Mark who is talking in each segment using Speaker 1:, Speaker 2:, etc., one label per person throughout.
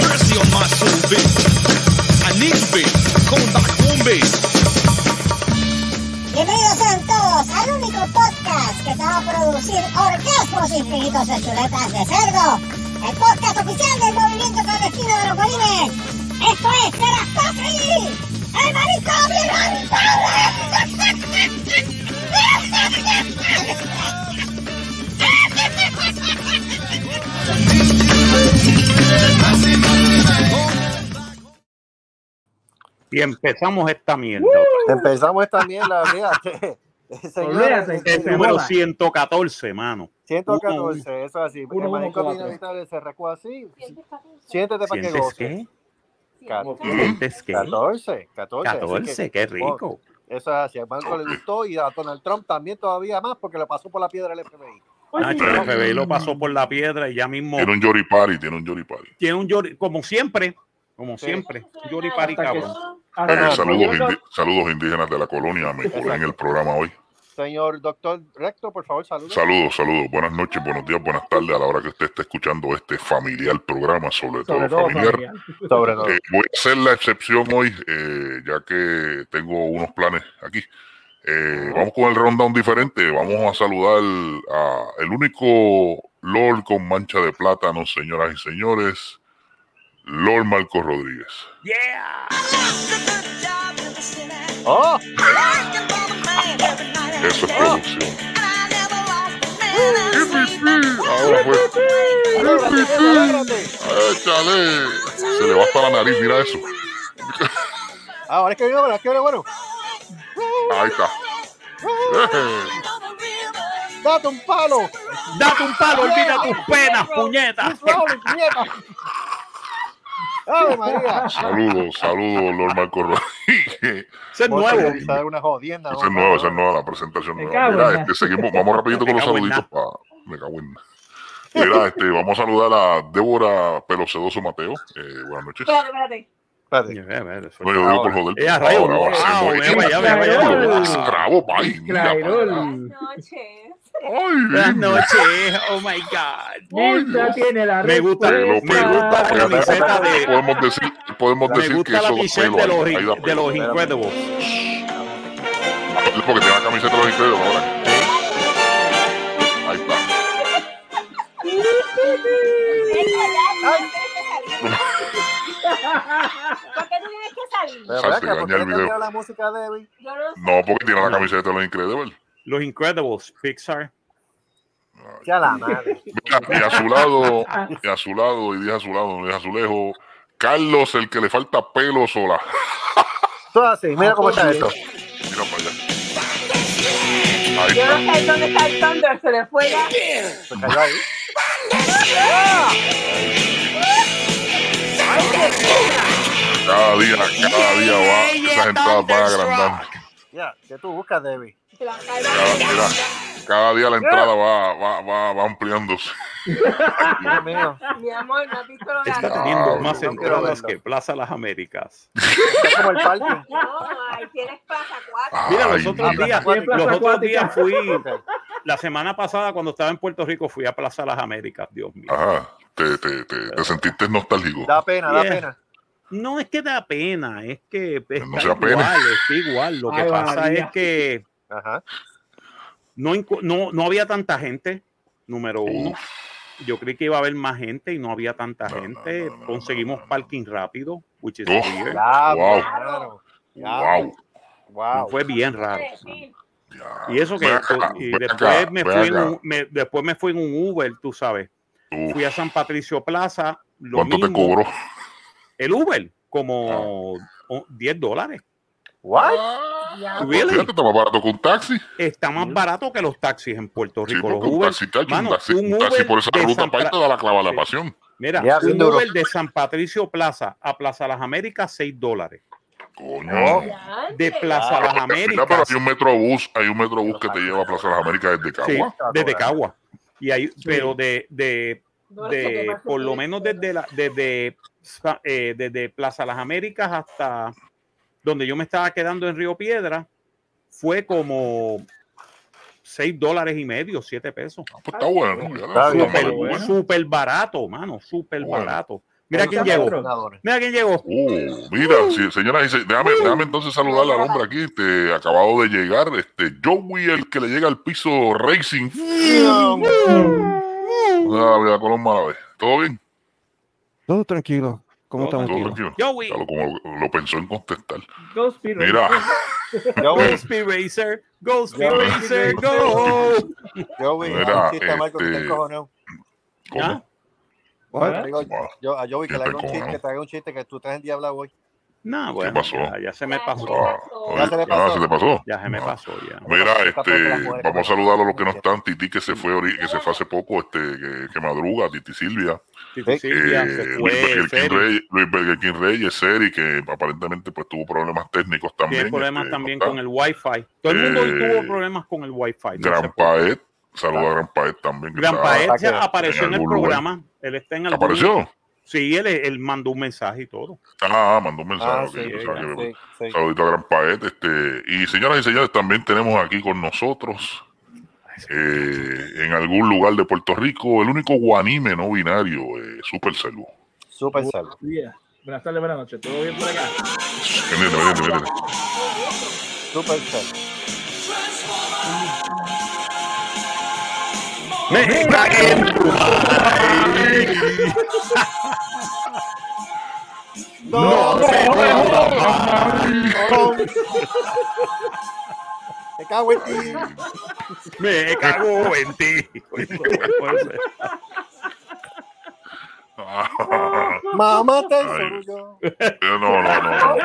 Speaker 1: mercy on my soul, bitch. I need you, bitch. Come back home, bitch.
Speaker 2: Bienvenidos sean todos al único podcast que te va a producir orgasmos infinitos de chuletas de cerdo. El podcast oficial del movimiento clandestino de los bolines. Esto es Teras Patri, el maricón de Ronnie
Speaker 3: Y empezamos esta mierda.
Speaker 4: Empezamos esta mierda, fíjate. Señores,
Speaker 5: Olvídate que
Speaker 4: este,
Speaker 5: se
Speaker 3: Número
Speaker 5: joda.
Speaker 3: 114, mano.
Speaker 4: 114, eso es así. Porque
Speaker 5: Uno,
Speaker 4: el
Speaker 5: uno,
Speaker 4: marisco
Speaker 5: cuatro.
Speaker 4: inevitable se recuó así. Siéntete para que
Speaker 3: ¿Sientes
Speaker 4: goce.
Speaker 3: qué?
Speaker 4: Cat-
Speaker 3: ¿Sientes qué?
Speaker 4: 14, 14. así que
Speaker 3: 14, qué rico.
Speaker 4: Eso es así. Al banco le gustó y a Donald Trump también todavía más porque lo pasó por la piedra del FBI.
Speaker 3: Nacho, Ah, el FBI lo pasó por la piedra y ya mismo
Speaker 6: Tiene un Yori Party, tiene un Yori Party.
Speaker 3: tiene un llori, como siempre, como
Speaker 4: Sí.
Speaker 3: siempre, llori pari
Speaker 5: Hasta que-
Speaker 3: cabrón.
Speaker 5: hasta
Speaker 6: Eh,
Speaker 4: no,
Speaker 5: que-
Speaker 6: saludos,
Speaker 5: yo creo
Speaker 6: indi- saludos indígenas de la colonia, me colé en el programa hoy.
Speaker 4: Señor doctor Rector, por favor, saludos.
Speaker 6: Saludos, saludos, buenas noches, buenos días, buenas tardes a la hora que usted esté escuchando este familiar programa, sobre,
Speaker 5: que- sobre
Speaker 6: todo
Speaker 5: todo
Speaker 6: familiar.
Speaker 5: familiar.
Speaker 4: Sobre todo.
Speaker 6: Eh, voy a hacer la excepción hoy, eh, ya que tengo unos planes aquí. Eh, vamos con el rundown diferente. Vamos a saludar a el único Lord con mancha de plátano, señoras y señores, Lord Marco Rodríguez.
Speaker 3: Yeah.
Speaker 4: ¡Oh!
Speaker 6: Eso es producción. Ahora fue.
Speaker 2: pues.
Speaker 4: ¡Alégrate, alégrate!
Speaker 6: ¡Échale! Se le va hasta la nariz, mira eso.
Speaker 4: Ahora es que viene bueno, es que viene bueno.
Speaker 6: Ahí está.
Speaker 4: ¡Date un palo!
Speaker 3: Date un palo, olvida tus penas, puñeta.
Speaker 4: ¡Flores, mierda! ¡Ave María!
Speaker 6: Saludos, saludos, Lord Marco Rodríguez.
Speaker 3: Ese es nuevo.
Speaker 4: Esa es una jodienda.
Speaker 6: Esa es nueva, esa es nueva la presentación
Speaker 5: Me
Speaker 6: nueva.
Speaker 5: cago en
Speaker 6: Mira,
Speaker 5: la-
Speaker 6: este, seguimos, vamos rapidito con
Speaker 3: Me
Speaker 6: los
Speaker 3: cago en
Speaker 6: saluditos para. Me cago en. Mira, este, vamos a saludar a Débora Pelocedoso Mateo. Eh, buenas noches.
Speaker 4: Espérate.
Speaker 6: No, yo digo por joder.
Speaker 3: Ella rayo.
Speaker 6: Ahora, ahora,
Speaker 3: Wow,
Speaker 6: hacemos
Speaker 3: mira, ya, ya, ya,
Speaker 6: esto.
Speaker 3: ya.
Speaker 6: Las grabo, pai, mira,
Speaker 5: Traidor.
Speaker 6: para allá.
Speaker 3: Buenas
Speaker 6: Ay,
Speaker 3: noches. Oh my God.
Speaker 5: Nilda tiene la
Speaker 3: Me gusta,
Speaker 6: Pelo,
Speaker 3: me
Speaker 6: pelo.
Speaker 3: gusta la
Speaker 6: Pero, pero,
Speaker 3: camiseta
Speaker 6: pero,
Speaker 3: de.
Speaker 6: Podemos decir, podemos
Speaker 3: Me
Speaker 6: decir que
Speaker 3: gusta la
Speaker 6: eso da
Speaker 3: t-shirt
Speaker 6: pelo,
Speaker 3: de los,
Speaker 6: ahí da
Speaker 3: de
Speaker 6: pelo.
Speaker 3: los Incredibles.
Speaker 6: Porque tiene la camiseta de los increíbles ahora. Ahí está.
Speaker 7: ¿Por qué tú tienes que salir?
Speaker 4: Pero
Speaker 6: Salte,
Speaker 4: acá, ¿por qué
Speaker 6: daña el
Speaker 4: le
Speaker 6: video.
Speaker 4: cambiaron la música de Debbie?
Speaker 7: Yo no sé.
Speaker 6: No, porque tiene la camiseta de los increíbles.
Speaker 3: Los Incredibles, Pixar.
Speaker 4: Ya la madre.
Speaker 6: Mira, y a su lado, y a su lado, y dije a su lado, no dije a su lejos. Carlos, el que le falta pelo sola.
Speaker 4: Todo así, mira cómo está esto.
Speaker 6: Mira para allá. Ahí
Speaker 7: Yo
Speaker 6: está.
Speaker 7: no sé dónde está el Thunder, se le fue ya.
Speaker 4: Se cayó ahí.
Speaker 6: Cada día, cada día va. Esas entradas van agrandando.
Speaker 4: Ya, ¿qué tú buscas, Debbie?
Speaker 7: Se la cayó.
Speaker 6: Cada, mira, cada día la entrada va, va, va, va ampliándose.
Speaker 4: Dios mío.
Speaker 7: Mi amor, no has visto lo
Speaker 3: Está
Speaker 7: largo.
Speaker 3: teniendo
Speaker 6: Diablo.
Speaker 3: más
Speaker 4: No quiero
Speaker 3: entradas
Speaker 4: verlo.
Speaker 3: que Plaza Las Américas.
Speaker 4: Está como el parque.
Speaker 7: No, ahí tienes pasa cuatro.
Speaker 3: Mira, los
Speaker 6: Ay,
Speaker 3: otros
Speaker 6: mira.
Speaker 3: días,
Speaker 4: Plaza
Speaker 3: los otros
Speaker 5: acuática.
Speaker 3: días fui,
Speaker 4: Ok.
Speaker 3: la semana pasada cuando estaba en Puerto Rico, fui a Plaza Las Américas, Dios mío.
Speaker 6: Ajá. Te, te, te, te sentiste nostálgico.
Speaker 4: Da pena, da
Speaker 3: Yeah.
Speaker 4: pena.
Speaker 3: No es que da pena, es que está
Speaker 6: sea
Speaker 3: igual,
Speaker 6: pena.
Speaker 3: está igual. Lo que
Speaker 5: Ay,
Speaker 3: pasa
Speaker 5: María.
Speaker 3: es que
Speaker 4: Ajá.
Speaker 3: no, encu- no, no había tanta gente, número uno.
Speaker 6: Uf.
Speaker 3: Yo creí que iba a haber más gente y no había tanta
Speaker 6: No, no,
Speaker 3: gente.
Speaker 6: no, no,
Speaker 3: Conseguimos
Speaker 6: no, no, no.
Speaker 3: parking rápido, which is
Speaker 6: Uf.
Speaker 3: weird.
Speaker 4: Ya,
Speaker 6: Wow.
Speaker 4: claro. Ya,
Speaker 6: Wow.
Speaker 4: Wow.
Speaker 3: Fue bien raro.
Speaker 6: Ya.
Speaker 3: Y eso que
Speaker 6: Ven acá,
Speaker 3: y
Speaker 6: ven
Speaker 3: después
Speaker 6: acá,
Speaker 3: me
Speaker 6: ven
Speaker 3: fui en
Speaker 6: acá.
Speaker 3: un, me- después me fui en un Uber, tú sabes.
Speaker 6: Uf,
Speaker 3: Fui a San Patricio Plaza, lo
Speaker 6: ¿Cuánto te
Speaker 3: mismo.
Speaker 6: cobró? Ah.
Speaker 3: El Uber como o- 10 dólares.
Speaker 4: What?
Speaker 3: Really?
Speaker 6: Fíjate, está más barato que un taxi.
Speaker 3: Está más barato que los taxis en Puerto
Speaker 6: Sí,
Speaker 3: Rico.
Speaker 6: porque
Speaker 3: los
Speaker 6: un
Speaker 3: Uber,
Speaker 6: taxi, tacho,
Speaker 3: mano,
Speaker 6: un taxi,
Speaker 3: un
Speaker 6: un taxi
Speaker 3: Uber
Speaker 6: por esa
Speaker 3: de
Speaker 6: ruta
Speaker 3: San
Speaker 6: para ahí te
Speaker 3: Pra-
Speaker 6: da la clava a la
Speaker 3: Sí.
Speaker 6: pasión.
Speaker 3: mira,
Speaker 4: Ya, bien
Speaker 3: un
Speaker 4: duro.
Speaker 3: Uber de San Patricio Plaza a Plaza Las Américas, 6 dólares.
Speaker 6: Coño.
Speaker 3: De Plaza Las
Speaker 6: Mira, Ah, pero
Speaker 3: Américas,
Speaker 6: hay un metrobús, hay un metrobús que te lleva a Plaza de las Américas desde
Speaker 3: sí,
Speaker 6: Cagua.
Speaker 3: desde Cagua. Y hay, pero de, de de, por lo menos desde, la, desde, Sa- eh, desde Plaza Las Américas hasta donde yo me estaba quedando en Río Piedra, fue como 6 dólares y medio, 7 pesos.
Speaker 6: Ah, pues está bueno. ya la-
Speaker 4: Está bien,
Speaker 6: está
Speaker 3: Súper
Speaker 6: bueno.
Speaker 3: súper barato, mano, súper
Speaker 6: Bueno.
Speaker 3: barato. Mira quién
Speaker 4: Muchas
Speaker 3: llegó.
Speaker 4: gobernadores.
Speaker 3: Mira quién llegó.
Speaker 6: Uh, mira, sí, señoras y se- déjame, déjame entonces saludar al hombre aquí, este, acabado de llegar, este, Joey, el que le llega al piso Racing.
Speaker 3: Uh.
Speaker 6: Ah, mira, Colón Malavé. ¿Todo bien?
Speaker 5: Todo tranquilo. ¿Cómo
Speaker 3: Todo
Speaker 5: estamos?
Speaker 6: Todo
Speaker 5: tío?
Speaker 6: tranquilo.
Speaker 3: Joey,
Speaker 6: Claro, como lo, lo pensó en contestar.
Speaker 8: Go Speed Racer.
Speaker 6: Mira,
Speaker 3: Go
Speaker 4: Yo voy,
Speaker 3: Speed Racer, Go Speed
Speaker 4: Joey.
Speaker 3: Racer, Go.
Speaker 4: yo voy.
Speaker 6: Mira,
Speaker 4: Ah, sí, está mal, que está
Speaker 6: este-
Speaker 3: ¿Eh?
Speaker 4: encojonado.
Speaker 6: ¿cómo? Ah,
Speaker 5: What?
Speaker 8: ¿Ah?
Speaker 4: Digo,
Speaker 6: Wow.
Speaker 4: yo, a Joey que
Speaker 6: Yo
Speaker 4: le haga un
Speaker 6: estoy
Speaker 4: chiste,
Speaker 6: encojonado.
Speaker 4: que te haga un chiste que tú estás en diabla hoy.
Speaker 3: No, bueno,
Speaker 6: pasó?
Speaker 3: Ya, ya se me pasó.
Speaker 6: Ah,
Speaker 7: Ya
Speaker 6: oye,
Speaker 4: se le
Speaker 6: ah,
Speaker 4: pasó.
Speaker 6: se te pasó.
Speaker 3: Ya se me
Speaker 6: Ah.
Speaker 3: pasó ya.
Speaker 6: Mira,
Speaker 4: Está fuerte la
Speaker 6: este,
Speaker 4: mujer.
Speaker 6: vamos a saludar a los que no están, Titi que se fue ahorita- que se fue hace poco, este, que, que madruga, Titi Silvia,
Speaker 3: Tito Silvia se
Speaker 6: eh, Luis
Speaker 3: fue,
Speaker 6: Burger King
Speaker 3: Seri.
Speaker 6: Reyes, Luis Burger King Reyes, Seri, que aparentemente pues tuvo problemas técnicos
Speaker 3: Que
Speaker 6: también.
Speaker 3: hay problemas
Speaker 6: este,
Speaker 3: también
Speaker 6: no
Speaker 3: con el Wi-Fi. Todo el mundo hoy
Speaker 6: Eh,
Speaker 3: tuvo problemas con el Wi-Fi. no
Speaker 6: está. Gran
Speaker 3: sé por qué.
Speaker 6: Paet, saluda a Gran Paet también. que
Speaker 3: Gran
Speaker 6: está-
Speaker 3: Paez
Speaker 4: Ataque.
Speaker 3: apareció en
Speaker 6: En
Speaker 3: el
Speaker 6: algún lugar.
Speaker 3: programa. Él está en el.
Speaker 6: ¿Apareció?
Speaker 3: Sí, él, él mandó un mensaje y todo.
Speaker 6: Ah, mandó un mensaje.
Speaker 4: Ah,
Speaker 6: ok,
Speaker 4: sí,
Speaker 6: yo pensaba que-
Speaker 4: sí, sí.
Speaker 6: Saludito a Gran Paet. Este, y señoras y señores, también tenemos aquí con nosotros, eh, en algún lugar de Puerto Rico, el único guanime no binario, eh, Super Salud.
Speaker 4: Súper salvo.
Speaker 8: Día. Buenas tardes, buenas noches. ¿Todo bien por acá?
Speaker 6: Miren, miren, miren.
Speaker 4: Súper salvo. No, Me cago en ti.
Speaker 3: Me cago en ti.
Speaker 4: Mamá te
Speaker 6: Ay.
Speaker 4: sorullo.
Speaker 6: No, no, no, no.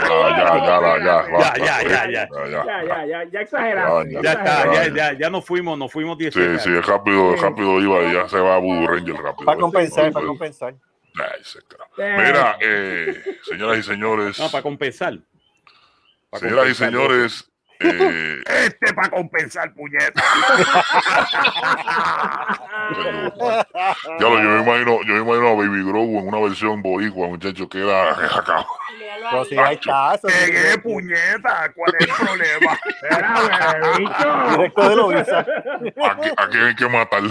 Speaker 6: Ya, ya, ya, ya, ya, basta, eh,
Speaker 3: ya, ya, ya.
Speaker 6: ya,
Speaker 8: Ya,
Speaker 6: ya.
Speaker 8: ya, ya, ya exageramos.
Speaker 6: Ya,
Speaker 3: ya está, ya,
Speaker 6: Ay.
Speaker 3: ya, ya nos fuimos, nos fuimos 10
Speaker 6: Sí, sí, es rápido, rápido iba y ya se va a Voodoo Ranger rápido.
Speaker 4: Para compensar,
Speaker 6: Ay,
Speaker 4: para compensar.
Speaker 6: ay, se carajo. Mira, eh, señoras y señores,
Speaker 3: No, para compensar. Para
Speaker 6: señoras y
Speaker 3: compensar.
Speaker 6: señores, eh,
Speaker 3: Este para compensar, puñeta.
Speaker 6: Pero, bueno. Ya
Speaker 4: Ah,
Speaker 6: lo, yo me imagino, yo me imagino a Baby Grogu en una versión boricua, muchacho, que era acá.
Speaker 4: No,
Speaker 9: Pues,
Speaker 4: sí, ahí está. eso sí.
Speaker 3: puñeta. ¿Cuál es el problema?
Speaker 8: Espera, bicho.
Speaker 4: Directo de Loiza.
Speaker 6: Aquí, aquí hay que matar.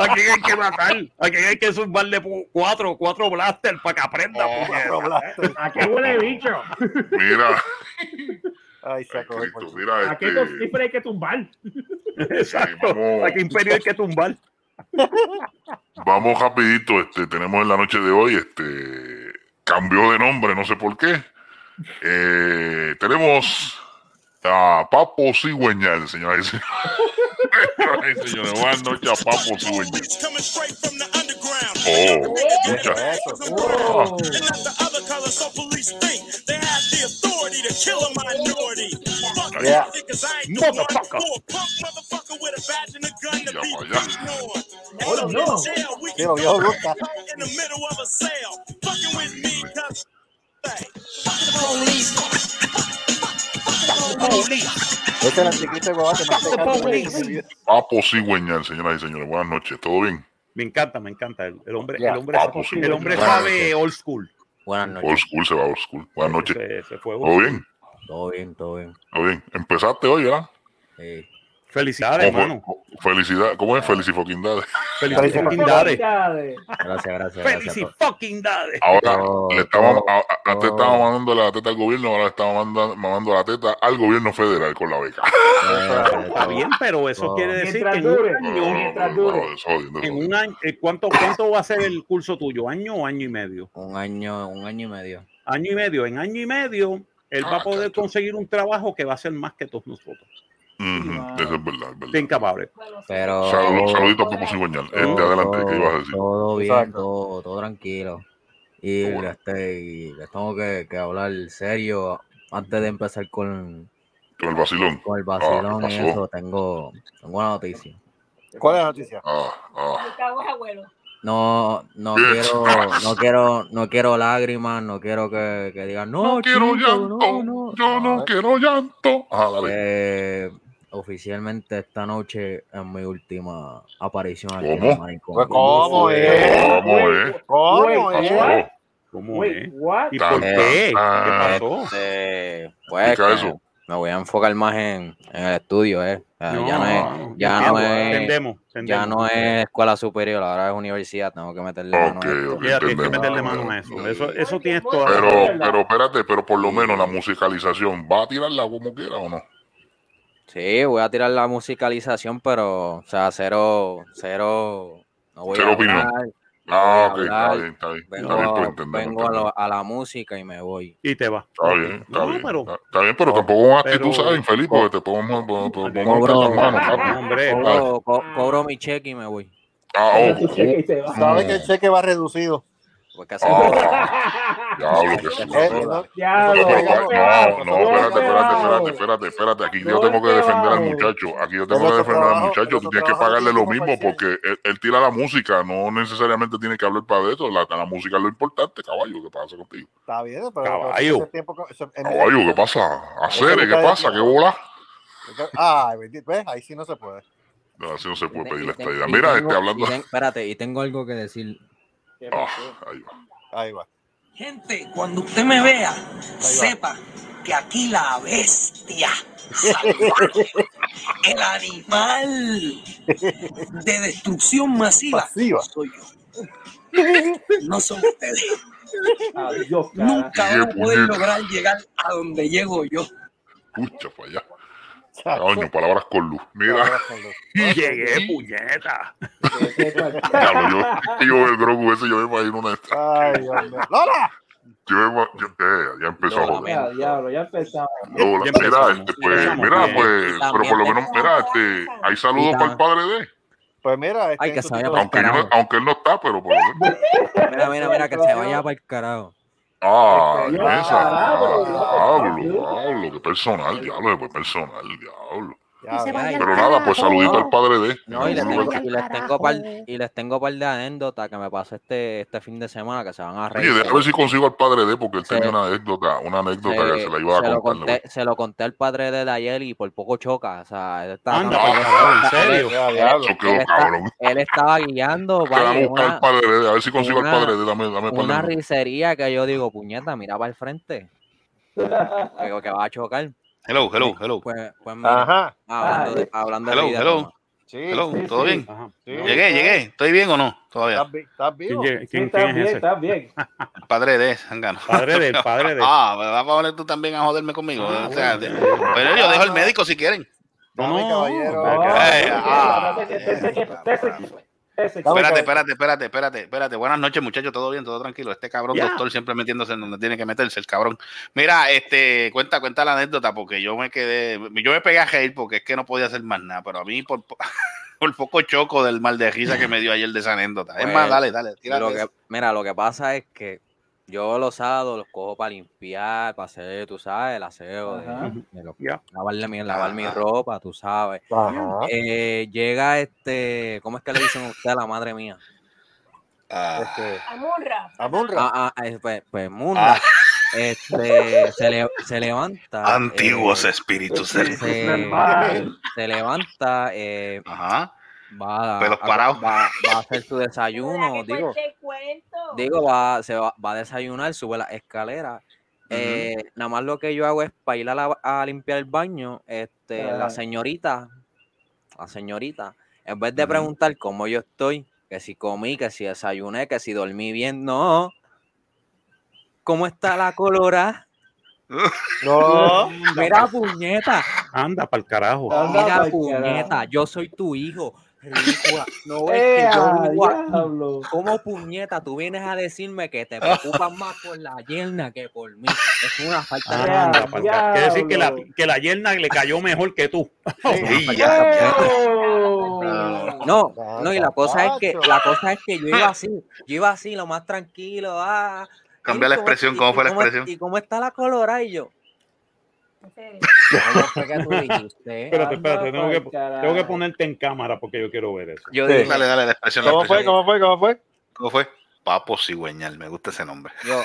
Speaker 3: Aquí hay que matar. Aquí hay que subarle pu- cuatro, cuatro blasters para que
Speaker 6: Oh,
Speaker 3: aprenda, puñeta.
Speaker 8: ¿A qué huele bicho?
Speaker 6: Mira,
Speaker 4: Ay, se acabó el
Speaker 6: Cristo,
Speaker 4: bolsillo.
Speaker 6: mira
Speaker 8: ¿A qué
Speaker 6: este.
Speaker 8: cifra hay que tumbar?
Speaker 3: Exacto.
Speaker 6: vamos.
Speaker 3: Aquí imperio hay que tumbar.
Speaker 6: Vamos rapidito, este, tenemos en la noche de hoy, este, cambió de nombre, no sé por qué. Eh, tenemos a Papo Cigüeñal, señoras y señores. Señoras y señores, buenas noches a Papo Cigüeñal.
Speaker 1: Coming straight from the underground.
Speaker 6: Oh, muchas
Speaker 4: Eso.
Speaker 8: Oh.
Speaker 1: And not the other color, so police think they have the authority to kill a minority. Fuck
Speaker 4: Yeah.
Speaker 1: you, niggas, I ain't the one
Speaker 3: Motherfucker.
Speaker 1: for a Punk motherfucker with a badge and a gun to
Speaker 6: Yeah,
Speaker 1: be
Speaker 6: boy, yeah.
Speaker 1: beaten on.
Speaker 8: Hold
Speaker 1: And
Speaker 8: on,
Speaker 1: I'm in
Speaker 8: no.
Speaker 1: jail, we
Speaker 4: Sí,
Speaker 1: can
Speaker 4: lo vio Luca.
Speaker 1: right in the middle of a sale. Fucking with me, cuz. Hey, fuck the police. Fuck the police.
Speaker 4: Ese era Este el chiquito de Guabate, más pecado que me he visto.
Speaker 6: Papo Cigüeñal, pues señoras y señores, buenas noches, ¿todo bien?
Speaker 3: Me encanta, me encanta. El, el hombre,
Speaker 4: Ya.
Speaker 3: el hombre,
Speaker 6: Ah, pues sí,
Speaker 3: el hombre
Speaker 6: bueno.
Speaker 3: sabe old school.
Speaker 9: Buenas
Speaker 6: Old
Speaker 9: noches,
Speaker 6: school, se va old school. Buenas noches,
Speaker 3: Se, se fue.
Speaker 6: ¿todo bien?
Speaker 9: todo bien, todo bien.
Speaker 6: Está bien, empezaste hoy, ¿verdad?
Speaker 9: Eh,
Speaker 3: Felicidades,
Speaker 6: ¿Cómo fue? Oh,
Speaker 3: hermano.
Speaker 6: Felicidad, ¿cómo es? Felicifoquindades.
Speaker 3: Felicidades.
Speaker 9: gracias, gracias, gracias. a to-
Speaker 3: Felicidades.
Speaker 6: Ahora
Speaker 9: Oh,
Speaker 6: le estábamos,
Speaker 9: oh,
Speaker 6: a- a- antes
Speaker 9: oh.
Speaker 6: estábamos mandando la teta al gobierno, ahora le estamos mandando, mandando la teta al gobierno federal con la beca.
Speaker 9: eh,
Speaker 3: Está bien, pero eso
Speaker 9: Oh.
Speaker 3: quiere decir que
Speaker 8: Mientras
Speaker 3: en un
Speaker 8: dure.
Speaker 6: No,
Speaker 3: año,
Speaker 6: no, no,
Speaker 8: Mientras
Speaker 6: no, no,
Speaker 8: dure.
Speaker 6: eso, eso,
Speaker 3: en
Speaker 6: eso.
Speaker 3: un año eh, ¿cuánto, ¿cuánto va a ser el curso tuyo? ¿Año o año y medio?
Speaker 9: Un año, un año y medio.
Speaker 3: Año y medio. En año y medio, él va a
Speaker 6: Ah,
Speaker 3: poder
Speaker 6: chacho.
Speaker 3: conseguir un trabajo que va a ser más que todos nosotros.
Speaker 6: Ujú, Eso es verdad, es verdad.
Speaker 3: Bien, cabrón.
Speaker 9: Pero
Speaker 6: Saludos, saluditos a Papo Cigüeñal. Este, adelante, ¿qué ibas a decir?
Speaker 9: Todo bien,
Speaker 4: Exacto.
Speaker 9: todo, todo tranquilo. Y,
Speaker 6: Bueno.
Speaker 9: este, y les tengo que, que hablar serio antes de empezar con,
Speaker 6: Con el vacilón.
Speaker 9: con el vacilón
Speaker 6: Ah, ¿qué
Speaker 9: y
Speaker 6: pasó?
Speaker 9: eso. Tengo, tengo una noticia.
Speaker 4: ¿Cuál es la noticia?
Speaker 6: Ah, ah.
Speaker 7: abuelo.
Speaker 9: No, no
Speaker 6: Bien.
Speaker 9: quiero, no quiero, no quiero lágrimas, no quiero que, que digan no,
Speaker 6: No quiero
Speaker 9: chico,
Speaker 6: llanto,
Speaker 9: no, no". Ah.
Speaker 6: yo no quiero llanto. Ah, dale.
Speaker 9: Eh, oficialmente esta noche es mi última aparición aquí en
Speaker 6: ¿Cómo?
Speaker 9: el Manicomio.
Speaker 4: Pues, ¿Cómo es?
Speaker 6: ¿Cómo es?
Speaker 8: Güey,
Speaker 4: ¿Cómo
Speaker 6: Pasó.
Speaker 4: es?
Speaker 3: ¿Cómo
Speaker 8: Wait,
Speaker 3: es?
Speaker 8: what?
Speaker 3: ¿Y por
Speaker 9: Eh,
Speaker 3: qué? ¿Qué
Speaker 6: ah,
Speaker 3: pasó?
Speaker 9: Este, pues,
Speaker 6: Explica
Speaker 9: que
Speaker 6: eso.
Speaker 9: Me voy a enfocar más en, en el estudio, ¿eh? O sea,
Speaker 3: No,
Speaker 9: ya no es, ya no es,
Speaker 3: Entendemos,
Speaker 9: ya
Speaker 3: entendemos.
Speaker 9: no es escuela superior, ahora es universidad, tengo que meterle mano
Speaker 6: Ok,
Speaker 9: a esto.
Speaker 6: ok.
Speaker 3: Ya tienes que
Speaker 6: entendemos.
Speaker 3: meterle mano a eso. Eso, eso tienes toda la
Speaker 6: Pero,
Speaker 3: razón.
Speaker 6: pero espérate, pero por lo menos la musicalización, ¿va a tirarla como quiera o no?
Speaker 9: Sí, voy a tirar la musicalización, pero, o sea, cero, cero, no voy
Speaker 6: Cero
Speaker 9: a
Speaker 6: opinión.
Speaker 9: hablar,
Speaker 6: Ah, ok,
Speaker 9: Voy a
Speaker 6: está
Speaker 9: hablar.
Speaker 6: bien, está bien. Está bien,
Speaker 9: vengo,
Speaker 6: pues, entendemos,
Speaker 9: vengo a,
Speaker 6: entendemos.
Speaker 9: lo- a la música y me voy.
Speaker 3: Y te va.
Speaker 6: Está bien, está
Speaker 3: No,
Speaker 6: bien.
Speaker 3: pero-
Speaker 6: está, está bien, pero tampoco con actitud,
Speaker 3: pero-
Speaker 6: ¿sabes? Infeliz, porque te podemos te podemos meter
Speaker 3: Cobro.
Speaker 6: las manos, papi.
Speaker 3: Hombre,
Speaker 9: Cobro, co- cobro mi cheque y me voy.
Speaker 6: Ah, ojo.
Speaker 4: Sabe que el cheque va reducido.
Speaker 9: Porque así-
Speaker 6: Ah, diablo, que susto.
Speaker 4: Eh, no-
Speaker 8: Ya,
Speaker 6: No,
Speaker 8: lo-
Speaker 4: Pero,
Speaker 6: no,
Speaker 4: pero,
Speaker 6: no, espérate, espérate, espérate,
Speaker 8: Golpe
Speaker 6: espérate, espérate. Aquí yo
Speaker 8: Golpe
Speaker 6: tengo que defender al
Speaker 8: bajo.
Speaker 6: muchacho. Aquí yo tengo que
Speaker 4: Nosotros
Speaker 6: defender al
Speaker 4: trabajamos-
Speaker 6: muchacho. Tú tienes que
Speaker 4: nosotros trabajamos
Speaker 6: pagarle lo
Speaker 4: tiempo
Speaker 6: mismo
Speaker 4: parcial.
Speaker 6: porque él, él tira la música. No necesariamente tiene que hablar para eso. La, la música es lo importante, caballo. ¿Qué pasa contigo?
Speaker 4: Está bien, pero.
Speaker 3: Caballo.
Speaker 4: ese tiempo que- ese- en-
Speaker 6: Caballo, ¿qué pasa? Acere, ¿qué pasa? ¿Qué bola?
Speaker 4: Ay, bendito, ¿ves? Ahí sí no se puede.
Speaker 6: No, así no se
Speaker 9: y
Speaker 6: puede
Speaker 9: te-
Speaker 6: pedir
Speaker 9: y
Speaker 6: la
Speaker 9: te-
Speaker 6: estadía.
Speaker 9: y
Speaker 6: Mira,
Speaker 9: tengo-
Speaker 6: este hablando.
Speaker 9: y ten- espérate, y tengo algo que decir.
Speaker 6: Ah, ahí va.
Speaker 4: Ahí va.
Speaker 1: Gente, cuando usted me vea, sepa que aquí la bestia salvaje, el animal de destrucción masiva
Speaker 4: Pasiva.
Speaker 1: soy yo. No son ustedes. Nunca van a poder
Speaker 6: puñeta.
Speaker 1: lograr llegar a donde llego yo.
Speaker 6: Escucha para allá. Coño, palabras con luz. Mira,
Speaker 3: Llegué, puñeta.
Speaker 6: ya lo- yo, yo el Grogu ese, yo me imagino una.
Speaker 4: Ay, Dios mío. ¡Lola!
Speaker 6: Yo me ima- yo- eh, ya empezó a
Speaker 9: Lola,
Speaker 6: joder.
Speaker 9: mira,
Speaker 8: Diablo, ya empezamos.
Speaker 6: No,
Speaker 3: Ya
Speaker 6: mira,
Speaker 3: empezamos,
Speaker 6: este,
Speaker 3: ya
Speaker 6: pues,
Speaker 3: empezamos
Speaker 6: mira,
Speaker 3: bien.
Speaker 6: pues,
Speaker 9: Y
Speaker 6: pero por lo
Speaker 9: también
Speaker 6: menos, mira, este, hay saludos
Speaker 9: Y
Speaker 6: para el
Speaker 9: tam-
Speaker 6: padre de, él.
Speaker 4: Pues mira, este
Speaker 9: Ay, que
Speaker 4: tu
Speaker 9: sabía
Speaker 4: tipo-
Speaker 9: por
Speaker 6: aunque, él no,
Speaker 9: carajo.
Speaker 6: aunque él no está, pero por lo menos.
Speaker 9: Mira, mira, mira, que se vaya para el carajo.
Speaker 6: Ah,
Speaker 8: Este, ya,
Speaker 6: esa,
Speaker 8: carajo,
Speaker 6: ah,
Speaker 8: ya.
Speaker 6: diablo, diablo, qué personal, diablo, después personal, diablo.
Speaker 4: Ya, ya.
Speaker 9: se vaya
Speaker 6: Pero nada, pues saludito al padre de. él.
Speaker 9: No, y
Speaker 6: En
Speaker 9: les
Speaker 6: algún
Speaker 9: tengo,
Speaker 6: lugar
Speaker 9: y les tengo par, y les tengo par de anécdotas que me pasó este, este fin de semana que se van a
Speaker 6: que- Oye,
Speaker 9: reír.
Speaker 6: déjame ver si consigo al padre de, él, porque él
Speaker 9: Se-
Speaker 6: tenía una anécdota, una anécdota que
Speaker 9: se,
Speaker 6: se la iba a
Speaker 9: se lo
Speaker 6: contar.
Speaker 9: conté, se lo conté al padre de ayer y por poco choca. O sea, él estaba,
Speaker 3: Anda,
Speaker 9: tan-
Speaker 3: cabrón, en serio.
Speaker 4: Ya, diablo.
Speaker 6: Eso quedó
Speaker 9: pues, está-
Speaker 6: cabrón.
Speaker 9: él estaba guiando.
Speaker 6: Que vamos a
Speaker 9: vaya,
Speaker 6: buscar al
Speaker 9: una,
Speaker 6: padre de, a ver si consigo al
Speaker 9: una-
Speaker 6: padre de, dame, dame
Speaker 9: una
Speaker 6: padre de.
Speaker 9: risería que yo digo, puñeta, mira para el frente. Digo que va a chocar.
Speaker 10: Hello, hello, hello.
Speaker 9: Pues, pues mira,
Speaker 4: Ajá.
Speaker 9: hablando de, hablando de
Speaker 10: Hello,
Speaker 9: vida,
Speaker 10: hello.
Speaker 9: toma.
Speaker 4: Sí.
Speaker 10: Hello,
Speaker 4: sí,
Speaker 10: ¿todo
Speaker 4: sí,
Speaker 10: bien?
Speaker 3: Ajá.
Speaker 4: sí.
Speaker 10: Llegué, llegué. ¿Estoy bien o no? Todavía.
Speaker 4: ¿Estás vi- estás
Speaker 3: ¿Quién,
Speaker 4: vivo?
Speaker 3: llega- quién- quién es ese?
Speaker 8: bien.
Speaker 10: Eh, Padre de, Sangano.
Speaker 3: Padre del, padre del.
Speaker 10: Ah, me vas a poner tú también a joderme conmigo. O sea, te- pero yo dejo al médico si quieren.
Speaker 3: No,
Speaker 4: Dame, caballero.
Speaker 3: no, no.
Speaker 10: Eh, ah,
Speaker 4: Dame,
Speaker 10: Espérate,
Speaker 4: caballero.
Speaker 10: espérate, espérate, espérate, espérate. Buenas noches, muchachos, todo bien, todo tranquilo. Este cabrón
Speaker 3: Ya.
Speaker 10: doctor siempre metiéndose en donde tiene que meterse, el cabrón. Mira, este, cuenta, cuenta la anécdota, porque yo me quedé, yo me pegué a reír porque es que no podía hacer más nada, pero a mí por, po- por poco choco del mal de risa que me dio ayer de esa anécdota. Es
Speaker 9: Pues,
Speaker 10: más, dale, dale, tírate
Speaker 9: Lo que,
Speaker 10: eso.
Speaker 9: mira, lo que pasa es que yo los sábados los cojo para limpiar, para hacer, tú sabes, el aseo, de-
Speaker 8: Ajá.
Speaker 9: de lo-
Speaker 3: Ya.
Speaker 9: lavarle mi, lavar mi
Speaker 10: Ajá.
Speaker 9: ropa, tú sabes.
Speaker 10: Ah.
Speaker 4: Ajá.
Speaker 9: Eh, llega este, ¿cómo es que le dicen usted a la madre mía?
Speaker 10: Ah,
Speaker 4: Este,
Speaker 7: Amurra.
Speaker 4: Amunra.
Speaker 9: Ah, ah, eh, pues, pues, Munda,
Speaker 10: Ah.
Speaker 9: este, se, le- se levanta.
Speaker 10: antiguos
Speaker 9: eh,
Speaker 10: espíritus.
Speaker 9: se, se levanta, eh,
Speaker 10: Ajá.
Speaker 9: va, a,
Speaker 10: Pelos
Speaker 9: a-
Speaker 10: parados.
Speaker 9: va- va a hacer su
Speaker 7: ¿Verdad
Speaker 9: desayuno,
Speaker 7: que
Speaker 9: digo.
Speaker 7: cuente el cuento?
Speaker 9: Digo, va, se va, va a desayunar, sube la escalera. Eh, nada más lo que yo hago es para ir a, la- a limpiar el baño. Este,
Speaker 8: Ah.
Speaker 9: La señorita, la señorita, en vez de
Speaker 10: Ujú.
Speaker 9: preguntar cómo yo estoy, que si comí, que si desayuné, que si dormí bien, no. ¿Cómo está la colora?
Speaker 4: No.
Speaker 9: Mira, puñeta.
Speaker 3: Anda, para el carajo.
Speaker 8: Anda
Speaker 9: Mira,
Speaker 8: pa'l
Speaker 9: puñeta.
Speaker 8: carajo.
Speaker 9: Yo soy tu hijo. ridícula. No
Speaker 8: Eh,
Speaker 10: Eh,
Speaker 9: ves que
Speaker 8: ah,
Speaker 9: yo vivo aquí. ¿Cómo puñeta tú vienes a decirme que te preocupas más por la yerna que por mí? Es una falta de
Speaker 8: Ah,
Speaker 3: Anda,
Speaker 9: respeto.
Speaker 3: pa'l carajo. Quiere decir que la,
Speaker 8: diablo.
Speaker 3: que la yerna le cayó mejor que tú.
Speaker 10: Y ya.
Speaker 8: Eh,
Speaker 9: No, no, y la cosa es que la cosa es que yo iba así, yo iba así, lo más tranquilo, ah.
Speaker 10: Cambia la
Speaker 9: ¿Y cómo-
Speaker 10: expresión,
Speaker 9: y-
Speaker 10: ¿cómo
Speaker 9: y
Speaker 10: fue la expresión?
Speaker 9: ¿Y cómo está la colorada? Y yo, ¿cómo fue que tú dijiste?
Speaker 3: Espérate, espérate, tengo que, tengo que ponerte en cámara porque yo quiero ver eso.
Speaker 9: Yo
Speaker 4: Sí.
Speaker 9: dije,
Speaker 10: Dale, dale, la expresión. la
Speaker 4: ¿Cómo fue?
Speaker 10: expresión.
Speaker 4: ¿Cómo fue? ¿Cómo fue?
Speaker 10: ¿Cómo fue? Papo Cigüeñal, me gusta ese nombre.
Speaker 9: yo,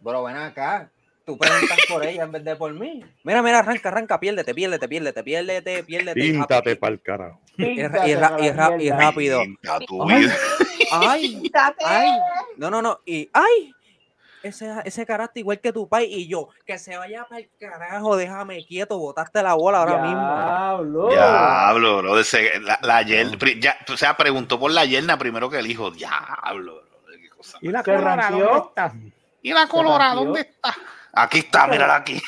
Speaker 9: bro, ven acá. Tú preguntas por ella en vez de por mí. Mira, mira, arranca, arranca, piérdete, piérdete, piérdete, piérdete, piérdete. y rápido.
Speaker 3: Píntate para el carajo.
Speaker 9: Y, ra- y ra- y ra- y rápido.
Speaker 10: Pinta tu
Speaker 9: Ay.
Speaker 10: vida.
Speaker 9: Ay, ay. No, no, no. Y ay. ese, ese carácter igual que tu país. Y yo, que se vaya para el carajo, déjame quieto, botaste la bola ahora mismo.
Speaker 10: Diablo, bro. de ese- la, la yel- pri- ya, o sea, preguntó por la yerna primero que el hijo. Diablo, bro.
Speaker 3: Y la
Speaker 10: Se
Speaker 3: Colorado,
Speaker 10: ranqueó.
Speaker 3: ¿dónde está?
Speaker 10: ¿Y la
Speaker 11: Colorado, dónde
Speaker 10: está? Aquí está, mírala aquí.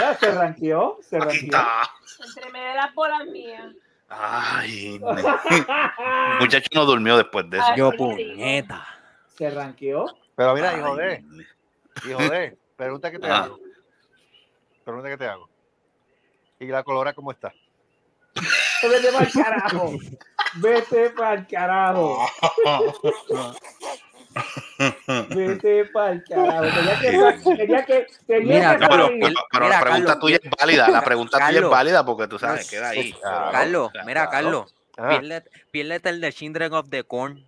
Speaker 11: Ya, se ranqueó, se
Speaker 10: Aquí
Speaker 11: ranqueó.
Speaker 10: está.
Speaker 7: Entre medio de las bolas mías.
Speaker 10: Ay, el muchacho no durmió después de eso.
Speaker 7: Yo,
Speaker 9: puñeta.
Speaker 11: Se ranqueó.
Speaker 4: Pero mira, hijo
Speaker 10: Ay.
Speaker 4: de, hijo de, pregunta que te
Speaker 10: Ah.
Speaker 4: hago. Pregunta que te hago. ¿Y la colora cómo está?
Speaker 11: Vete para el carajo. Vete para el carajo. Vete para el carajo. Tenía que. Tenía que, tenía
Speaker 9: Mira,
Speaker 11: que
Speaker 10: No, pero,
Speaker 11: salir.
Speaker 10: pero- pero la
Speaker 9: Mira,
Speaker 10: pregunta
Speaker 9: Carlos,
Speaker 10: tuya es válida. La pregunta tuya es
Speaker 9: Carlos.
Speaker 10: válida porque tú sabes, queda
Speaker 4: Pues,
Speaker 10: ahí.
Speaker 9: Carlos, mira, Carlos.
Speaker 10: Ah.
Speaker 9: Piérdete, piérdete el de Children of the Corn.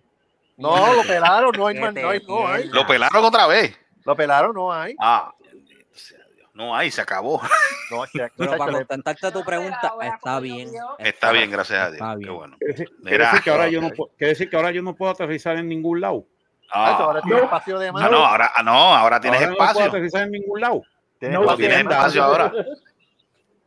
Speaker 4: No, lo pelaron, no hay
Speaker 9: Que
Speaker 4: más,
Speaker 9: te
Speaker 4: no hay, no hay.
Speaker 10: Lo pelaron otra vez.
Speaker 4: Lo pelaron, no hay.
Speaker 10: Ah, bendito sea Dios. no hay, se acabó.
Speaker 4: No, se-
Speaker 9: Pero para
Speaker 4: se-
Speaker 9: contestarte a tu pregunta, está bien.
Speaker 10: Está bien, gracias a Dios. Qué bueno.
Speaker 3: Quiere decir- quiere
Speaker 10: Mira,
Speaker 3: decir que ahora yo no puedo- quiere decir que ahora yo no puedo aterrizar en ningún lado.
Speaker 10: Ah,
Speaker 4: Ahora tiene espacio de
Speaker 10: ah,
Speaker 4: mano.
Speaker 10: no, ahora, ah, no, ahora tienes
Speaker 3: Ahora No puedo
Speaker 10: espacio.
Speaker 3: aterrizar en ningún lado.
Speaker 4: Tiene
Speaker 10: No, tienes espacio ahora.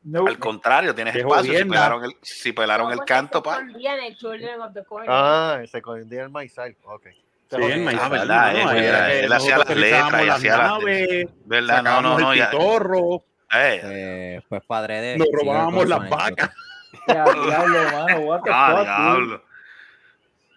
Speaker 11: No.
Speaker 10: Al contrario, tienes
Speaker 3: Qué
Speaker 10: espacio. Si
Speaker 3: jodienda.
Speaker 10: pelaron el, si pelaron el canto, pa.
Speaker 7: Escondían el Children of the Corn.
Speaker 4: Ah, se escondía el maizal. Ok.
Speaker 3: Sí, el maíz.
Speaker 10: Ah, verdad,
Speaker 3: No,
Speaker 10: eh,
Speaker 3: era
Speaker 10: era-
Speaker 3: que
Speaker 10: él hacía las
Speaker 3: nosotros
Speaker 10: letras y
Speaker 3: utilizábamos
Speaker 10: hacía las.
Speaker 3: naves,
Speaker 10: ¿Verdad? No, no,
Speaker 3: sacábamos
Speaker 10: no.
Speaker 3: el
Speaker 10: ya-
Speaker 3: pitorro,
Speaker 10: eh,
Speaker 9: Eh, pues padre de.
Speaker 3: nos
Speaker 9: sigue
Speaker 3: robábamos
Speaker 9: con
Speaker 3: las
Speaker 9: su anécdota.
Speaker 3: vacas.
Speaker 11: Ya, diablo, mano. What the
Speaker 10: ah,
Speaker 11: fuck, dude.
Speaker 10: diablo.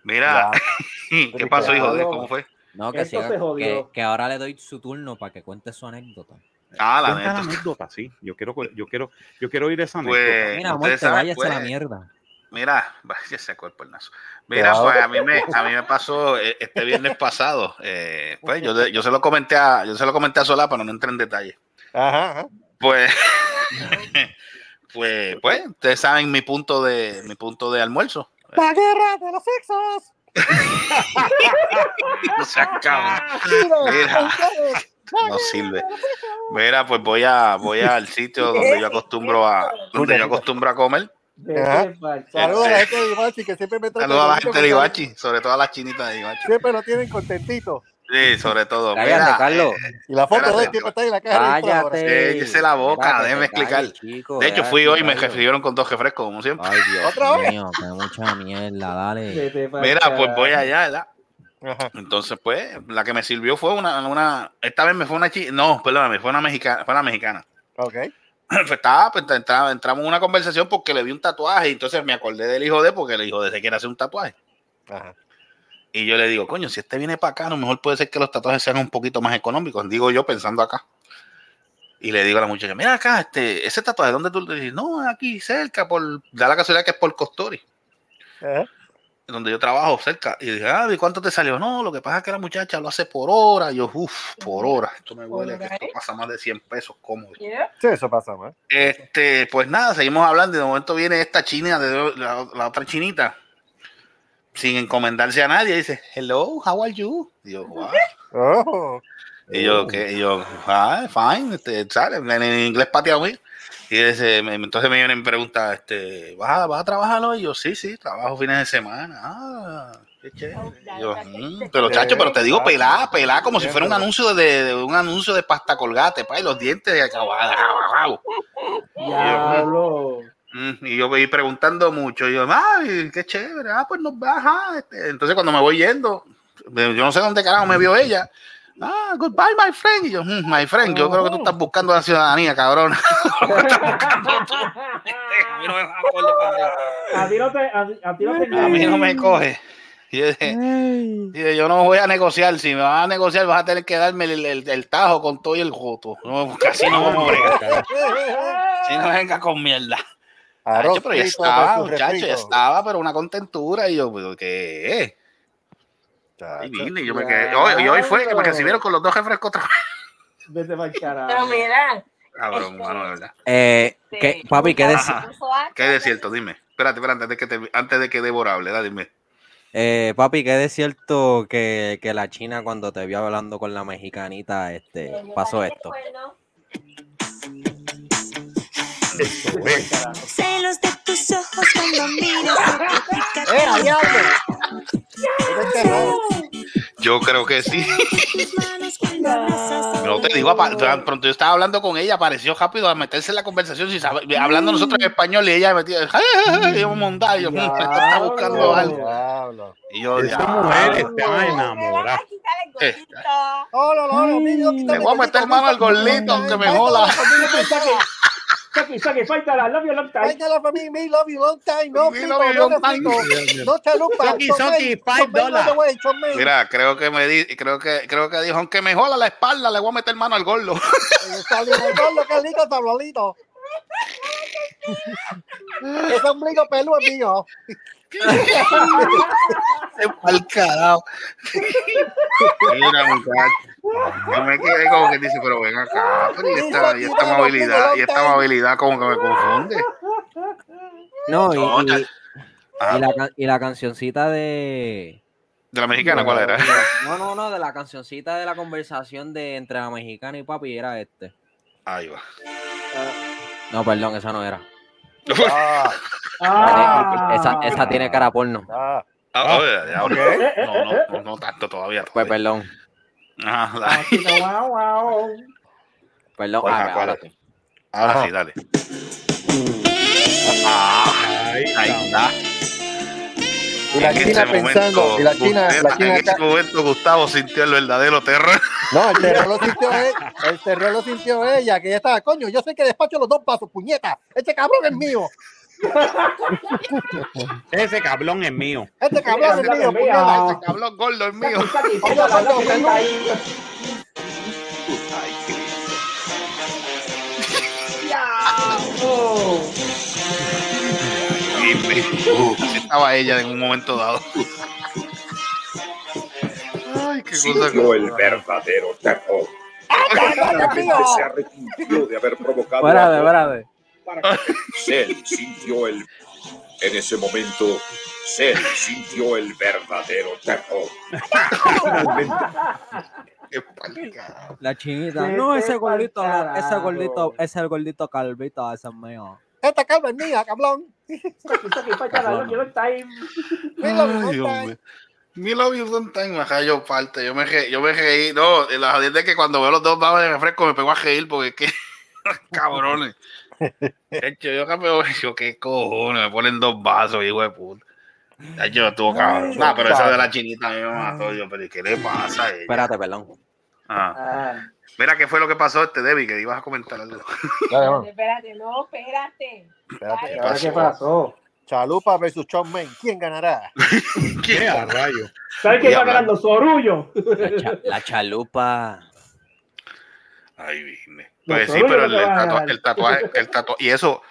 Speaker 10: Mira, ¿qué pasó, hijo de? ¿Cómo fue?
Speaker 9: No, que,
Speaker 11: Esto
Speaker 9: siga-
Speaker 11: se jodió.
Speaker 9: que, que ahora le doy su turno para que cuente su anécdota.
Speaker 10: Ah, la
Speaker 3: Cuenta la
Speaker 10: neta.
Speaker 3: anécdota, sí. Yo quiero, yo quiero, yo quiero oír esa anécdota.
Speaker 10: Pues,
Speaker 9: Mira, amor,
Speaker 10: ustedes
Speaker 9: te
Speaker 10: saben,
Speaker 9: vayas a
Speaker 10: pues,
Speaker 9: la mierda.
Speaker 10: mira, vaya se cuerpo el nazo. Mira, pues a mí me, a mí me pasó eh, este viernes pasado. eh, pues yo, de- yo se lo comenté a, yo se lo comenté a Solá, pero no entré en detalle.
Speaker 4: Ajá, ajá.
Speaker 10: Pues, pues, pues, ustedes saben mi punto de, mi punto de almuerzo.
Speaker 2: La guerra de los sexos.
Speaker 10: No seas cabrón. Mira. no sirve. Mira, pues voy a voy al sitio donde yo acostumbro a donde yo acostumbro a comer.
Speaker 11: Vete para el carajo.
Speaker 4: Saludos a la gente de Ibachi que siempre me tratan
Speaker 10: Saludos a la gente de
Speaker 4: bonito,
Speaker 10: Ibachi, sobre todo a las chinitas de Ibachi.
Speaker 4: Siempre lo tienen contentito.
Speaker 10: Sí, sobre todo.
Speaker 9: Cállate,
Speaker 10: Mira,
Speaker 9: Carlos.
Speaker 4: Y la foto
Speaker 10: Espérate,
Speaker 4: de él siempre está en la caja de infra ahora.
Speaker 9: Cállate.
Speaker 10: Eh, cállese la boca,
Speaker 9: Cállate,
Speaker 10: déjeme
Speaker 9: cállate,
Speaker 10: explicar.
Speaker 9: chico,
Speaker 10: de hecho,
Speaker 9: cállate,
Speaker 10: fui hoy y me
Speaker 9: Carlos.
Speaker 10: refirieron con dos jefrescos, como siempre.
Speaker 9: Ay, Dios
Speaker 4: ¿Otra vez?
Speaker 9: mío, qué mucha mierda, dale.
Speaker 11: Vete para el
Speaker 10: Eh, Mira, pues voy
Speaker 11: carajo.
Speaker 10: allá, ¿verdad?
Speaker 4: Ajá.
Speaker 10: Entonces, pues, la que me sirvió fue una, una esta vez me fue una chi- no, perdóname, fue una mexicana, fue una mexicana.
Speaker 4: Ok.
Speaker 10: Pues estaba, pues, entra- entramos en una conversación porque le vi un tatuaje, y entonces me acordé del hijo de, porque el hijo de se quiere hacer un tatuaje.
Speaker 4: Ajá.
Speaker 10: Y yo le digo, coño, si este viene para acá, a lo mejor puede ser que los tatuajes sean un poquito más económicos. Digo yo pensando acá. Y le digo a la muchacha, mira acá, este, ese tatuaje, ¿dónde tú? le dices? No, aquí cerca, por, da la casualidad que es por Costori,
Speaker 4: Ajá.
Speaker 10: donde yo trabajo cerca. Y dije, ah, ¿y cuánto te salió? No, lo que pasa es que la muchacha lo hace por hora. Y yo, uff, por hora. Esto me huele, a que esto Eh, pasa más de 100 pesos cómodo.
Speaker 7: Yeah.
Speaker 4: Sí, eso pasa, man.
Speaker 10: Este, pues nada, seguimos hablando y de momento viene esta china, de la, la otra chinita, sin encomendarse a nadie, dice, hello, how are you? Y yo, "Wow".
Speaker 4: Oh.
Speaker 10: Y yo, ¿qué? Y yo, ah, fine, este, sale, en, en inglés pateado mí. Y dice, me- entonces me viene y me pregunta, este, ¿vas a, ¿vas a trabajar hoy? Y yo, sí, sí, trabajo fines de semana. Ah, qué
Speaker 7: Oh,
Speaker 10: chévere. Y yo, "Mm, pero chacho, pero te
Speaker 4: Eh,
Speaker 10: digo pelá, pelá, como si fuera un anuncio de, de- un anuncio de pasta colgate, pa, y los dientes de acabado.
Speaker 11: Diablo.
Speaker 10: Mm, Y yo voy preguntando mucho. Y yo, ay, qué chévere. Ah, pues nos baja. Este, entonces, cuando me voy yendo, yo no sé dónde carajo me vio ella. Ah, goodbye, my friend. Y yo, "Mm, my friend, yo creo que tú estás buscando la ciudadanía, cabrón. a mí no me va a coger para nada.
Speaker 11: A ti no te. A, ti- a ti no te.
Speaker 10: A mí no me coge. Y yo dije, y yo, yo no voy a negociar. Si me vas a negociar, vas a tener que darme el, el- el tajo con todo y el joto. No, casi no vamos a bregar. Si no venga con mierda.
Speaker 4: Arroz
Speaker 10: Chacho, pero ya
Speaker 4: frito
Speaker 10: estaba,
Speaker 4: versus
Speaker 10: muchacho, ya
Speaker 4: refrito.
Speaker 10: estaba, pero una contentura. Y yo, pero, ¿qué es?
Speaker 4: Chacho.
Speaker 10: Y vine, y yo me quedé. Hoy, y hoy fue que me recibieron con los dos refrescos otra vez.
Speaker 11: Vete para el
Speaker 7: Pero
Speaker 11: carajo.
Speaker 7: mira,
Speaker 10: Cabrón, mano, de verdad.
Speaker 9: Eh, ¿qué- papi, ¿qué decir?
Speaker 10: Ajá. ¿Qué es cierto? Dime. Espérate, espérate, antes de que, te- antes de que devorable, da, dime.
Speaker 9: Eh, papi, ¿qué es cierto que, que la China cuando te vio hablando con la mexicanita, este, pasó esto?
Speaker 1: Celos de tus ojos cuando miras
Speaker 4: ¡Eh, a diablo! Vete, no.
Speaker 10: Yo creo que sí.
Speaker 1: tus manos cuando
Speaker 10: No te digo, apa- tan pronto yo estaba hablando con ella, apareció rápido a meterse en la conversación, sin saber- hablando nosotros en español y ella metía, ¡ay, ay, ay! Y yo montada, y yo, "Mm, esto está buscando algo. Y yo,
Speaker 3: Esa
Speaker 10: "Diablo".
Speaker 3: mujer está enamorada.
Speaker 10: Eh,
Speaker 4: No, no, no, no, niño, quítame
Speaker 10: Le voy a meter
Speaker 4: el
Speaker 10: mano al
Speaker 4: gordito,
Speaker 10: gordito,
Speaker 4: quítame,
Speaker 10: que me
Speaker 4: quítame,
Speaker 10: joda.
Speaker 4: gordito, quítame.
Speaker 8: Saki, Saki, fightala, love you long time.
Speaker 4: Fightala for me, me love you long time. No,
Speaker 8: Me
Speaker 4: people,
Speaker 8: love you
Speaker 4: no
Speaker 8: long time.
Speaker 4: necesito. No te lupas.
Speaker 8: Soki,
Speaker 4: Chop
Speaker 8: Soki,
Speaker 4: me,
Speaker 8: five
Speaker 4: chop me right
Speaker 10: dollars.
Speaker 4: away, chop me.
Speaker 10: Mira, creo que me di, creo que, creo que dijo, aunque me jola la espalda, le voy a meter mano al gordo.
Speaker 4: Salió el gordo, qué lindo tablolito. Ese ombligo peludo es mío.
Speaker 10: Al carajo. Mira, muchacho. Yo me quedé como que dice, pero ven acá, pero y esta, y esta amabilidad, y esta amabilidad como que me confunde.
Speaker 9: No, y,
Speaker 10: No,
Speaker 9: y- y la, can- y la cancioncita
Speaker 10: Ah.
Speaker 9: de.
Speaker 10: ¿De la mexicana cuál era?
Speaker 9: No, no, no, de la cancioncita de la conversación de entre la mexicana y papi era este.
Speaker 10: Ahí va.
Speaker 9: No, perdón, esa no era.
Speaker 4: Ah,
Speaker 11: Ah.
Speaker 9: Eh, Esa, esa tiene cara porno.
Speaker 4: ah.
Speaker 10: Ah, oye, ya, ahora- no, no, no, no tanto todavía.
Speaker 9: Pues perdón,
Speaker 10: Ajá, dale.
Speaker 11: Wow, wow.
Speaker 9: perdón.
Speaker 10: Ajá,
Speaker 9: Ah,
Speaker 10: ¿cuál?
Speaker 9: ahora sí.
Speaker 10: Ahora sí, dale. Ah, ahí está.
Speaker 4: Y la
Speaker 10: En
Speaker 4: China
Speaker 10: ese
Speaker 4: pensando,
Speaker 10: momento,
Speaker 4: y la China-
Speaker 10: Gustavo-
Speaker 4: la China
Speaker 10: en ese
Speaker 4: acá.
Speaker 10: momento Gustavo sintió el verdadero terror.
Speaker 4: No, el terror lo sintió ella, el terror lo sintió ella, que ella estaba, coño, yo sé que despacho los dos pasos, puñeta, este cabrón es mío,
Speaker 3: Ese cabrón es mío.
Speaker 4: este cabrón es mío, Ah. puñeta, este
Speaker 10: Ese cabrón gordo es mío. Y me- así estaba ella en un momento dado. Ay, qué cosa.
Speaker 1: Sintió el verdadero terror.
Speaker 4: este
Speaker 1: La gente se arrepintió de haber provocado.
Speaker 9: Espérate,
Speaker 1: algo.
Speaker 9: espérate.
Speaker 1: Cell sintió el. En ese momento, Cell sintió el verdadero terror.
Speaker 10: Qué palca.
Speaker 9: La chinita.
Speaker 11: Vete
Speaker 9: No, ese
Speaker 11: pa'l
Speaker 9: gordito, no, ese
Speaker 11: carajo.
Speaker 9: gordito, ese gordito calvito, ese es mío.
Speaker 4: esta calma es mía, este cabrón.
Speaker 8: Saki, Saki, fightala, love you long time.
Speaker 4: Me lo
Speaker 10: Ay, Dios
Speaker 4: montan.
Speaker 10: mío. Mi love you sometime, ajá, yo parte, yo me, re- yo me reí, no, eh, la jodienda es que cuando veo los dos babas de refresco me pego a reír porque es que, cabrones. De hecho, yo acá me voy, yo qué cojones, me ponen dos vasos, hijo de puta. De hecho, estuvo cabrón. No, pero esa de la chinita a mí me mató, yo, pero ¿y ¿qué le pasa a ella?
Speaker 9: Espérate, perdón.
Speaker 10: Ah. Mira, ¿qué fue lo que pasó este Debbie? Que ibas a comentar algo.
Speaker 8: Pues
Speaker 7: Espérate, espérate, no, espérate.
Speaker 4: Espérate,
Speaker 10: pasó?
Speaker 11: ¿Qué pasó?
Speaker 4: Chalupa versus Shawn Main, ¿quién ganará?
Speaker 3: ¿Qué a rayo?
Speaker 8: ¿Sabes quién
Speaker 10: Y
Speaker 8: va
Speaker 10: habla-
Speaker 8: ganando? Sorullo.
Speaker 9: La, cha- la chalupa.
Speaker 10: Ay, vine.
Speaker 8: No,
Speaker 10: Pues sí,
Speaker 8: solo
Speaker 10: pero
Speaker 8: yo
Speaker 10: el,
Speaker 8: creo que
Speaker 10: el
Speaker 8: va a
Speaker 10: tatua-
Speaker 8: ganar.
Speaker 10: el tatuaje, el tatuaje, y eso,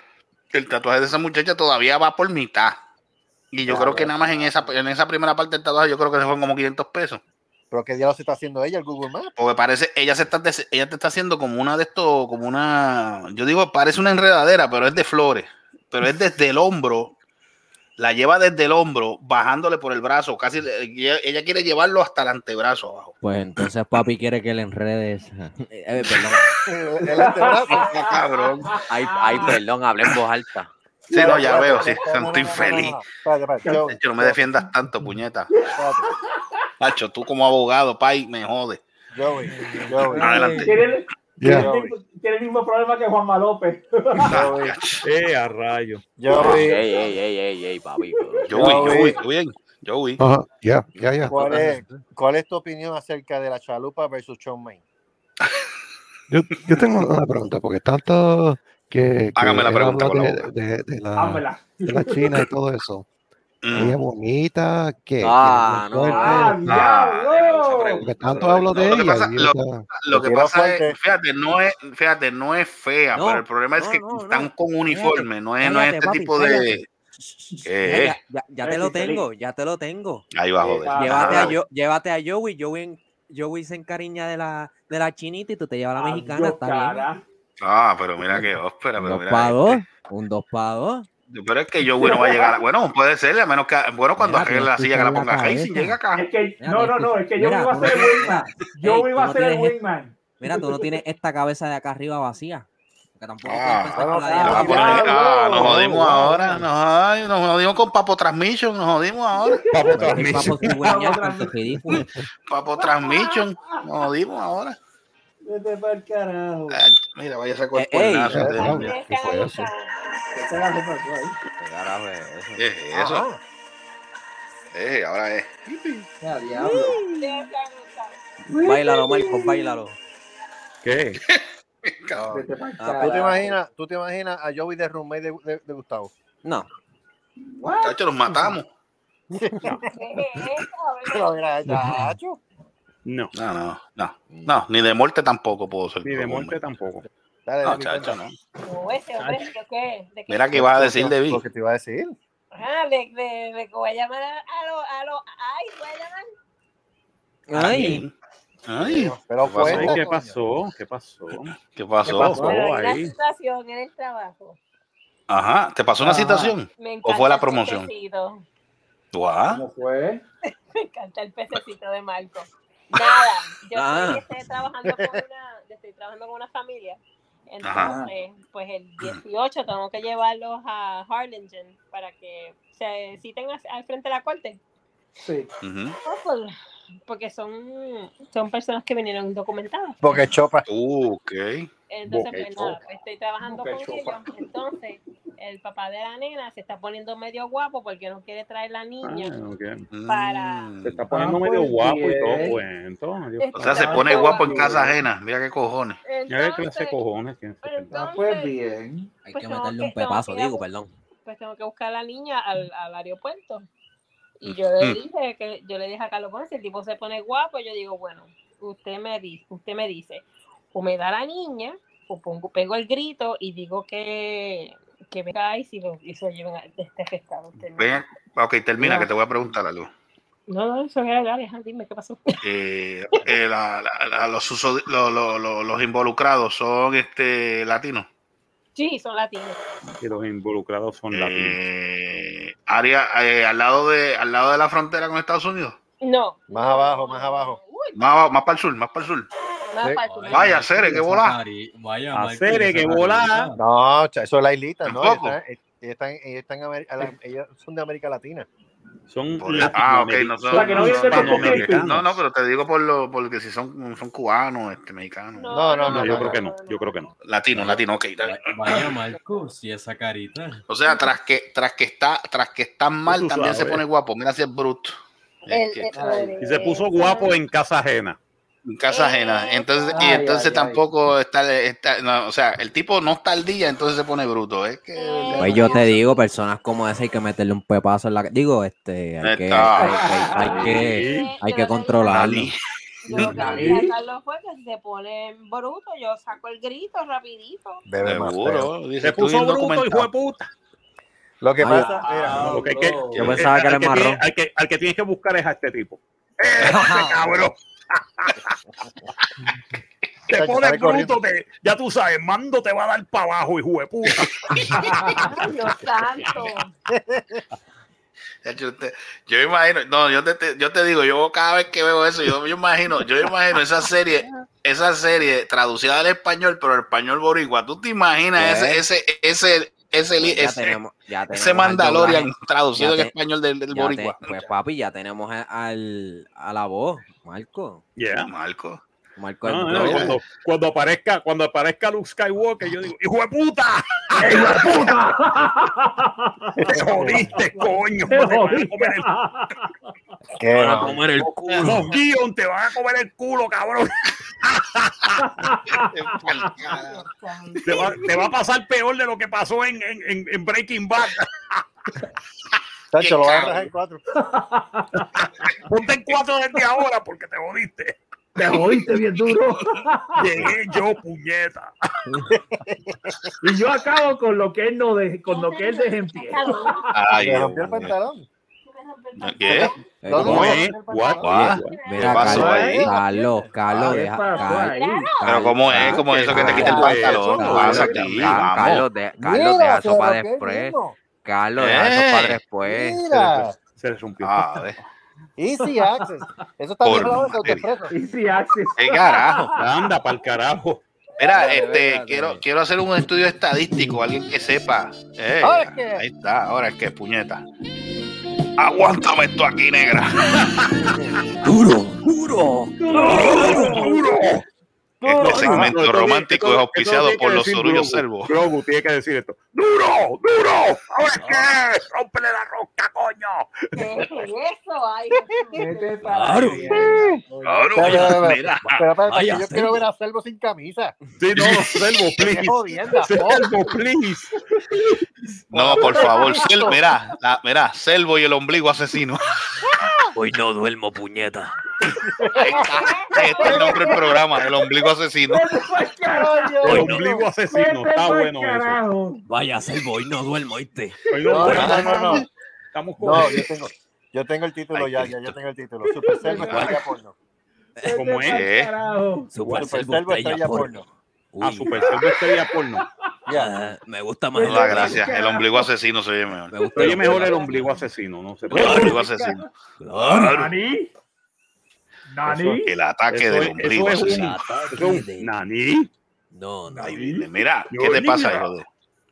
Speaker 10: el tatuaje de esa muchacha todavía va por mitad. Y yo creo que nada más en esa, en esa primera parte del tatuaje, yo creo que se fueron como 500 pesos.
Speaker 4: Pero qué diablos está haciendo ella, el Google Maps.
Speaker 10: Porque parece, ella se está, des- ella te está haciendo como una de estos, como una, yo digo, parece una enredadera, pero es de flores. Pero es desde el hombro, la lleva desde el hombro, bajándole por el brazo, casi, ella, ella quiere llevarlo hasta el antebrazo abajo.
Speaker 9: Pues entonces papi quiere que le enredes. Eh, perdón.
Speaker 4: El, el antebrazo.
Speaker 10: Ah, cabrón.
Speaker 9: Ay,
Speaker 8: Ah.
Speaker 9: ay, perdón, hablé en voz alta.
Speaker 10: Sí, no, ya
Speaker 4: Espérate,
Speaker 10: veo, sí,
Speaker 4: espérate, no, no,
Speaker 10: santo
Speaker 4: no, no,
Speaker 10: infeliz.
Speaker 4: no, no, espérate, espérate, yo-
Speaker 10: De hecho, no me defiendas tanto, puñeta.
Speaker 4: espérate.
Speaker 10: Nacho, tú como abogado, pay, me jode.
Speaker 4: Joey, Joey,
Speaker 10: Adelante.
Speaker 8: Tiene el-
Speaker 5: Ya.
Speaker 8: tiene el mismo- tiene el mismo problema que Juanma López.
Speaker 3: Ah,
Speaker 4: Joey,
Speaker 3: ¿Qué Eh, a rayo?
Speaker 9: Ey,
Speaker 4: Joey,
Speaker 9: ey, ey, ey, ey, papi.
Speaker 10: Joey, Joey,
Speaker 4: Joey.
Speaker 10: ¿tú bien? Joey.
Speaker 5: Ajá, ya, ya, ya.
Speaker 4: ¿cuál es, ¿cuál es tu opinión acerca de la chalupa versus Shawn Main?
Speaker 5: Yo, yo tengo una pregunta, porque tanto que. que
Speaker 10: Hágame la
Speaker 5: él
Speaker 10: pregunta
Speaker 5: habla
Speaker 10: con la
Speaker 5: de,
Speaker 10: boca.
Speaker 5: de- de la,
Speaker 8: Ámela.
Speaker 5: de la China y todo eso.
Speaker 10: Mm.
Speaker 5: Ella es bonita, que.
Speaker 9: Ah, no.
Speaker 8: Ah, diablo.
Speaker 5: Porque tanto hablo de
Speaker 10: No, lo que
Speaker 5: ella.
Speaker 10: pasa-
Speaker 5: y
Speaker 10: lo-
Speaker 5: ella-
Speaker 10: Lo que
Speaker 4: Lo tiró
Speaker 10: pasa
Speaker 4: fuerte.
Speaker 10: es, eh, fíjate, no es, fíjate, no es fea,
Speaker 9: No,
Speaker 10: pero el problema es
Speaker 9: no,
Speaker 10: que
Speaker 9: no,
Speaker 10: están
Speaker 9: no.
Speaker 10: con uniforme, no es, no es
Speaker 9: cállate,
Speaker 10: este
Speaker 9: papi,
Speaker 10: tipo de. Eh,
Speaker 9: cállate.
Speaker 10: ¿Qué
Speaker 9: Ya,
Speaker 10: es?
Speaker 9: ya- ya te lo tengo, ya te lo tengo.
Speaker 10: Ahí va, joder.
Speaker 8: Ah,
Speaker 9: Llévate a,
Speaker 10: Ah,
Speaker 9: Yo- llévate a Joey, Joey, en- Joey se encariña de la, de la chinita y tú te llevas a la mexicana,
Speaker 8: Adiós,
Speaker 9: está bien.
Speaker 8: cara.
Speaker 10: Ah, pero mira que ópera,
Speaker 9: Un
Speaker 10: pero
Speaker 9: dos
Speaker 10: mira.
Speaker 9: pa'
Speaker 10: este.
Speaker 9: dos, un dos pa' dos.
Speaker 10: Pero es que Joey no va a llegar. a- Bueno, puede ser, a menos que. Bueno, cuando
Speaker 9: Mira,
Speaker 10: arregle la
Speaker 9: pero
Speaker 10: silla que la
Speaker 9: escucha
Speaker 10: ponga
Speaker 9: la
Speaker 10: Jason,
Speaker 9: cabeza.
Speaker 10: llega acá.
Speaker 8: Es que,
Speaker 9: Mira,
Speaker 8: no, no, no, es que yo
Speaker 9: mira,
Speaker 8: iba a
Speaker 9: tú
Speaker 8: ser el
Speaker 9: no-
Speaker 8: wingman.
Speaker 9: Ey,
Speaker 8: Yo
Speaker 9: tú
Speaker 8: iba a
Speaker 9: no
Speaker 8: ser el
Speaker 9: tienes-
Speaker 8: wingman.
Speaker 9: Mira, tú no tienes esta cabeza de acá arriba vacía. Porque tampoco
Speaker 10: Ah,
Speaker 9: puedes pensar con la
Speaker 10: ah,
Speaker 9: diabla.
Speaker 10: por ahí- ah, nos jodimos ahora. Nos, ay, nos jodimos con Papo Transmission. Nos jodimos ahora.
Speaker 9: Papo Transmission.
Speaker 10: Papo Transmission. Nos jodimos ahora.
Speaker 11: Vete para el carajo.
Speaker 10: Ay, mira, vaya a sacar
Speaker 11: Eh,
Speaker 10: el cuernazo.
Speaker 11: ey,
Speaker 10: de-
Speaker 11: eh,
Speaker 10: de-
Speaker 11: ¿qué fue eso? Ese gato pasó ahí.
Speaker 10: Ah. ¿Qué es
Speaker 9: Ah,
Speaker 10: eso? Eh, ahora es.
Speaker 11: Ah, diablo.
Speaker 9: Báilalo, Marco, báilalo.
Speaker 3: ¿Qué?
Speaker 4: ¿Tú te, imaginas, ¿Tú te imaginas a Joey de roommate de, de- de Gustavo?
Speaker 9: No.
Speaker 10: Chacho, los matamos.
Speaker 4: Pero mira, chacho.
Speaker 3: No.
Speaker 10: No, no, no.
Speaker 5: Mm.
Speaker 10: No, ni de muerte tampoco puedo ser.
Speaker 3: Ni de muerte tampoco.
Speaker 4: Dale,
Speaker 10: No,
Speaker 4: dale,
Speaker 10: chacho, no.
Speaker 4: cuenta.
Speaker 7: No, ese Este hombre, ¿de qué? ¿De qué?
Speaker 10: Mira que ibas a decir, Debbie.
Speaker 4: Lo que te iba a decir.
Speaker 7: Ajá, de, de, de que voy a llamar a, a los. A lo, ay, voy a llamar.
Speaker 10: Ah,
Speaker 9: Ay.
Speaker 10: Ay.
Speaker 4: Pero
Speaker 10: ¿Qué pasó?
Speaker 4: cuenta,
Speaker 3: ¿Qué
Speaker 4: coño.
Speaker 3: pasó? ¿Qué pasó?
Speaker 10: ¿Qué pasó?
Speaker 3: ¿Qué pasó?
Speaker 7: Bueno,
Speaker 3: Oh,
Speaker 7: hay una
Speaker 3: ahí.
Speaker 7: situación en el trabajo.
Speaker 10: Ajá, ¿te pasó una
Speaker 7: Ajá.
Speaker 10: citación?
Speaker 7: Me encanta
Speaker 10: ¿O fue la
Speaker 7: el
Speaker 10: promoción?
Speaker 7: pececito.
Speaker 10: Guau.
Speaker 8: fue?
Speaker 7: Me encanta el pececito de Marco. Nada, yo
Speaker 10: Ah.
Speaker 7: estoy, este, trabajando con una, yo estoy trabajando con una familia. Entonces,
Speaker 10: Ajá.
Speaker 7: pues el 18 tengo que llevarlos a Harlingen para que se citen a- al frente de la corte.
Speaker 8: Sí.
Speaker 10: Ujú.
Speaker 7: Oh, por- Porque son, son personas que vinieron documentadas.
Speaker 4: Porque chopa.
Speaker 10: Uh, ok.
Speaker 7: Entonces,
Speaker 10: Boca y
Speaker 7: pues, nada,
Speaker 10: boca.
Speaker 7: estoy trabajando
Speaker 10: Boca y
Speaker 7: con ellos.
Speaker 10: sopa.
Speaker 7: Entonces, el papá de la nena se está poniendo medio guapo porque no quiere traer la niña.
Speaker 3: Ah, ok.
Speaker 7: Para-
Speaker 3: Se
Speaker 10: Mm.
Speaker 3: está poniendo medio
Speaker 8: pues,
Speaker 3: guapo y
Speaker 8: bien. Ah, pues
Speaker 3: todo cuento. Dios
Speaker 10: O sea, se pone guapo en casa ajena. Mira qué cojones.
Speaker 3: Mira qué clase de cojones tiene.
Speaker 7: Entonces,
Speaker 8: Pues bien.
Speaker 9: Hay
Speaker 7: Pues
Speaker 9: que
Speaker 7: no,
Speaker 9: meterle
Speaker 7: que
Speaker 9: un pepazo,
Speaker 7: no, que
Speaker 9: digo,
Speaker 7: la-
Speaker 9: perdón.
Speaker 7: pues tengo que buscar a la niña al, al aeropuerto. Y yo le
Speaker 9: Mm.
Speaker 7: dije que yo le dije a Carlos Ponce, el tipo se pone guapo, yo digo, bueno, usted me dice, usted me dice, o me da la niña, o pongo, pego el grito y digo que, que venga y si lo y se lo lleven a de este pescado. Usted me-
Speaker 10: Ven, ok, termina, que te voy a preguntar algo.
Speaker 7: No, no, eso era Alejandro, dime qué pasó.
Speaker 10: Eh, eh, la- la- la- los, uso- lo- lo- lo- los involucrados son este latinos.
Speaker 7: Sí, son latinos.
Speaker 3: Que los involucrados
Speaker 10: Eh,
Speaker 3: son
Speaker 10: latinos. Área, eh, al, lado de, al lado de la frontera con Estados Unidos.
Speaker 7: No,
Speaker 4: Más abajo, más abajo.
Speaker 10: Más, más para el sur, más para el sur.
Speaker 7: más para tú.
Speaker 10: Vaya, Cere, qué volá.
Speaker 9: Vaya,
Speaker 3: A Cere, que volá.
Speaker 4: No, cha- eso es la islita, ¿no?
Speaker 10: Tampoco.
Speaker 4: Ellos están- ellos están, ellos están en Ameri- a la- ellos son de América Latina.
Speaker 3: Son
Speaker 10: Ah, ok, no
Speaker 3: latinoamericanos.
Speaker 10: son.
Speaker 8: Para que no
Speaker 10: no,
Speaker 8: vienen de
Speaker 10: no,
Speaker 8: Puerto
Speaker 10: no,
Speaker 8: Rico.
Speaker 10: no, no, pero te digo por lo, porque si son, son cubanos, este, mexicanos.
Speaker 4: No, no, no.
Speaker 3: No, yo
Speaker 4: no,
Speaker 3: creo
Speaker 4: no.
Speaker 3: que no. Yo creo que no.
Speaker 10: Latino, latino, ok. dale.
Speaker 9: Vaya, Marco, si esa carita.
Speaker 10: O sea, tras que, tras que está, tras que está mal,
Speaker 3: Tú
Speaker 10: también se
Speaker 3: sabes.
Speaker 10: pone guapo. Mira si es bruto.
Speaker 7: El-
Speaker 10: que-
Speaker 7: el-
Speaker 3: Y se puso guapo en casa ajena.
Speaker 10: En casa ajena. Entonces, y
Speaker 8: Ay,
Speaker 10: entonces
Speaker 8: ay, ay.
Speaker 10: tampoco está, está- no, o sea, el tipo no está al día, entonces se pone bruto. Es que
Speaker 9: Pues yo te digo, personas como esa hay que meterle un pepazo en la. Digo, este, hay que,
Speaker 10: Está.
Speaker 9: hay, que- hay que,
Speaker 10: Sí.
Speaker 9: hay que controlarlo.
Speaker 10: Dani.
Speaker 7: Yo lo que le dije a Carlos fue que si se pone bruto, yo saco el grito rapidito.
Speaker 4: Bebe más, pero-
Speaker 10: Seguro. Dice,
Speaker 3: Se
Speaker 10: tú
Speaker 3: puso
Speaker 10: bien
Speaker 3: bruto,
Speaker 10: documentado.
Speaker 3: hijo de puta.
Speaker 4: Lo que
Speaker 9: Ay,
Speaker 4: pasa,
Speaker 10: ah,
Speaker 4: mira,
Speaker 3: Lo que hay que-
Speaker 9: Yo pensaba que era
Speaker 3: al que
Speaker 9: marrón.
Speaker 3: tiene- Al que, al que tienes que buscar es a este tipo.
Speaker 9: Ah.
Speaker 3: ¡Ese cabrón! Te
Speaker 4: Chacho,
Speaker 3: pones
Speaker 4: sale corriendo.
Speaker 3: bruto, te- ya tú sabes, mando te va a dar para abajo, hijo de puta.
Speaker 7: Ay, Dios santo.
Speaker 10: Ya, Yo, te- yo imagino, no, yo te, te- yo te digo, yo cada vez que veo eso, yo, yo imagino, yo imagino esa serie, esa serie traducida al español, pero al español boricua. ¿Tú te imaginas
Speaker 9: ¿Eh?
Speaker 10: ese, ese, ese, ese, li-
Speaker 9: Pues Ya
Speaker 10: ese-
Speaker 9: tenemos, ya tenemos
Speaker 10: ese
Speaker 9: al
Speaker 10: Mandalorian
Speaker 9: doblaje.
Speaker 10: traducido al
Speaker 9: Ya te-
Speaker 10: español del, del
Speaker 9: Ya te-
Speaker 10: boricua?
Speaker 9: pues papi, ya tenemos a- al, a la voz, Marco.
Speaker 3: Yeah.
Speaker 10: Marco.
Speaker 9: Marco el
Speaker 3: No, no,
Speaker 9: Bro.
Speaker 3: cuando, cuando aparezca, cuando aparezca Luke Skywalker, yo digo, hijo de puta, te jodiste, coño. Te van a comer el
Speaker 4: qué
Speaker 9: Van a
Speaker 10: Ah,
Speaker 4: mal.
Speaker 9: comer el culo.
Speaker 3: Los guion te van a comer el culo, cabrón. Te va, te va a pasar peor de lo que pasó en, en- en- en Breaking Bad.
Speaker 4: Chacho,
Speaker 10: Qué
Speaker 4: lo van a
Speaker 10: cabrón.
Speaker 4: rajar en cuatro.
Speaker 3: Ponte en cuatro desde ahora porque te jodiste.
Speaker 8: Te jodiste bien duro.
Speaker 3: Llegué yo, puñeta.
Speaker 8: Y yo acabo con lo que él Pues no de, con lo que él
Speaker 7: Ay,
Speaker 8: desempie.
Speaker 7: cabrón.
Speaker 10: Ay,
Speaker 4: Le
Speaker 10: Dios
Speaker 4: rompió el
Speaker 10: mío.
Speaker 4: pantalón.
Speaker 10: ¿Qué?
Speaker 9: Eh,
Speaker 4: ¿Cómo
Speaker 9: ¿cómo?
Speaker 4: es?
Speaker 10: Guau.
Speaker 9: Mira,
Speaker 10: pasó ahí?
Speaker 9: Carlos, Carlos, Carlos,
Speaker 8: ¿Qué
Speaker 9: deja.
Speaker 8: pasó
Speaker 9: Carlos,
Speaker 8: ahí?
Speaker 9: Carlos,
Speaker 10: Pero cómo es,
Speaker 9: Carlos,
Speaker 10: cómo es eso que te quita el
Speaker 3: Carlos,
Speaker 10: pantalón.
Speaker 3: eso,
Speaker 10: Pasa
Speaker 3: eso,
Speaker 10: aquí,
Speaker 3: ya,
Speaker 10: vamos.
Speaker 9: Carlos, de- Carlos, deja
Speaker 4: Mira, se
Speaker 9: eso para
Speaker 4: rompió el
Speaker 9: después.
Speaker 4: mismo.
Speaker 9: Carlos, deja
Speaker 10: Eh.
Speaker 9: eso para después.
Speaker 4: Mira,
Speaker 3: Se le rompió.
Speaker 10: Ah, ve.
Speaker 4: Easy Access. Eso está
Speaker 10: Por
Speaker 4: bien grabado de
Speaker 10: materia.
Speaker 4: autoexpreso.
Speaker 8: Easy Access.
Speaker 10: ¡Qué carajo!
Speaker 3: Anda, para el carajo.
Speaker 10: Mira, este, quiero, quiero hacer un estudio estadístico, alguien que sepa. Eh,
Speaker 11: Ahora es que-
Speaker 10: Ahí está, ahora es que puñeta. Aguántame esto aquí, negra.
Speaker 11: Duro, duro,
Speaker 10: duro. Este segmento romántico es auspiciado por los orullos
Speaker 3: servos.
Speaker 10: servos.
Speaker 3: Globo tiene que decir esto. ¡Duro! ¡Duro! ¡Ahora es que! ¡Rómpele la rosca, coño!
Speaker 7: ¿Qué es eso? Ay,
Speaker 11: Claro.
Speaker 10: Claro,
Speaker 4: Pero, pero,
Speaker 11: mira.
Speaker 4: pero, pero,
Speaker 11: Vaya,
Speaker 4: yo
Speaker 11: Selvo.
Speaker 4: quiero ver a Selvo sin camisa.
Speaker 3: Sí, no, Selvo, please.
Speaker 4: Qué jodienda,
Speaker 3: Selvo, please.
Speaker 10: No, por favor, Sel, mira, la- mira, Selvo y el ombligo asesino.
Speaker 12: Hoy no duermo, puñeta.
Speaker 10: Este es el nombre del programa, el ombligo asesino.
Speaker 12: Hoy
Speaker 3: El
Speaker 12: no.
Speaker 3: ombligo asesino. Está bueno eso.
Speaker 11: eso.
Speaker 12: Vaya, Selvo, hoy no duermo, ¿oíste?
Speaker 3: Hoy no
Speaker 4: No,
Speaker 3: duermo.
Speaker 4: no, no, no.
Speaker 3: Estamos con
Speaker 4: No, yo tengo, yo tengo el título ya, ya, yo tengo el título. Super Selvo estrella porno.
Speaker 3: ¿Cómo es?
Speaker 12: Super
Speaker 4: Super
Speaker 12: Selvo
Speaker 4: Selvo
Speaker 12: estrella
Speaker 4: estrella
Speaker 12: porno.
Speaker 4: porno.
Speaker 3: A Ah, Super Selvo estrella porno.
Speaker 12: Ah, me gusta más.
Speaker 10: No da gracias, el ombligo asesino se oye mejor.
Speaker 12: Me gusta
Speaker 3: Pero oye
Speaker 12: más.
Speaker 3: mejor el ombligo asesino, no sé. por
Speaker 10: El
Speaker 3: qué.
Speaker 10: ombligo asesino. Claro.
Speaker 8: Nani.
Speaker 3: Eso
Speaker 8: Nani.
Speaker 3: es-
Speaker 10: El ataque
Speaker 3: Eso
Speaker 10: del
Speaker 3: es-
Speaker 10: ombligo
Speaker 3: eso es un-
Speaker 10: asesino.
Speaker 3: eso es un- Nani.
Speaker 12: No, no.
Speaker 10: Ay, Mira,
Speaker 3: Yo
Speaker 10: Eh, ¿qué te
Speaker 3: niña.
Speaker 10: pasa, hijo de?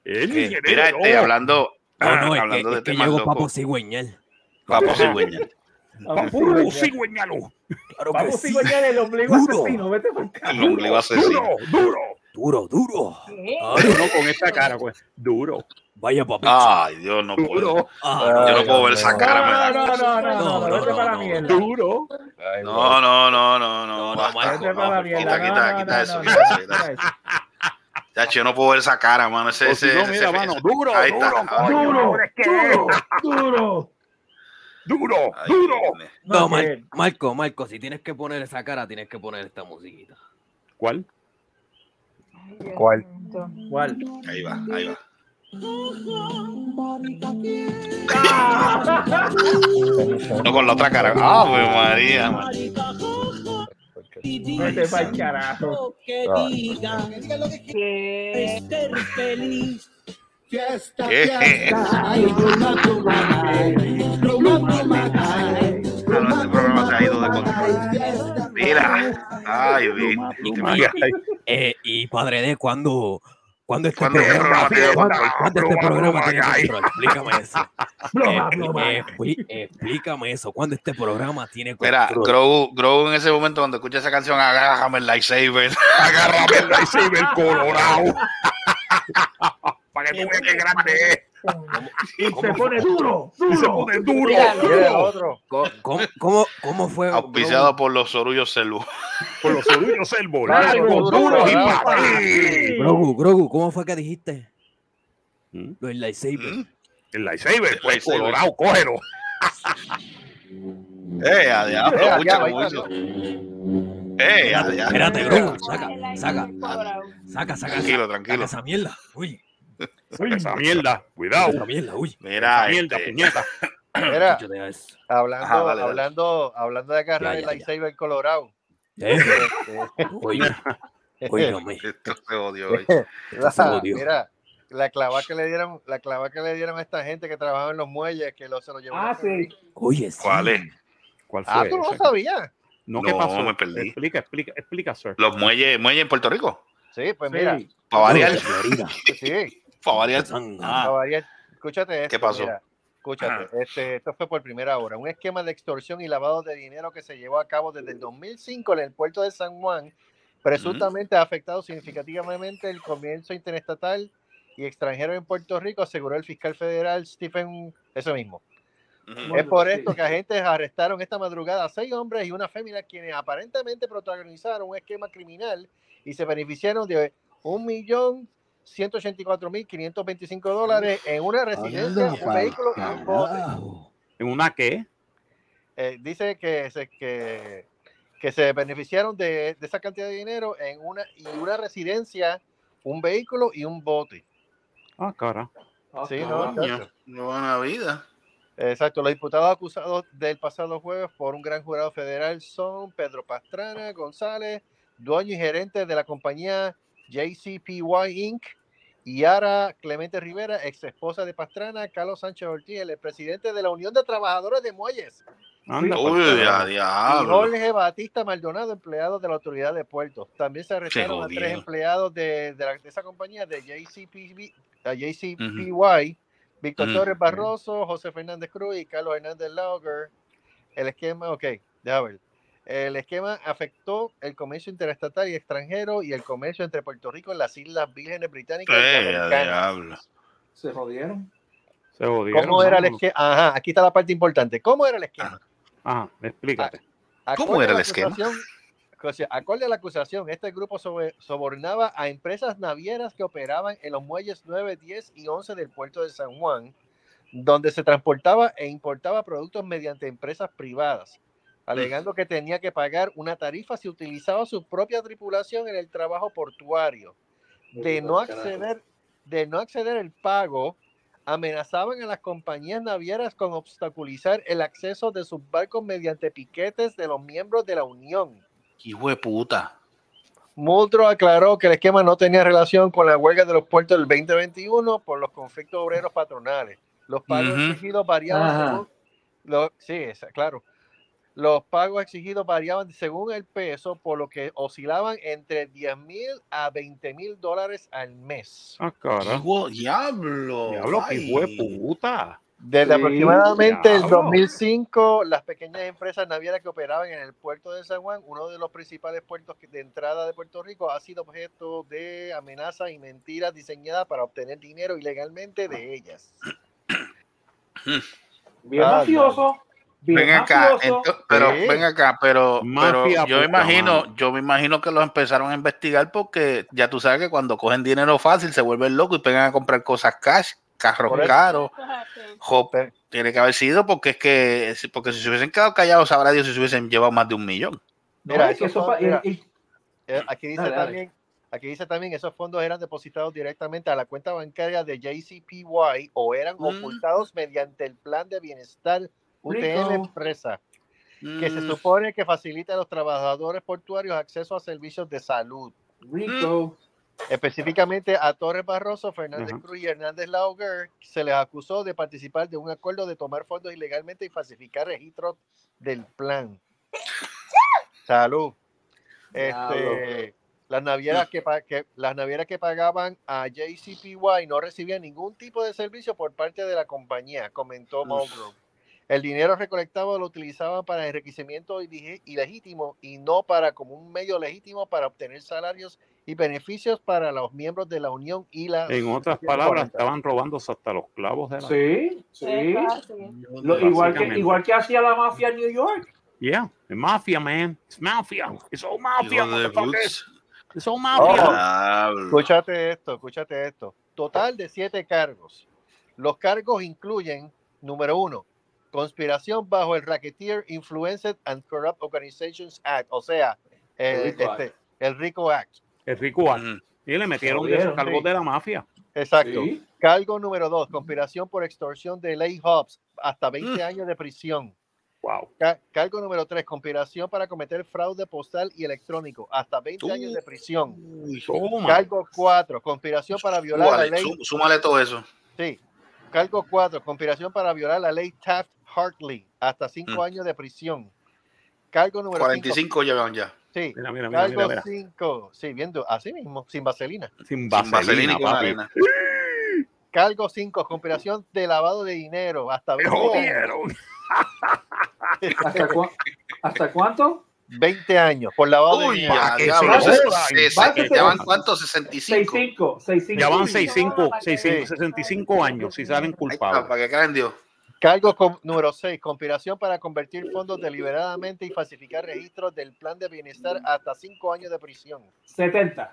Speaker 3: Él
Speaker 12: ¿Qué?
Speaker 3: ni-
Speaker 10: Mira,
Speaker 3: no.
Speaker 10: este, hablando,
Speaker 12: No, no, es
Speaker 10: hablando
Speaker 12: que,
Speaker 10: de
Speaker 12: es que
Speaker 10: temas
Speaker 12: llegó Papo
Speaker 10: locos.
Speaker 12: Cigüeñal.
Speaker 10: Papo cigüeña.
Speaker 3: Papurro, sí, güeñalo.
Speaker 12: Claro que
Speaker 8: Vamos
Speaker 12: sí.
Speaker 8: a engañar el ombligo
Speaker 12: Duro.
Speaker 8: asesino. Vete para acá.
Speaker 10: El ombligo
Speaker 3: Duro,
Speaker 10: asesino.
Speaker 3: duro.
Speaker 12: Duro, duro.
Speaker 7: ¿Qué?
Speaker 12: Ay,
Speaker 3: No con esta cara, pues. Duro.
Speaker 12: vaya, papucho.
Speaker 10: Ay, Dios, no puedo.
Speaker 3: Duro.
Speaker 12: Ah,
Speaker 10: Yo no puedo ver esa cara.
Speaker 8: No,
Speaker 10: me da-
Speaker 8: no, no,
Speaker 12: No,
Speaker 8: no, no,
Speaker 12: no,
Speaker 8: vete
Speaker 12: no,
Speaker 8: para la
Speaker 12: no.
Speaker 8: mierda.
Speaker 3: Duro.
Speaker 10: No, no, no, no, no.
Speaker 12: no,
Speaker 10: basta,
Speaker 12: Marco,
Speaker 8: Vete para la
Speaker 10: no.
Speaker 8: mierda.
Speaker 10: Quita,
Speaker 8: No,
Speaker 10: quita,
Speaker 8: no,
Speaker 10: quita
Speaker 8: no,
Speaker 10: eso,
Speaker 8: no,
Speaker 10: quita eso,
Speaker 8: no,
Speaker 10: quita eso.
Speaker 8: no, no.
Speaker 10: Ya, yo no puedo ver esa cara, mano. Ese,
Speaker 4: Pues
Speaker 3: O si
Speaker 10: ese,
Speaker 3: no,
Speaker 10: ese-
Speaker 3: mira,
Speaker 10: ese-
Speaker 3: mano, duro,
Speaker 10: Ahí está.
Speaker 3: duro,
Speaker 10: Ay,
Speaker 3: coño.
Speaker 8: Duro,
Speaker 3: Ahora es que-
Speaker 8: duro, duro.
Speaker 3: Duro,
Speaker 10: ay,
Speaker 3: duro.
Speaker 10: Dios.
Speaker 12: No, Mar-
Speaker 8: bien.
Speaker 12: Marco, Marco, si tienes que poner esa cara, tienes que poner esta musiquita.
Speaker 3: ¿Cuál?
Speaker 5: ¿Cuál?
Speaker 8: ¿Cuál?
Speaker 10: Ahí va, ahí va. No con la otra cara. Ave María. man.
Speaker 8: Vete para el carajo.
Speaker 4: Ah.
Speaker 7: ¿Qué?
Speaker 10: Eh, eh. Ah, no, este programa se ha ido de control. Mira. Ay, viste.
Speaker 12: Eh, y padre de cuándo. ¿Cuándo este
Speaker 10: ¿Cuándo este
Speaker 12: programa
Speaker 10: programa tiene
Speaker 12: ¿Cuándo-
Speaker 10: control?
Speaker 12: cuándo este
Speaker 10: Broma,
Speaker 12: programa
Speaker 10: broma,
Speaker 12: tiene
Speaker 10: ay.
Speaker 12: control? Explícame eso.
Speaker 8: Broma,
Speaker 12: Expli-
Speaker 8: broma.
Speaker 12: expli- explícame eso. ¿Cuándo este programa tiene
Speaker 10: Mira,
Speaker 12: control?
Speaker 10: Grogu, Grogu en ese momento cuando escucha esa canción, agárrame el lightsaber.
Speaker 1: Agárrame el lightsaber colorado. Para que tú veas qué grande es.
Speaker 9: Ah,
Speaker 8: Y se pone duro,
Speaker 1: Y se
Speaker 8: duro.
Speaker 1: pone duro.
Speaker 4: Y el otro.
Speaker 12: Co- ¿Cómo, cómo, cómo fue?
Speaker 10: Auspiciado por los orullos celu.
Speaker 3: Por los orullos selvo.
Speaker 4: Claro,
Speaker 3: Largos,
Speaker 4: duro,
Speaker 3: duros y
Speaker 8: Ah,
Speaker 4: claro.
Speaker 3: para
Speaker 12: Grogu? Grogu, Grogu, ¿cómo fue que dijiste? Lo del lightsaber.
Speaker 3: El lightsaber, pues
Speaker 10: lightsaber.
Speaker 3: colorado, cógelo.
Speaker 10: Eh, a diablo,
Speaker 4: Eh, a
Speaker 10: mucho
Speaker 4: diablo, ahí está.
Speaker 10: orgullo. Eh, a diablo.
Speaker 12: Espérate, Grogu, saca,
Speaker 7: Ay,
Speaker 12: saca,
Speaker 7: ay, colorado.
Speaker 12: saca, saca.
Speaker 10: Tranquilo,
Speaker 12: saca
Speaker 10: tranquilo.
Speaker 12: esa mierda. Uy,
Speaker 3: Esa mierda, cuidado.
Speaker 12: esa mierda, uy.
Speaker 10: Mira,
Speaker 3: mierda,
Speaker 10: este,
Speaker 3: puñeta.
Speaker 4: Mira,
Speaker 12: Yo te digo eso.
Speaker 4: hablando,
Speaker 10: Ajá, dale, dale.
Speaker 4: hablando, hablando de agarrar
Speaker 12: Ya,
Speaker 4: el
Speaker 12: ya, ya.
Speaker 4: lightsaber colorado.
Speaker 12: Eh,
Speaker 4: este,
Speaker 12: Oiga, oígame.
Speaker 10: esto se odió hoy.
Speaker 4: la-
Speaker 12: se jodió.
Speaker 4: Este, mira, la clava que le dieron, la clava que le dieron a esta gente que trabajaba en los muelles, que lo, se lo llevó.
Speaker 8: Ah, sí.
Speaker 12: Oye, sí.
Speaker 10: ¿Cuál es?
Speaker 3: ¿Cuál fue?
Speaker 4: Ah, tú no lo
Speaker 3: esa?
Speaker 4: sabías.
Speaker 3: No, ¿qué
Speaker 10: No,
Speaker 3: pasó?
Speaker 10: me perdí.
Speaker 3: Explica, explica, explica, sir.
Speaker 10: Los muelles, muelles en Puerto Rico.
Speaker 4: Sí, pues
Speaker 8: Sí.
Speaker 4: mira,
Speaker 10: Para
Speaker 12: No,
Speaker 10: variar,
Speaker 12: de Florida.
Speaker 4: sí.
Speaker 10: para variar.
Speaker 12: Sanga.
Speaker 10: Ah,
Speaker 4: Javier, escúchate esto.
Speaker 10: pasó?
Speaker 4: mira, escúchate, este, esto fue por primera hora. Un esquema de extorsión y lavado de dinero que se llevó a cabo desde el 2005 en el puerto de San Juan, presuntamente ha afectado significativamente el comercio interestatal y extranjero en Puerto Rico, aseguró el fiscal federal Stephen, eso mismo.
Speaker 10: ujú.
Speaker 4: Es por
Speaker 8: sí.
Speaker 4: esto que agentes arrestaron esta madrugada a seis hombres y una fémina quienes aparentemente protagonizaron un esquema criminal y se beneficiaron de 1.184.525 dólares en una residencia,
Speaker 12: Anda,
Speaker 4: un vehículo y un bote.
Speaker 12: carajo.
Speaker 3: ¿En una qué?
Speaker 4: Eh, dice que se, que, que se beneficiaron de, de esa cantidad de dinero en una, y una residencia, un vehículo y un bote.
Speaker 3: Ah, cara.
Speaker 4: Sí, ¿no?
Speaker 10: Coño, no buena vida.
Speaker 4: Exacto, los diputados acusados del pasado jueves por un gran jurado federal son Pedro Pastrana González, dueño y gerente de la compañía JCPY Inc., y Ara Clemente Rivera, ex esposa de Pastrana, Carlos Sánchez Ortiz, el presidente de la Unión de Trabajadores de Muelles,
Speaker 10: Anda, Uy, ya,
Speaker 4: Y
Speaker 10: diablo.
Speaker 4: Jorge Batista Maldonado, empleado de la autoridad de puertos. También se arrestaron a tres
Speaker 10: jodido.
Speaker 4: empleados de, de la- de esa compañía de JCPB, la JCPY, Víctor
Speaker 10: Ujú.
Speaker 4: Torres Barroso, José Fernández Cruz y Carlos Hernández Lauger. El esquema, ok, déjame ver. El esquema afectó el comercio interestatal y extranjero y el comercio entre Puerto Rico y las Islas Vírgenes Británicas. y
Speaker 10: Eh,
Speaker 4: Dominicanas.
Speaker 10: diablo.
Speaker 11: Se jodieron.
Speaker 3: Se jodieron.
Speaker 4: ¿Cómo era el
Speaker 3: mano.
Speaker 4: esquema? Ajá, aquí está la parte importante. ¿Cómo era el esquema?
Speaker 3: Ajá, explícate.
Speaker 4: Acorde
Speaker 3: ¿Cómo era
Speaker 4: a la
Speaker 3: el esquema?
Speaker 4: acusación- o sea, acorde a la acusación, este grupo sobre- sobornaba a empresas navieras que operaban en los muelles 9, 10 y 11 del puerto de San Juan, donde se transportaba e importaba productos mediante empresas privadas,
Speaker 3: Mm.
Speaker 4: alegando que tenía que pagar una tarifa si utilizaba su propia tripulación en el trabajo portuario. De no acceder, de no acceder el pago, amenazaban a las compañías navieras con obstaculizar el acceso de sus barcos mediante piquetes de los miembros de la Unión.
Speaker 10: Hijo de puta.
Speaker 4: Muldrow aclaró que el esquema no tenía relación con la huelga de los puertos del 2021 por los conflictos obreros patronales. Los pagos
Speaker 10: Ujú.
Speaker 4: exigidos variaban
Speaker 10: Ajá.
Speaker 4: según lo- sí, esa- claro. Los pagos exigidos variaban según el peso, por lo que oscilaban entre 10 mil a 20 mil dólares al mes.
Speaker 3: Ah, carajo.
Speaker 10: Hijo, diablo.
Speaker 3: Diablo, qué
Speaker 10: ay.
Speaker 3: hijo de puta.
Speaker 4: Desde
Speaker 3: Sí,
Speaker 4: aproximadamente el
Speaker 3: diablo.
Speaker 4: 2005, las pequeñas empresas navieras que operaban en el puerto de San Juan, uno de los principales puertos que- de entrada de Puerto Rico, ha sido objeto de amenazas y mentiras diseñadas para obtener dinero ilegalmente de ellas.
Speaker 11: Bien
Speaker 4: Ah,
Speaker 11: mafioso. Bien
Speaker 10: Ven acá,
Speaker 11: mafioso.
Speaker 10: ento- pero
Speaker 4: Sí.
Speaker 10: ven acá, pero, pero
Speaker 3: Mafia
Speaker 10: yo me
Speaker 3: puta
Speaker 10: imagino,
Speaker 3: madre.
Speaker 10: yo me imagino que los empezaron a investigar porque ya tú sabes que cuando cogen dinero fácil se vuelven locos y pegan a comprar cosas cash, carros
Speaker 4: Por eso.
Speaker 10: caros.
Speaker 7: Fíjate.
Speaker 10: Jo, tiene que haber sido porque es que porque si se hubiesen quedado callados, sabrá Dios si se hubiesen llevado más de un millón.
Speaker 11: No,
Speaker 4: Mira,
Speaker 11: es que
Speaker 4: esos
Speaker 11: eso
Speaker 4: son-
Speaker 11: pa-
Speaker 4: mira,
Speaker 11: y- y-
Speaker 4: eh, aquí dice
Speaker 11: Dale, dale.
Speaker 4: también, aquí dice también, esos fondos eran depositados directamente a la cuenta bancaria de JCPY o eran
Speaker 10: Mm.
Speaker 4: ocultados mediante el plan de bienestar UTM
Speaker 11: Rico.
Speaker 4: empresa. que se
Speaker 10: Mm.
Speaker 4: supone que facilita a los trabajadores portuarios acceso a servicios de salud,
Speaker 11: Rico.
Speaker 4: específicamente a Torres Barroso, Fernández
Speaker 3: Ajá.
Speaker 4: Cruz y Hernández Lauger, se les acusó de participar de un acuerdo de tomar fondos ilegalmente y falsificar registros del plan. Salud. Este,
Speaker 11: Diablo.
Speaker 4: las navieras que, pa- que- las navieras que pagaban a JCPY no recibían ningún tipo de servicio por parte de la compañía, comentó Mulgrew. El dinero recolectado lo utilizaban para enriquecimiento iligi- ilegítimo y no para como un medio legítimo para obtener salarios y beneficios para los miembros de la Unión y la
Speaker 3: En otras palabras, estaban robándose hasta los clavos de la.
Speaker 11: Sí, sí. Lo- igual, que,
Speaker 3: Básicamente.
Speaker 11: igual que hacía la mafia en New York.
Speaker 3: Yeah, the mafia, man. It's mafia. It's all mafia,
Speaker 10: Hijo de
Speaker 3: motherfuckers. It's all
Speaker 4: Oh.
Speaker 3: mafia.
Speaker 10: Diablo.
Speaker 4: Escúchate esto, escúchate esto. Total de siete cargos. Los cargos incluyen, número uno, conspiración bajo el Racketeer Influenced and Corrupt Organizations Act, o sea,
Speaker 11: El
Speaker 4: el,
Speaker 11: RICO
Speaker 4: este,
Speaker 11: Act.
Speaker 4: el RICO Act.
Speaker 3: Es rico. ah.
Speaker 10: Ujú.
Speaker 3: Y le metieron de
Speaker 4: Jodieron,
Speaker 3: esos cargos
Speaker 4: sí.
Speaker 3: de la mafia.
Speaker 4: Exacto.
Speaker 11: Sí.
Speaker 4: Cargo número dos, conspiración por extorsión de ley Hobbs, hasta 20
Speaker 11: Mm.
Speaker 4: años de prisión.
Speaker 3: Wow.
Speaker 4: Ca- cargo número tres, conspiración para cometer fraude postal y electrónico, hasta 20 años de prisión.
Speaker 3: Toma.
Speaker 4: Cargo cuatro, conspiración para violar la
Speaker 10: Súmale,
Speaker 4: ley
Speaker 10: sú- súmale todo eso.
Speaker 4: Sí. Cargo 4, conspiración para violar la ley Taft-Hartley, hasta 5
Speaker 10: Mm.
Speaker 4: años de prisión. Cargo número 5.
Speaker 10: 45 llevan ya.
Speaker 4: Sí.
Speaker 3: Mira, mira, mira, mira,
Speaker 4: Cargo
Speaker 3: mira.
Speaker 4: 5. Sí, viendo así mismo, sin vaselina.
Speaker 3: Sin
Speaker 10: Sin vaselina
Speaker 3: vaselina,
Speaker 10: y con
Speaker 3: papi.
Speaker 10: arena.
Speaker 4: Cargo 5, conspiración de lavado de dinero, hasta
Speaker 3: ¡Me
Speaker 4: 20 años.
Speaker 3: jodieron!
Speaker 11: ¿Hasta, cua- hasta cuánto?
Speaker 4: 20 años por lavado de
Speaker 10: Uy,
Speaker 4: dinero.
Speaker 10: ya,
Speaker 3: que se
Speaker 10: diablo. se-
Speaker 3: joda,
Speaker 10: se- se-
Speaker 11: bájate,
Speaker 10: ¿Ya van
Speaker 11: pero-
Speaker 10: cuántos? 65.
Speaker 11: 65. 65.
Speaker 3: Ya van
Speaker 11: Sí.
Speaker 3: 65, 65,
Speaker 4: Sí.
Speaker 3: 65 años si salen
Speaker 10: Ahí está,
Speaker 3: culpables.
Speaker 10: para que crean en Dios.
Speaker 4: Cargo com- número 6, conspiración para convertir fondos deliberadamente y falsificar registros del plan de bienestar, hasta 5 años de prisión.
Speaker 11: 70.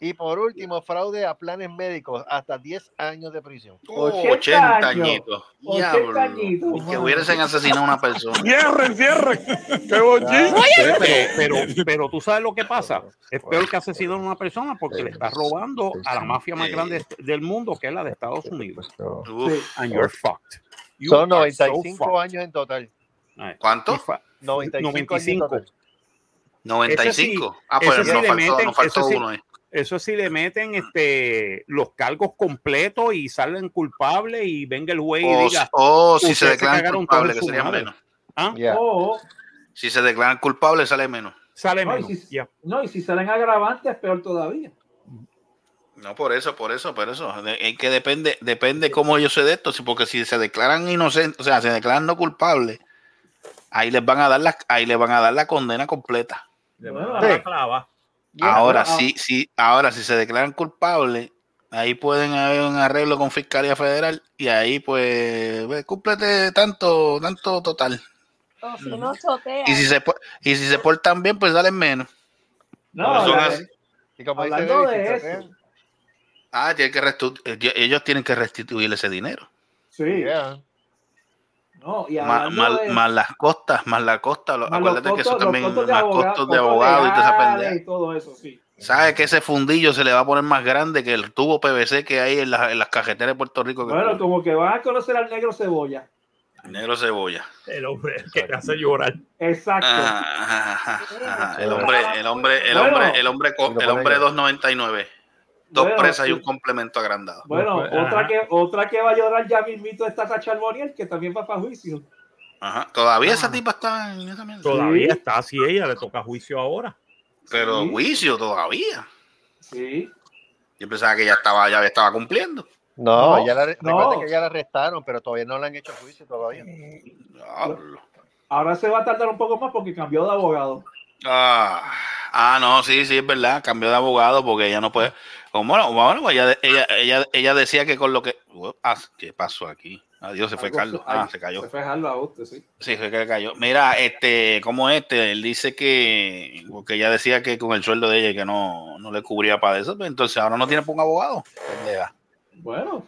Speaker 4: Y por último, fraude a planes médicos, hasta 10 años de prisión.
Speaker 10: Oh,
Speaker 11: 80
Speaker 10: 80
Speaker 11: años.
Speaker 10: añitos.
Speaker 11: 80
Speaker 10: Diablo.
Speaker 11: añitos,
Speaker 10: Y que
Speaker 11: mano.
Speaker 10: hubiesen asesinado a una persona.
Speaker 13: Cierren, cierren. ¡Qué bochín!
Speaker 3: Pero, pero, pero tú sabes lo que pasa. Es peor que asesinar a una persona porque le estás robando a la mafia más grande del mundo, que es la de Estados Unidos.
Speaker 10: Uf,
Speaker 3: And you're fucked. You
Speaker 4: Son
Speaker 3: are so
Speaker 4: 95
Speaker 3: fucked.
Speaker 4: años en total.
Speaker 3: Ay,
Speaker 10: ¿Cuánto?
Speaker 3: fa-
Speaker 4: 95, años en
Speaker 3: 95.
Speaker 4: total.
Speaker 10: 95. ah,
Speaker 3: ese
Speaker 10: pues
Speaker 3: sí
Speaker 10: nos
Speaker 3: le
Speaker 10: faltó,
Speaker 3: meten,
Speaker 10: nos faltó
Speaker 3: ese sí.
Speaker 10: uno ahí.
Speaker 3: Eso es si le meten este, los cargos completos y salen culpables y venga el juez y
Speaker 10: O,
Speaker 3: diga,
Speaker 10: o
Speaker 3: ustedes
Speaker 10: si Oh, se
Speaker 3: se
Speaker 10: declaran
Speaker 3: cagaron todo en
Speaker 10: culpables, que
Speaker 3: su
Speaker 10: sería
Speaker 3: madre.
Speaker 10: menos.
Speaker 14: ¿Ah?
Speaker 8: O-
Speaker 10: Si se declaran culpables, sale menos.
Speaker 14: Sale
Speaker 8: no, y si, no, y si salen agravantes, peor todavía.
Speaker 10: No, por eso, por eso, por eso. De- Es que depende, depende cómo ellos se de esto, si- porque si se declaran inocentes, o sea, se declaran no culpables, ahí les van a dar la, ahí les van a dar la condena completa.
Speaker 1: La clava.
Speaker 10: ahora sí, sí, ahora si se declaran culpables, ahí pueden haber un arreglo con Fiscalía Federal y ahí pues, pues, cúmplete tanto, tanto total.
Speaker 7: O si no chotea.
Speaker 10: Y si se po- y si se portan bien, pues salen menos.
Speaker 7: No,
Speaker 10: Por eso
Speaker 7: la-
Speaker 10: es-
Speaker 7: Hablando de eso.
Speaker 10: ah, tienen que restitu- ellos- ellos tienen que restituir ese dinero.
Speaker 8: Sí.
Speaker 4: eh,
Speaker 8: No, y
Speaker 10: más,
Speaker 8: hablando
Speaker 10: más-
Speaker 8: de-
Speaker 10: más las costas, más la costa. lo-
Speaker 8: más los
Speaker 10: acuérdate que eso
Speaker 8: costos- los
Speaker 10: también,
Speaker 8: costos de
Speaker 10: más
Speaker 8: aboga-
Speaker 10: costos de
Speaker 8: costos
Speaker 10: abogado y toda esa
Speaker 8: legales
Speaker 10: pendeja.
Speaker 8: y todo eso, sí.
Speaker 10: ¿Sabes que ese fundillo se le va a poner más grande que el tubo PVC que hay en, las- en las cajeteras de Puerto Rico? Que
Speaker 8: Bueno, como que van a conocer al negro cebolla.
Speaker 10: Negro cebolla.
Speaker 1: El hombre que te hace llorar.
Speaker 8: Exacto.
Speaker 10: Ah, ah, ah, ah, el hombre, el hombre, el hombre, el hombre, co- el hombre 299. Dos
Speaker 8: Bueno,
Speaker 10: presas y
Speaker 8: sí.
Speaker 10: un complemento agrandado.
Speaker 8: Bueno, otra que, otra que va a llorar ya mismito está Sacha Alboriel, que también va para juicio.
Speaker 10: Ajá. Todavía
Speaker 12: Ah,
Speaker 10: esa tipa está en esa mierda.
Speaker 1: Todavía está así ella, le toca juicio ahora.
Speaker 10: Pero juicio todavía.
Speaker 8: Sí.
Speaker 10: Yo pensaba que ya estaba, ya estaba cumpliendo.
Speaker 4: No,
Speaker 10: No,
Speaker 4: ya la,
Speaker 10: no.
Speaker 4: recuerda que ya la arrestaron, pero todavía no le han hecho juicio todavía.
Speaker 8: Ahora se va a tardar un poco más porque cambió de abogado.
Speaker 10: Ah, ah, no, sí, sí, es verdad. Cambió de abogado porque ella no puede. Como no, bueno, pues ella, ella, ella, ella decía que con lo que. Ah, ¿Qué pasó aquí? Adiós, se fue
Speaker 8: Algo
Speaker 10: Carlos.
Speaker 8: se-
Speaker 10: Ah,
Speaker 8: ay,
Speaker 10: se cayó.
Speaker 8: Se fue Carlos a usted, sí.
Speaker 10: Sí, fue que cayó. Mira, este, como este, él dice que. Porque ella decía que con el sueldo de ella que no, no le cubría para eso. pues, entonces ahora no tiene para un abogado. Pendeja.
Speaker 8: Bueno.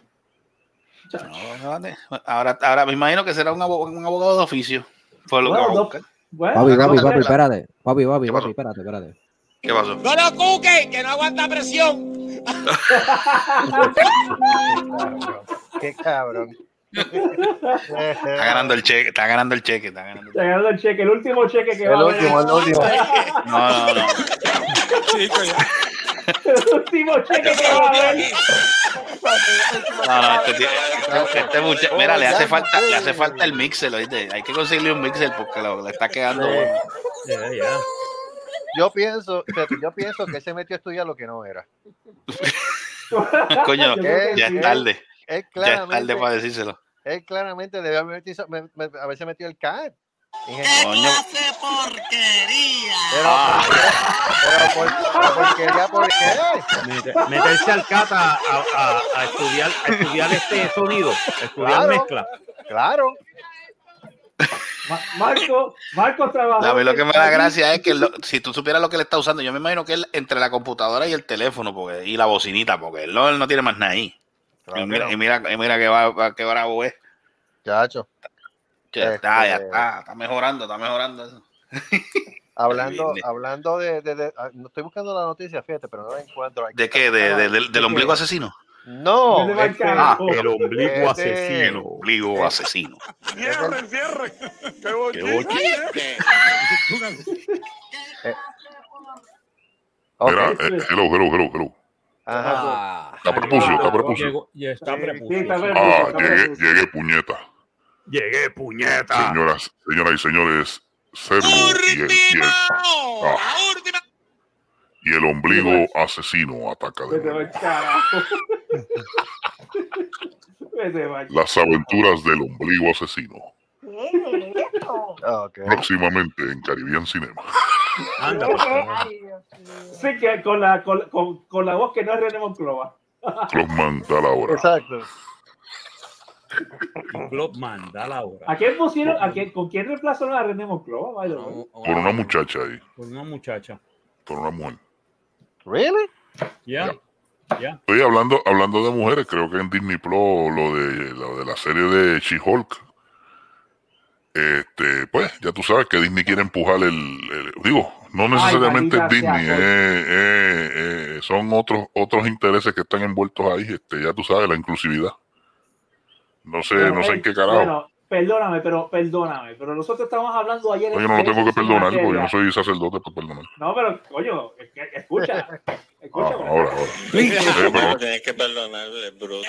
Speaker 10: No, vale. Ahora, ahora me imagino que será un abogado, un abogado de oficio. Fue lo que
Speaker 8: Bueno,
Speaker 10: van a
Speaker 8: no-
Speaker 10: buscar.
Speaker 9: Papi, papi,
Speaker 10: no,
Speaker 9: papi,
Speaker 10: no.
Speaker 9: espérate. Papi, papi, papi, espérate, espérate.
Speaker 10: ¿Qué pasó?
Speaker 15: ¡No lo cuque! ¡Que no aguanta presión!
Speaker 4: Qué cabrón.
Speaker 10: Está ganando el cheque, está ganando el cheque, está ganando.
Speaker 8: Te ganó el cheque, el último cheque que va a haber.
Speaker 10: No, no, no.
Speaker 8: El último cheque que va a haber.
Speaker 10: No, no, este, tío- este- este mucha- mira, le hace falta, le hace falta el mixer, ¿oíste? Hay que conseguirle un mixer porque lo- le está quedando bueno.
Speaker 4: Yo pienso, fíjate, yo pienso que él se metió a estudiar lo que no era.
Speaker 10: Coño,
Speaker 4: Yo creo que
Speaker 10: ya
Speaker 8: ¿eh?
Speaker 4: sí.
Speaker 10: es tarde.
Speaker 4: Él
Speaker 10: Ya es tarde
Speaker 4: claramente-
Speaker 10: para decírselo.
Speaker 4: Él claramente debió haber metido, me- me- haberse metido el CAT.
Speaker 10: Coño.
Speaker 4: Pero,
Speaker 10: Ah.
Speaker 4: pero por, pero porquería, ¿por qué?
Speaker 1: Mete- Meterse al cata a, a- a estudiar, a estudiar este sonido, a estudiar
Speaker 8: Claro.
Speaker 1: mezcla.
Speaker 4: Claro.
Speaker 8: Marco, Marco trabajó.
Speaker 10: A mí lo que me da gracia es que lo- si tú supieras lo que él está usando, yo me imagino que él entre la computadora y el teléfono porque, y la bocinita, porque él no, él no tiene más nada ahí. y, mira, y, mira, y mira que, va, que bravo es.
Speaker 4: Chacho.
Speaker 10: Ya está, ya
Speaker 4: Este-
Speaker 10: está, está mejorando, está mejorando eso.
Speaker 4: Hablando,
Speaker 10: Bien.
Speaker 4: hablando de, de- de- ah, no estoy buscando la noticia, fíjate, pero no la encuentro.
Speaker 10: ¿De qué? ¿De- de- del- del ombligo asesino?
Speaker 4: No. este-
Speaker 10: Ah, el ombligo
Speaker 4: este-
Speaker 10: asesino. El ombligo asesino.
Speaker 3: Cierre, cierre. Qué
Speaker 10: Qué
Speaker 3: bochiste.
Speaker 6: Mira, eh, hello, hello, hello, hello. Está prepucio, está prepucio.
Speaker 1: Llegó- y está prepucio.
Speaker 6: Ah, llegué, llegué, puñeta.
Speaker 1: Llegué,
Speaker 3: Ah.
Speaker 1: puñeta.
Speaker 6: Señoras, señoras y señores, Celu y el, y el- ah. Y el ombligo asesino ataca de
Speaker 8: Vete
Speaker 6: nuevo.
Speaker 8: pa'l carajo. Vete pa'l
Speaker 6: Las aventuras del ombligo asesino. Próximamente en Caribbean Cinema.
Speaker 7: pues.
Speaker 8: Sí, que con la, con, con, con la voz que no es René Monclova.
Speaker 6: Clockman da la hora.
Speaker 4: Exacto.
Speaker 1: Club manda la hora.
Speaker 8: ¿A quién pusieron? A quién, ¿Con quién reemplazaron a René Monclova? Vaya,
Speaker 6: Por una muchacha ahí.
Speaker 1: Por una pues, muchacha.
Speaker 6: Por una mujer.
Speaker 4: ¿Really?
Speaker 1: Ya.
Speaker 6: Estoy hablando, hablando de mujeres, creo que en Disney Plus lo de, lo de la serie de She-Hulk. Este, pues, ya tú sabes que Disney quiere empujar el, el- digo, no necesariamente
Speaker 3: maldita
Speaker 6: es Disney,
Speaker 3: sea, Hulk.
Speaker 6: eh, eh, eh, son otros, otros intereses que están envueltos ahí, este, ya tú sabes, la inclusividad. No sé,
Speaker 8: Pero,
Speaker 6: no sé
Speaker 8: ey,
Speaker 6: en qué carajo.
Speaker 8: Bueno, perdóname, pero perdóname. Pero nosotros estábamos hablando ayer.
Speaker 6: No, yo
Speaker 8: en
Speaker 6: no lo tengo que
Speaker 8: Crisis en
Speaker 6: perdonar, porque yo
Speaker 8: Argelia.
Speaker 6: no soy sacerdote para perdonar.
Speaker 8: No, pero coño, es que- escucha,
Speaker 6: Ah, ahora, ahora. Sí, pero-
Speaker 1: Tienes que perdonarle, bruto.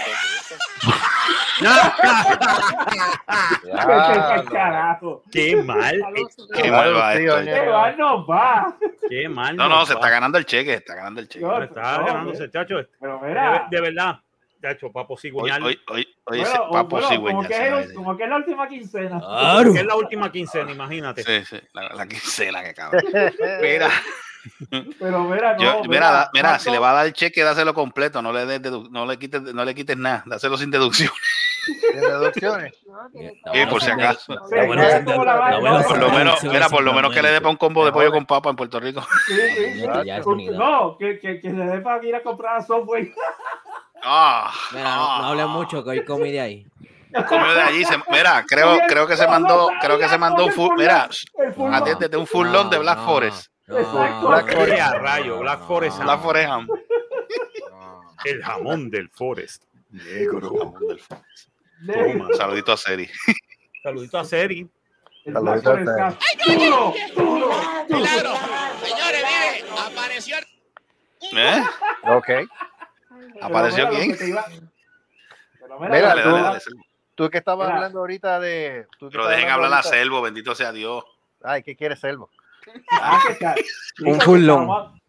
Speaker 8: carajo.
Speaker 3: Qué mal. eh,
Speaker 10: Qué mal va esto.
Speaker 8: Qué mal nos va.
Speaker 3: Qué mal.
Speaker 10: No, no,
Speaker 3: nos
Speaker 10: se
Speaker 3: va.
Speaker 10: está ganando el cheque, se está ganando el cheque.
Speaker 3: No, está ganándose, chacho. Este,
Speaker 8: mira.
Speaker 3: De, de verdad. Chacho, papo cigüeñal.
Speaker 10: Hoy- hoy- hoy
Speaker 8: Bueno, o- bueno, como, que es el- como que es la última quincena.
Speaker 3: Claro. Que es la última quincena, imagínate.
Speaker 10: Sí, sí, la, la quincena que cabrón. Mira,
Speaker 8: Pero mira, no,
Speaker 10: yo- mira, da- mira,
Speaker 8: Marco,
Speaker 10: si le va a dar el cheque, dáselo completo, no le des dedu- no le quites, no le quites nada, dáselo sin deducción.
Speaker 4: Deducciones.
Speaker 10: Sí, por si acaso.
Speaker 8: Está bueno sin dedu- está bueno sin
Speaker 10: Por lo menos,
Speaker 8: deducciones,
Speaker 10: mira, por lo menos que le dé para un combo de pollo
Speaker 8: Mejor.
Speaker 10: con papa en Puerto Rico.
Speaker 8: sí, sí, sí. No, que, que, que le dé para ir a comprar software.
Speaker 10: Ah,
Speaker 9: Mira, no, no hables mucho que hoy comí de ahí.
Speaker 10: Comió de allí, se- mira, creo,
Speaker 9: Oye,
Speaker 10: creo que se
Speaker 9: no,
Speaker 10: mandó,
Speaker 9: no
Speaker 10: creo que se
Speaker 9: sabía,
Speaker 10: mandó un
Speaker 9: oye,
Speaker 10: full,
Speaker 9: full
Speaker 10: mira,
Speaker 9: long, el full long.
Speaker 10: atendete, Ah, un full long de Black Forest.
Speaker 3: Exacto.
Speaker 10: Black
Speaker 3: Oye, a
Speaker 10: Forest.
Speaker 3: rayo, Black Forest.
Speaker 10: Black Forest Ham.
Speaker 3: El jamón del Forest.
Speaker 10: Toma. Saludito a Seri.
Speaker 3: Saludito a Seri.
Speaker 10: Saludito a Seri.
Speaker 8: Duro, duro.
Speaker 2: Milagro. Señores, mire, apareció.
Speaker 10: ¿Eh?
Speaker 4: Ok.
Speaker 10: ¿Apareció
Speaker 4: Pero mira,
Speaker 10: quién?
Speaker 4: lo que te iba-
Speaker 8: Pero
Speaker 4: Mira,
Speaker 10: Dale,
Speaker 4: tú,
Speaker 10: dale, dale, Selvo.
Speaker 4: tú que estabas
Speaker 10: Mira.
Speaker 4: hablando ahorita de. tú que
Speaker 10: Pero
Speaker 4: estabas
Speaker 10: dejen hablar a
Speaker 4: ahorita-
Speaker 10: Selvo, bendito sea Dios.
Speaker 4: Ay, ¿qué quieres, Selvo?
Speaker 8: Ah,
Speaker 9: Un furlón.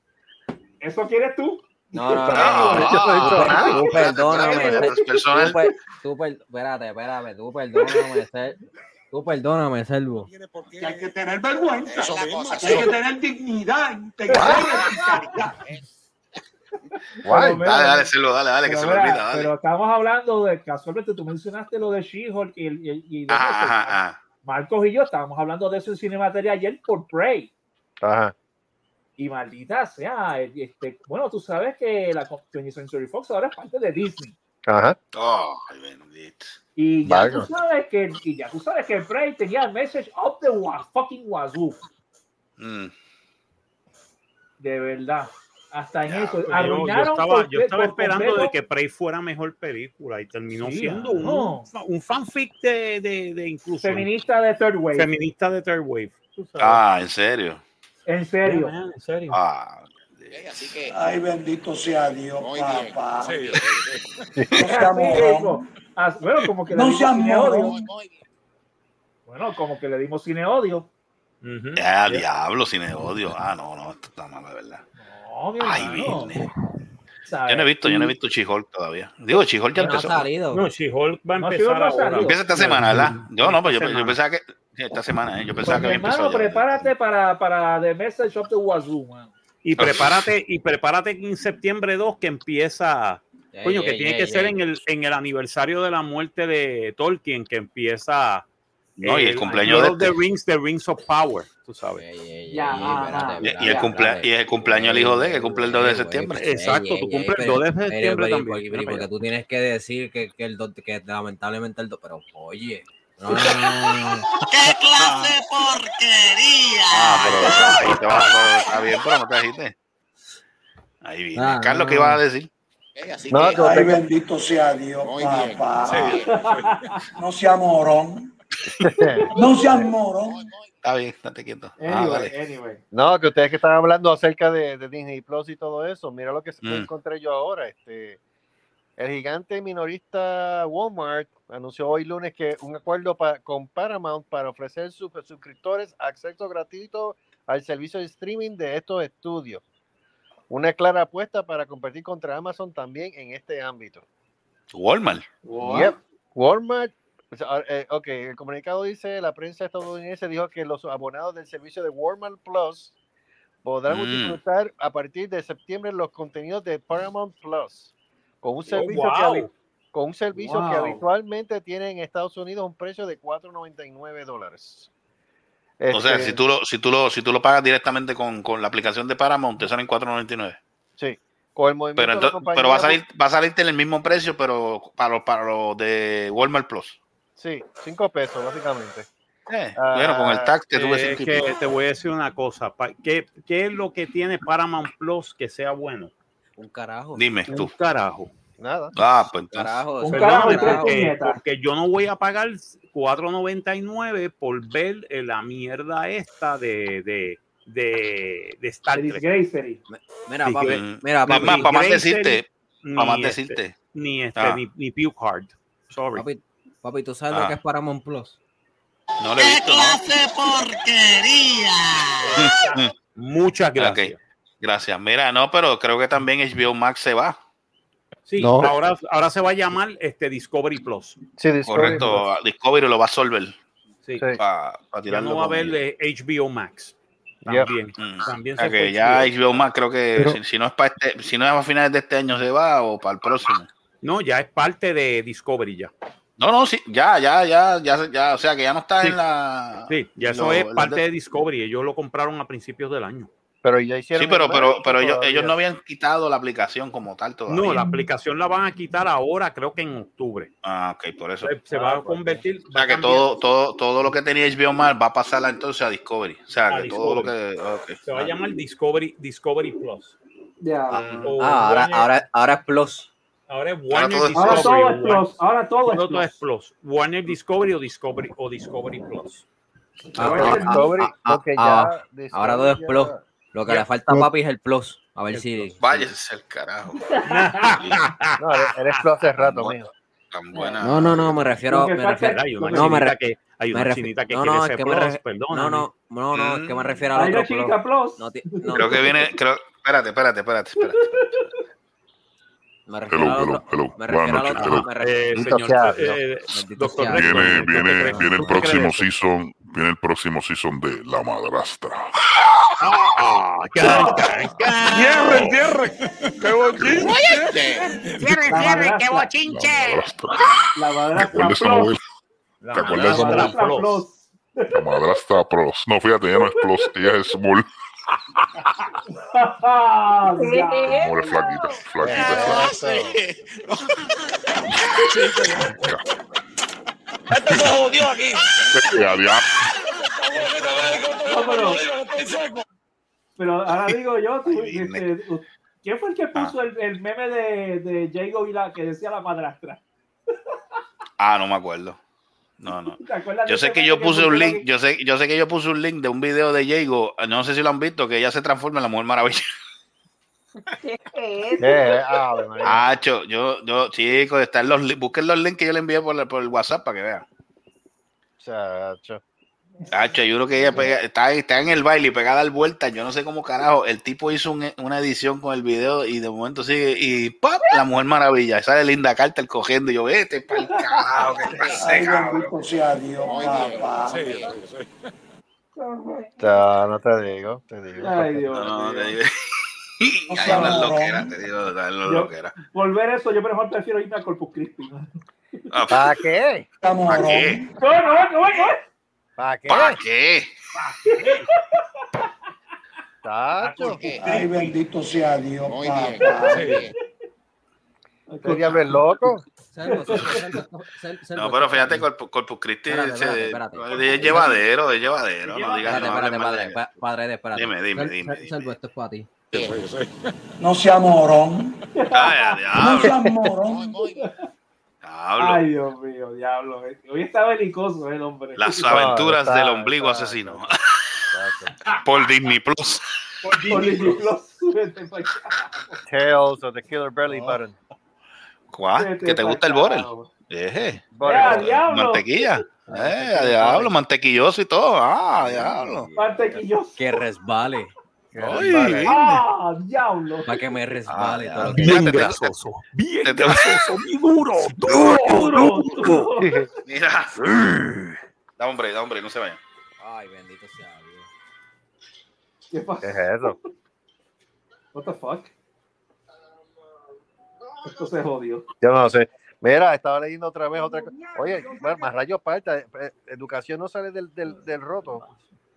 Speaker 8: ¿Eso quieres tú?
Speaker 9: No,
Speaker 10: Ah,
Speaker 9: no, no.
Speaker 4: No,
Speaker 9: no,
Speaker 4: yo no he
Speaker 9: tú
Speaker 4: dicho
Speaker 9: per-
Speaker 4: nada.
Speaker 9: Tú perdóname.
Speaker 4: Personal.
Speaker 9: Tú, per- tú per- espérate, espérate. Tú perdóname, Sel- tú perdóname, Selvo.
Speaker 8: Que hay que tener vergüenza.
Speaker 2: Eso mismo,
Speaker 8: que
Speaker 2: sí.
Speaker 8: hay que tener dignidad, integridad y caridad.
Speaker 10: Dale,
Speaker 8: mira,
Speaker 10: dale, Selvo, dale, dale, que
Speaker 8: Pero
Speaker 10: se me
Speaker 8: mira,
Speaker 10: olvida, dale.
Speaker 8: Pero estamos hablando de casualmente, tú mencionaste lo de She-Hulk y, el- y el- y de
Speaker 10: Ajá,
Speaker 8: eso.
Speaker 10: ajá, ajá.
Speaker 8: Marcos y yo estábamos hablando de eso en Cinemateria ayer por Prey.
Speaker 4: Ajá.
Speaker 8: Y maldita sea, este, bueno, tú sabes que la 20th Century Fox ahora es parte de Disney.
Speaker 4: Ajá.
Speaker 10: Ay, bendito.
Speaker 8: Y ya,
Speaker 4: Vaya.
Speaker 8: tú sabes que, y ya tú sabes que Prey tenía el message of the wa- fucking wazoo.
Speaker 10: Mm.
Speaker 8: De verdad. Hasta en eso.
Speaker 3: Yo, yo
Speaker 8: Arruinaron
Speaker 3: estaba, yo
Speaker 8: comple-
Speaker 3: estaba
Speaker 8: por
Speaker 3: esperando
Speaker 8: completo-
Speaker 3: de que Prey fuera mejor película y terminó
Speaker 8: Sí,
Speaker 3: siendo
Speaker 8: ah, no.
Speaker 3: un, fa- un fanfic de, de, de inclusión.
Speaker 8: Feminista de Third Wave.
Speaker 3: Feminista de Third Wave. tú sabes.
Speaker 10: Ah, en serio.
Speaker 8: En serio.
Speaker 3: en serio.
Speaker 10: Ah,
Speaker 8: Ay, bendito sea Dios, papá.
Speaker 1: No sea morón.
Speaker 8: bueno, como que le
Speaker 1: No
Speaker 8: dimos
Speaker 1: sea
Speaker 8: cine
Speaker 1: morón.
Speaker 8: odio. Bueno, como que le dimos cine odio.
Speaker 10: ya, diablo, sin el odio. Ah, no, no, esto está mal, de verdad.
Speaker 8: No, mi
Speaker 10: Ay,
Speaker 8: hermano.
Speaker 10: Virgen.
Speaker 8: ¿Sabes?
Speaker 10: Yo no he visto, yo no he visto Chihol todavía. Digo, Chihol ya
Speaker 8: No ha
Speaker 10: empezó.
Speaker 8: salido.
Speaker 3: No, She-Hulk va a
Speaker 8: No,
Speaker 3: empezar
Speaker 8: She-Hulk no ha
Speaker 3: ahora.
Speaker 8: salido.
Speaker 10: Empieza esta semana, ¿verdad? Yo no, pues yo,
Speaker 3: Esta
Speaker 10: yo
Speaker 3: semana.
Speaker 10: pensaba que. sí, Esta semana, ¿eh? Yo pensaba
Speaker 8: Pues,
Speaker 10: que había
Speaker 8: hermano,
Speaker 10: empezado. ya.
Speaker 8: prepárate para, para The Message of the Wazoo, mano.
Speaker 3: Y prepárate, y prepárate que en septiembre 2 que empieza.
Speaker 8: Ey,
Speaker 3: coño, que
Speaker 8: ey,
Speaker 3: tiene
Speaker 8: ey,
Speaker 3: que ser
Speaker 8: ey.
Speaker 3: en el, en el aniversario de la muerte de Tolkien, que empieza.
Speaker 10: No, y el cumpleaños
Speaker 3: Lord of
Speaker 10: de
Speaker 3: the
Speaker 10: este.
Speaker 3: Rings, The Rings of Power, tú sabes.
Speaker 10: Y, y el cumplea- y el cumpleaños del hijo de él, que cumple el 2 de septiembre.
Speaker 3: Exacto, tú cumples el 2 de septiembre
Speaker 9: también.
Speaker 3: también. Mira para
Speaker 9: porque
Speaker 3: allá.
Speaker 9: tú tienes que decir que, que el do- que lamentablemente el do- pero oye. No, no, no, no.
Speaker 2: ¡Qué clase de porquería!
Speaker 10: Ah, pero ahí te vas, pero está bien, pero no te agites. Ahí viene.
Speaker 9: Ah,
Speaker 10: Carlos, ¿qué
Speaker 9: no.
Speaker 10: ibas a decir?
Speaker 1: No,
Speaker 10: que- Ay,
Speaker 1: bendito sea Dios, papá. No sea morón.
Speaker 4: No
Speaker 1: seas morón.
Speaker 10: Está bien, estate quieto. Ah,
Speaker 4: Anyway,
Speaker 10: dale.
Speaker 4: No, que ustedes que están hablando acerca de, de Disney Plus y todo eso, mira lo que
Speaker 10: Mm.
Speaker 4: encontré yo ahora. Este, el gigante minorista Walmart anunció hoy lunes que un acuerdo pa- con Paramount para ofrecer sus suscriptores acceso gratuito al servicio de streaming de estos estudios. Una clara apuesta para competir contra Amazon también en este ámbito.
Speaker 10: Walmart.
Speaker 4: Yep. Walmart. o sea, eh, Ok, el comunicado dice, la prensa estadounidense dijo que los abonados del servicio de Walmart Plus podrán
Speaker 10: Mm.
Speaker 4: disfrutar a partir de septiembre los contenidos de Paramount Plus, con
Speaker 10: Oh,
Speaker 4: un servicio, que,
Speaker 3: wow.
Speaker 4: habi- con un servicio que
Speaker 3: Wow.
Speaker 4: habitualmente tiene en Estados Unidos un precio de 4.99 dólares.
Speaker 10: O sea,
Speaker 4: Este-
Speaker 10: si tú lo, si tú lo, si tú lo pagas directamente con, con la aplicación de Paramount, te salen 4.99.
Speaker 4: Sí, con el movimiento
Speaker 10: Pero,
Speaker 4: de la
Speaker 10: ento-
Speaker 4: compañía
Speaker 10: pero va a
Speaker 4: por-
Speaker 10: salir, va a salirte en el mismo precio, pero para los para los de Walmart Plus.
Speaker 4: Sí, 5 pesos básicamente.
Speaker 10: Eh,
Speaker 4: Ah,
Speaker 10: bueno, con el tax te sube
Speaker 3: Eh,
Speaker 10: cinco y
Speaker 3: que
Speaker 10: pico.
Speaker 3: te voy a decir una cosa. pa- ¿Qué, qué es lo que tiene Paramount Plus que sea bueno?
Speaker 9: Un carajo.
Speaker 10: Dime
Speaker 3: Un
Speaker 10: tú.
Speaker 3: carajo.
Speaker 4: Nada.
Speaker 10: Ah, pues entonces.
Speaker 9: Carajo,
Speaker 3: Un
Speaker 9: eso es
Speaker 3: carajo,
Speaker 9: un carajo.
Speaker 3: porque, porque yo no voy a pagar 4.99 por ver eh, la mierda esta de, de, de, de Star Trek.
Speaker 9: Mira,
Speaker 3: Dick
Speaker 9: papi,
Speaker 3: Gra-
Speaker 9: mira,
Speaker 3: ni Dick
Speaker 9: papi. Para más
Speaker 3: Grayson,
Speaker 9: decirte,
Speaker 3: ni
Speaker 9: para más
Speaker 3: este-
Speaker 9: decirte.
Speaker 3: Ni este,
Speaker 9: Ah.
Speaker 3: ni, ni Pew Hard. Sorry.
Speaker 9: Papi, papi, tú sabes
Speaker 3: Ah.
Speaker 9: lo que es Paramount Plus.
Speaker 10: No
Speaker 3: le he visto,
Speaker 16: ¡Clase porquería!
Speaker 3: Muchas
Speaker 10: gracias. Gracias. Mira, no, pero creo que también HBO Max se va.
Speaker 3: Sí,
Speaker 10: No.
Speaker 3: ahora, ahora se va a llamar este Discovery Plus.
Speaker 10: Correcto. Discovery lo va a solver.
Speaker 3: Sí.
Speaker 10: Pa- pa
Speaker 3: Ya
Speaker 10: tirarlo
Speaker 3: no va a
Speaker 10: con-
Speaker 3: haber eh, HBO Max. También.
Speaker 10: Mm.
Speaker 3: también
Speaker 10: O sea
Speaker 3: se
Speaker 10: que
Speaker 3: fue
Speaker 10: ya
Speaker 3: HBO.
Speaker 10: HBO Max creo que
Speaker 3: Pero-
Speaker 10: si, si no es para este, si no es a finales de este año se va o para el próximo.
Speaker 3: No, ya es parte de Discovery ya.
Speaker 10: No, no, sí, ya, ya, ya, ya, ya, o sea que ya no está
Speaker 3: Sí.
Speaker 10: en la.
Speaker 3: Sí, ya eso
Speaker 10: lo-
Speaker 3: es
Speaker 10: la-
Speaker 3: parte de Discovery. Ellos lo compraron a principios del año.
Speaker 4: Pero ya
Speaker 10: Sí, pero, pero, pero ellos, ellos no habían quitado la aplicación como tal todavía.
Speaker 3: No, la aplicación la van a quitar ahora, creo que en octubre.
Speaker 10: Ah, ok, por eso.
Speaker 3: Se, se va a convertir.
Speaker 10: Ah, pues, O sea que todo, todo, todo lo que tenía HBO Max va a pasar entonces a Discovery. O sea,
Speaker 3: A
Speaker 10: que todo lo
Speaker 3: Discovery.
Speaker 10: que. ah, ok.
Speaker 3: Se va a llamar Discovery, Discovery Plus. O
Speaker 9: Ah, ahora,
Speaker 3: Warner-
Speaker 9: ahora, ahora es Plus.
Speaker 3: ahora es
Speaker 9: ahora
Speaker 3: Warner
Speaker 9: todo es
Speaker 3: Discovery.
Speaker 9: Plus. Ahora todo es
Speaker 3: o Warner-
Speaker 9: Plus, ahora todo es
Speaker 3: ahora es Plus. Warner Discovery o Discovery o Discovery Plus.
Speaker 9: Ah,
Speaker 3: Warner
Speaker 9: ah,
Speaker 3: Discovery,
Speaker 9: ah, ah,
Speaker 3: porque
Speaker 9: ah,
Speaker 3: ya
Speaker 9: ahora todo es
Speaker 3: Discovery
Speaker 9: Plus.
Speaker 3: ya-
Speaker 9: Lo que
Speaker 3: Ya.
Speaker 9: le falta a papi es el Plus. A ver si.
Speaker 10: Váyase al carajo.
Speaker 4: No, eres Plus hace rato, mijo.
Speaker 10: Tan buena.
Speaker 9: No, no, no, me refiero.
Speaker 4: Porque
Speaker 9: Me
Speaker 4: falta-
Speaker 9: refiero
Speaker 4: Hay una
Speaker 9: no, me
Speaker 4: chinita
Speaker 9: re-
Speaker 4: que- hay
Speaker 9: me
Speaker 4: una
Speaker 9: refi-
Speaker 4: chinita que
Speaker 9: no,
Speaker 4: quiere
Speaker 9: no, es
Speaker 4: ser
Speaker 9: que me
Speaker 4: plus,
Speaker 9: re-
Speaker 4: perdóname.
Speaker 9: No, no, no, no, es que me refiero
Speaker 4: Hay
Speaker 9: al
Speaker 4: una
Speaker 9: otro
Speaker 4: chinita
Speaker 9: plus. No ti- no,
Speaker 10: Mm. Creo que viene. Creo, espérate, espérate, espérate. espérate.
Speaker 9: Me refiero
Speaker 10: Hello,
Speaker 9: al
Speaker 10: hello,
Speaker 9: otro.
Speaker 10: hello.
Speaker 9: Ah, Me
Speaker 10: Buenas
Speaker 9: refiero al
Speaker 10: noches,
Speaker 9: otro.
Speaker 10: hello.
Speaker 9: Me refiero
Speaker 3: Eh, señor, eh, doctor Rex,
Speaker 6: Viene,
Speaker 3: ¿tú qué
Speaker 6: viene,
Speaker 3: crees?
Speaker 6: viene el
Speaker 3: ¿Tú qué crees de
Speaker 6: próximo
Speaker 3: eso?
Speaker 6: season. Viene el próximo season de La Madrastra.
Speaker 3: Ah, can, can, can.
Speaker 16: ¡Cierre,
Speaker 6: cierre! ¡Qué
Speaker 16: bochinche! ¡Cierre, cierre! ¡Qué bochinche!
Speaker 8: La
Speaker 6: ¿Te acuerdas de esa novela? ¿Te acuerdas de esa novela? La Madrastra Plus. No, fíjate, ella no es Plus, ella es Small.
Speaker 8: Ah,
Speaker 6: Small es flaquita,
Speaker 4: Eh,
Speaker 6: flaquita, flaquita.
Speaker 10: Ah,
Speaker 16: Esto se jodió aquí.
Speaker 6: Ya, ya.
Speaker 8: Pero ahora digo yo, tú, este, u- ¿quién fue el que puso el, el meme de, de Jago y la que decía la madrastra?
Speaker 10: Ah, no me acuerdo. No, no.
Speaker 8: ¿Te acuerdas
Speaker 10: Yo
Speaker 8: de
Speaker 10: sé
Speaker 8: ese
Speaker 10: que
Speaker 8: meme
Speaker 10: yo puse un
Speaker 8: pusieron
Speaker 10: link, yo sé, yo sé que yo puse un link de un video de Diego, ah, no sé si lo han visto, que ella se transforma en la Mujer Maravilla.
Speaker 7: ¿Qué
Speaker 4: Eh,
Speaker 7: es?
Speaker 10: Ah, cho, yo, yo, chicos, están los, li- busquen los links que yo le envié por, la- por el WhatsApp para que vean.
Speaker 4: Chacho.
Speaker 10: Ah, cho, yo creo que ella pega- está, está en el baile y pegada al vuelta, yo no sé cómo carajo, el tipo hizo un- una edición con el video y de momento sigue y ¡pap! La Mujer Maravilla, y sale Linda Carter cogiendo y yo, vete pa'l carajo, que te hace,
Speaker 13: Ay,
Speaker 10: cabrón".
Speaker 13: bendito sea Dios, papá.
Speaker 4: No, no te digo, te digo.
Speaker 8: Ay, Dios
Speaker 10: No,
Speaker 8: mío.
Speaker 10: te digo. Hay
Speaker 8: sea,
Speaker 10: una
Speaker 8: morón.
Speaker 10: loquera, te digo, hay una
Speaker 8: Yo-
Speaker 10: loquera.
Speaker 8: Volver eso, yo mejor prefiero irme al Corpus Christi.
Speaker 10: Ah.
Speaker 4: ¿Para qué?
Speaker 10: ¿Para qué?
Speaker 8: No, no, no, no.
Speaker 4: ¿Para qué?
Speaker 10: ¿Para qué?
Speaker 9: Ah,
Speaker 4: Chacho.
Speaker 13: Ay, bendito sea Dios,
Speaker 4: Muy bien,
Speaker 13: papá.
Speaker 4: muy bien. ¿Qué diablo es loco?
Speaker 10: No, pero fíjate, Corpus, Corpus Christi
Speaker 9: Espérate,
Speaker 10: se-
Speaker 9: espérate, espérate.
Speaker 10: es llevadero, es llevadero. No digas
Speaker 9: Espérate,
Speaker 10: no
Speaker 9: espérate,
Speaker 10: hables mal
Speaker 9: padre,
Speaker 10: de-
Speaker 9: pa- padre, espérate.
Speaker 10: Dime, dime,
Speaker 9: Sal-
Speaker 10: dime, Eh,
Speaker 9: sal- pues, Salvo, esto es para ti.
Speaker 13: No sea morón.
Speaker 10: Ay,
Speaker 13: No
Speaker 10: diablo,
Speaker 13: sea morón.
Speaker 10: diablo.
Speaker 8: Ay, Dios mío, diablo. eh. Hoy está belicoso eh, el hombre.
Speaker 10: Las aventuras del ombligo asesino. Por Disney Plus.
Speaker 4: Tales of the Killer Belly Button.
Speaker 10: ¿Cuá? ¿Que te gusta el Borel? Eje.
Speaker 4: Borel.
Speaker 8: Ya, diablo.
Speaker 10: Mantequilla. Eh, a diablo, mantequilloso y todo. Ah, diablo.
Speaker 8: Mantequilloso.
Speaker 9: Que resbale.
Speaker 10: Ay.
Speaker 8: ¡Ah, diablo!
Speaker 9: Para que me resbale. todo lo que-
Speaker 10: Mira, te- te- te- te-
Speaker 3: duro,
Speaker 8: duro, duro.
Speaker 10: Mira. Da hombre, da hombre, no se vayan.
Speaker 9: Ay, bendito sea Dios.
Speaker 8: ¿Qué pasa?
Speaker 4: ¿Qué es eso?
Speaker 8: What the fuck? Esto se jodió.
Speaker 4: Yo Um, uh, no sé. Mira, estaba leyendo otra vez otra cosa. Oye, bueno, más rayos parta. eh, Educación no sale del, del, del roto.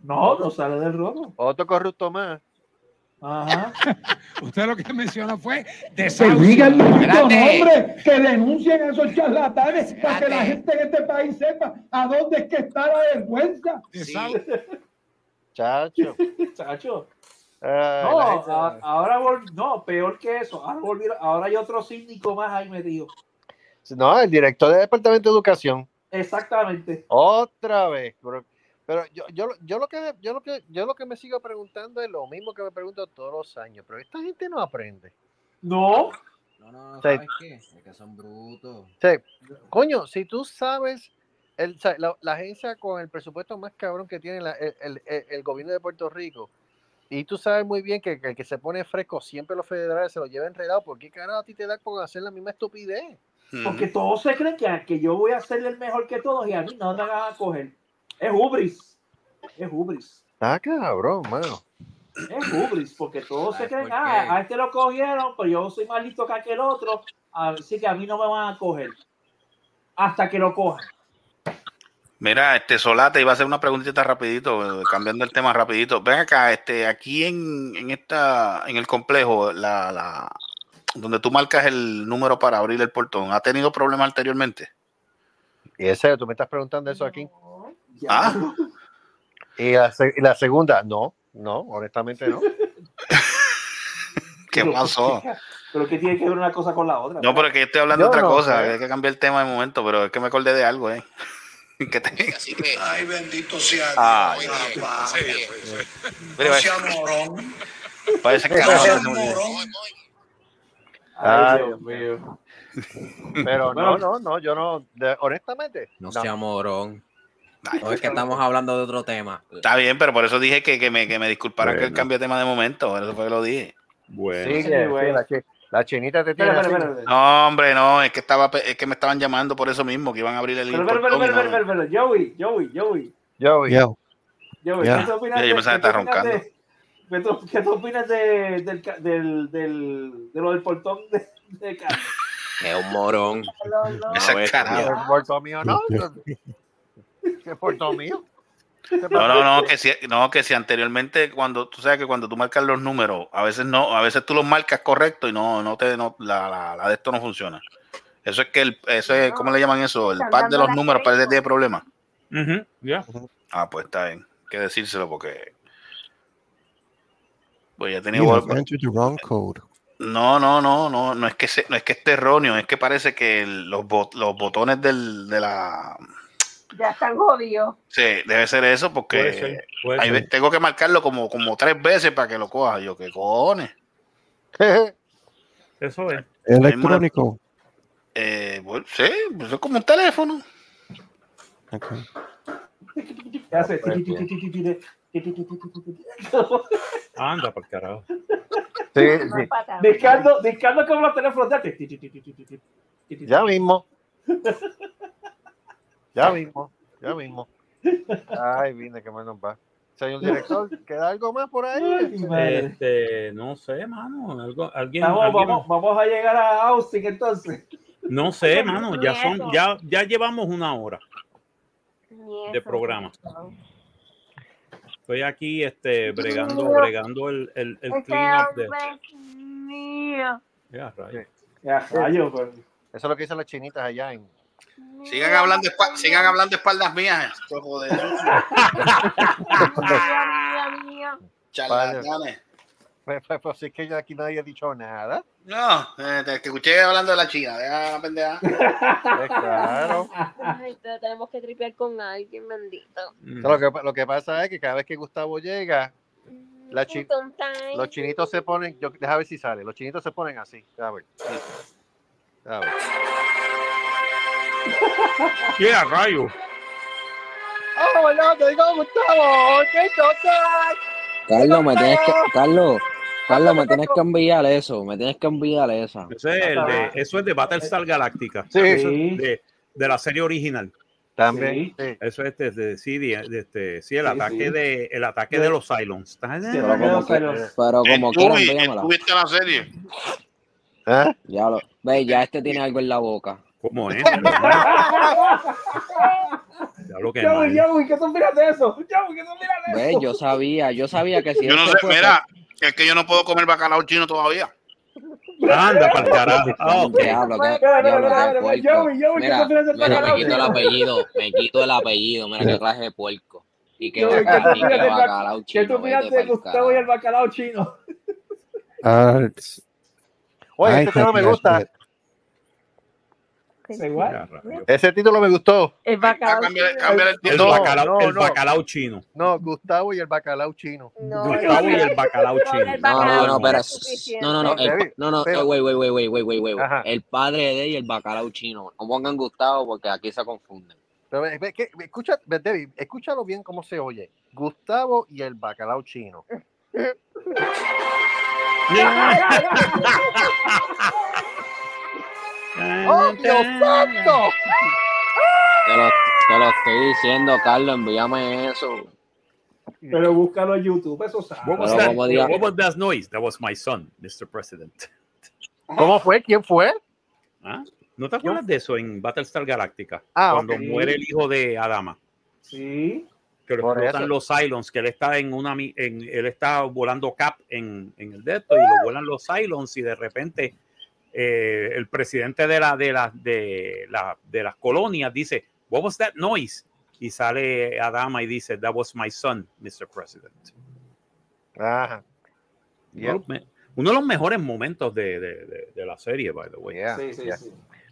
Speaker 8: No, no sale del robo.
Speaker 4: Otro corrupto más.
Speaker 8: Ajá.
Speaker 17: Usted lo que mencionó fue
Speaker 10: Pues,
Speaker 13: Que digan los
Speaker 17: Espérate.
Speaker 13: nombres, que denuncien a esos charlatanes para que la gente en este país sepa a dónde es que está la vergüenza.
Speaker 4: Chacho.
Speaker 8: Chacho.
Speaker 4: Ay,
Speaker 8: No,
Speaker 4: la gente-
Speaker 8: a- ahora vol- no, peor que eso. Ahora, volvieron- ahora hay otro síndico más ahí metido.
Speaker 4: No, el director del Departamento de Educación.
Speaker 8: Exactamente.
Speaker 4: Otra vez. bro. Pero, Pero yo, yo, yo lo que yo lo que yo lo que me sigo preguntando es lo mismo que me pregunto todos los años, pero esta gente no aprende.
Speaker 8: No.
Speaker 12: No, no,
Speaker 4: Sí.
Speaker 12: no, ¿sabes qué? Es que son brutos.
Speaker 4: O sea, coño, si tú sabes, el, o sea, la, la agencia con el presupuesto más cabrón que tiene la- el, el- el- el gobierno de Puerto Rico, y tú sabes muy bien que, que el que se pone fresco siempre los federales se lo lleva enredado, ¿por qué carajo a ti te da por hacer la misma estupidez?
Speaker 10: Mm,
Speaker 8: Porque todos se creen que, que yo voy a ser el mejor que todos y a mí no me van a coger. Es hubris. Es hubris.
Speaker 4: Ah, cabrón, mano.
Speaker 8: Es hubris. Porque todos se
Speaker 4: Ay,
Speaker 8: creen,
Speaker 4: ¿por
Speaker 8: ah,
Speaker 4: qué?
Speaker 8: a este lo cogieron, pero yo soy más listo que aquel otro. Así que a mí no me van a coger. Hasta que lo cojan.
Speaker 10: Mira, este Solate iba a hacer una preguntita rapidito, eh, cambiando el tema rapidito. Ven acá, este, aquí en, en esta, en el complejo, la, la, donde tú marcas el número para abrir el portón, ¿ha tenido problemas anteriormente?
Speaker 4: Y ese, tú me estás preguntando eso aquí.
Speaker 10: Ah,
Speaker 4: Y la, se- y la segunda, no, no, honestamente no.
Speaker 10: ¿qué pasó?
Speaker 8: Pero que tiene que ver una cosa con la otra.
Speaker 10: No, pues, pero es que yo estoy hablando de
Speaker 8: Yo
Speaker 10: otra
Speaker 8: no
Speaker 10: cosa,
Speaker 8: sé.
Speaker 10: hay que cambiar el tema de momento, pero es que me acordé de algo, ¿eh? Que te-
Speaker 16: Ay, bendito sea.
Speaker 10: Ah,
Speaker 16: Dios, papá.
Speaker 10: Mira,
Speaker 16: No
Speaker 10: ve.
Speaker 16: sea morón.
Speaker 10: Parece que
Speaker 16: No sea
Speaker 10: se me olvidó.
Speaker 16: morón.
Speaker 4: Ay,
Speaker 16: Ay,
Speaker 4: Dios mío. Pero no, no, no, yo no, de- honestamente.
Speaker 12: No, sea morón. No es que estamos hablando de otro tema.
Speaker 10: Está bien, pero por eso dije que, que me, que me disculparan que el cambio de tema de momento, por eso fue que lo dije.
Speaker 4: Sí, que- sí, la, chi- la chinita te tiene.
Speaker 10: Espera, espera,
Speaker 4: así.
Speaker 10: espera. No, hombre, no, es que estaba pe- es que me estaban llamando por eso mismo, que iban a abrir el
Speaker 8: Pero, pero, pero,
Speaker 10: portón y
Speaker 8: pero,
Speaker 10: no-
Speaker 8: pero, pero, pero, Joey, Joey, Joey.
Speaker 4: Joey.
Speaker 8: Joey,
Speaker 10: Ya.
Speaker 8: ¿qué tú opinas
Speaker 10: Ya, yo
Speaker 8: de-
Speaker 10: pensaba que
Speaker 8: qué tú
Speaker 10: estaba
Speaker 8: opinas de- ¿Qué tú, qué tú opinas de, del, ca- del, del, de lo del portón de, de Carlos?
Speaker 12: Es un morón.
Speaker 10: Ese
Speaker 12: No, es-
Speaker 10: carajo.
Speaker 4: El Ah, puerto mío, no. ¿Qué puerto mío?
Speaker 10: No, no, no, que si, no, que si anteriormente cuando tú sabes que cuando tú marcas los números, a veces no, a veces tú los marcas correcto y no, no te, no, la, la, la de esto no funciona. Eso es que el, eso es, ¿cómo le llaman eso? El pad de los números parece que tiene problemas.
Speaker 3: Ya.
Speaker 10: Ah, pues está bien, hay que decírselo porque pues ya tenía
Speaker 5: You have entered the wrong code.
Speaker 10: No, no, no, no, no es que se- no es que esté erróneo, es que parece que el- los, bot- los botones del, de la
Speaker 7: Ya están jodidos.
Speaker 10: Sí, debe ser eso porque
Speaker 18: Puede ser, puede
Speaker 10: Eh, ahí
Speaker 18: ser.
Speaker 10: ve- tengo que marcarlo como, como tres veces para que lo coja. Yo, ¿qué cojones?
Speaker 3: Eso es.
Speaker 5: Electrónico.
Speaker 10: Eh, bueno, sí, pues eso es como un teléfono.
Speaker 8: ¿Qué hace?
Speaker 4: Pues,
Speaker 3: Anda, por carajo.
Speaker 8: Discando, discando como los teléfonos de antes.
Speaker 4: Ya mismo. Ya mismo, ya mismo. Ay, vine, que menos va. Señor director, ¿queda algo más por ahí?
Speaker 3: Este, no sé, mano. algo- alguien,
Speaker 8: Vamos,
Speaker 3: alguien-
Speaker 8: vamos, vamos a llegar a Austin entonces.
Speaker 3: No sé, mano. Ya, son, ya, ya llevamos una hora de programa. Estoy aquí este, bregando, bregando el, el, el cleanup de. Ya, rayo.
Speaker 8: rayo, pues. Eso
Speaker 4: es lo que dicen las chinitas allá en.
Speaker 10: Sigan hablando, espa- sigan hablando espaldas mías. Juego de sucio. Charlatanes.
Speaker 4: Pues, pues, pues, es que ya aquí nadie ha dicho nada.
Speaker 10: No, eh, te, te escuché hablando de la China, deja la pendeja.
Speaker 4: Pues, claro.
Speaker 7: Ay, pero tenemos que tripear con alguien, bendito.
Speaker 4: Lo, que, lo que pasa es que cada vez que Gustavo llega, la chi- los chinitos se ponen. Yo, deja ver si sale. Los chinitos se ponen así. A ver. A ver.
Speaker 3: Yeah, rayo.
Speaker 4: ¡Oh, bueno, te digo Gustavo! ¡Qué total!
Speaker 12: Carlos, me tienes que. Carlos, Carlos, me tienes que enviar eso. Me tienes que enviar eso.
Speaker 3: Ese es el de- Mm. eso es de Battlestar Galactica.
Speaker 12: Sí,
Speaker 3: Eso
Speaker 12: sí.
Speaker 3: es De, de la serie original.
Speaker 4: También,
Speaker 3: Eso es de, de- sí, de- de- este, sí, el
Speaker 10: Sí,
Speaker 3: ataque
Speaker 10: sí.
Speaker 3: de el ataque de los Cylons.
Speaker 12: Pero como, que- eh,
Speaker 10: Eh,
Speaker 12: pero como quieran,
Speaker 10: Estuve-
Speaker 12: véamela.
Speaker 10: estuviste en la serie.
Speaker 4: ¿Ah?
Speaker 12: Ya lo. Ve, ya este tiene algo en la boca.
Speaker 3: ¿Cómo es? lo que
Speaker 8: Joey, Joey, ¿qué tú opinas de eso? Joey, ¿qué tú opinas de
Speaker 12: Ve, yo sabía, yo sabía que si
Speaker 10: Yo no
Speaker 12: este
Speaker 10: sé,
Speaker 12: fuese-
Speaker 10: mira, es que yo no puedo comer bacalao chino todavía.
Speaker 3: Anda para el carajo. Ah, ok.
Speaker 12: Diablo, qué-
Speaker 10: Espera,
Speaker 12: diablo,
Speaker 10: espera,
Speaker 12: qué
Speaker 10: espera,
Speaker 12: puerco.
Speaker 10: Joey, Joey, ¿qué
Speaker 12: Mira,
Speaker 10: tú piensas de
Speaker 12: mira,
Speaker 10: Bacalao,
Speaker 12: me quito el
Speaker 10: tío?
Speaker 12: apellido, me quito el apellido, mira qué clase de puerco. Y qué
Speaker 8: Joey, ¿qué
Speaker 12: bacalao,
Speaker 8: tú
Speaker 12: y
Speaker 8: opinas
Speaker 12: qué
Speaker 8: del bac-
Speaker 12: bacalao
Speaker 8: ¿Qué tú
Speaker 12: chino,
Speaker 8: opinas
Speaker 12: vete
Speaker 8: de
Speaker 12: pa'l
Speaker 8: Gustavo y el bacalao chino?
Speaker 5: Arts.
Speaker 4: Oye,
Speaker 5: Ay,
Speaker 4: este tema me
Speaker 5: Tatiana
Speaker 4: gusta.
Speaker 5: Schmidt.
Speaker 4: Ese título me gustó.
Speaker 7: El bacalao.
Speaker 3: El bacalao, el bacalao chino.
Speaker 4: No, Gustavo y el bacalao chino.
Speaker 7: No,
Speaker 3: Gustavo y el bacalao chino.
Speaker 9: No, no, no, pero.
Speaker 4: suficiente.
Speaker 9: No, no, no. el pa- No, no,
Speaker 4: Pero-
Speaker 9: eh, güey, güey, güey, güey, güey, güey, güey. El padre de y el bacalao chino. No pongan Gustavo porque aquí se confunden.
Speaker 4: Pero ve- ve que- escucha, ve, Debbie, escúchalo bien cómo se oye. Gustavo y el bacalao chino.
Speaker 9: ¡Oh, Dios santo! Te lo, te lo estoy diciendo, Carlos, envíame eso.
Speaker 8: Pero búscalo en YouTube, eso sabe.
Speaker 18: What was
Speaker 9: Pero
Speaker 18: that?
Speaker 9: como diga-
Speaker 18: What was that noise? That was my son, Mr. President.
Speaker 4: ¿Cómo fue? ¿Quién fue?
Speaker 3: ¿Ah? ¿No te acuerdas de eso en Battlestar Galactica?
Speaker 4: Ah,
Speaker 3: cuando
Speaker 4: ok.
Speaker 3: muere el hijo de Adama.
Speaker 8: Sí.
Speaker 3: Que lo
Speaker 4: Por
Speaker 3: explotan
Speaker 4: eso.
Speaker 3: los Cylons, que él está en una mi- en, él está volando Cap en, en el dedo y
Speaker 4: ¡Ah!
Speaker 3: lo vuelan los Cylons y de repente eh, el presidente de la de las de la- de las colonias dice, "What was that noise?" y sale Adama y dice, "That was my son, Mr. President."
Speaker 4: Ajá.
Speaker 3: Uno, de los me- uno de los mejores momentos de, de- de- de la serie, by the way.
Speaker 4: pues, Yeah, yeah.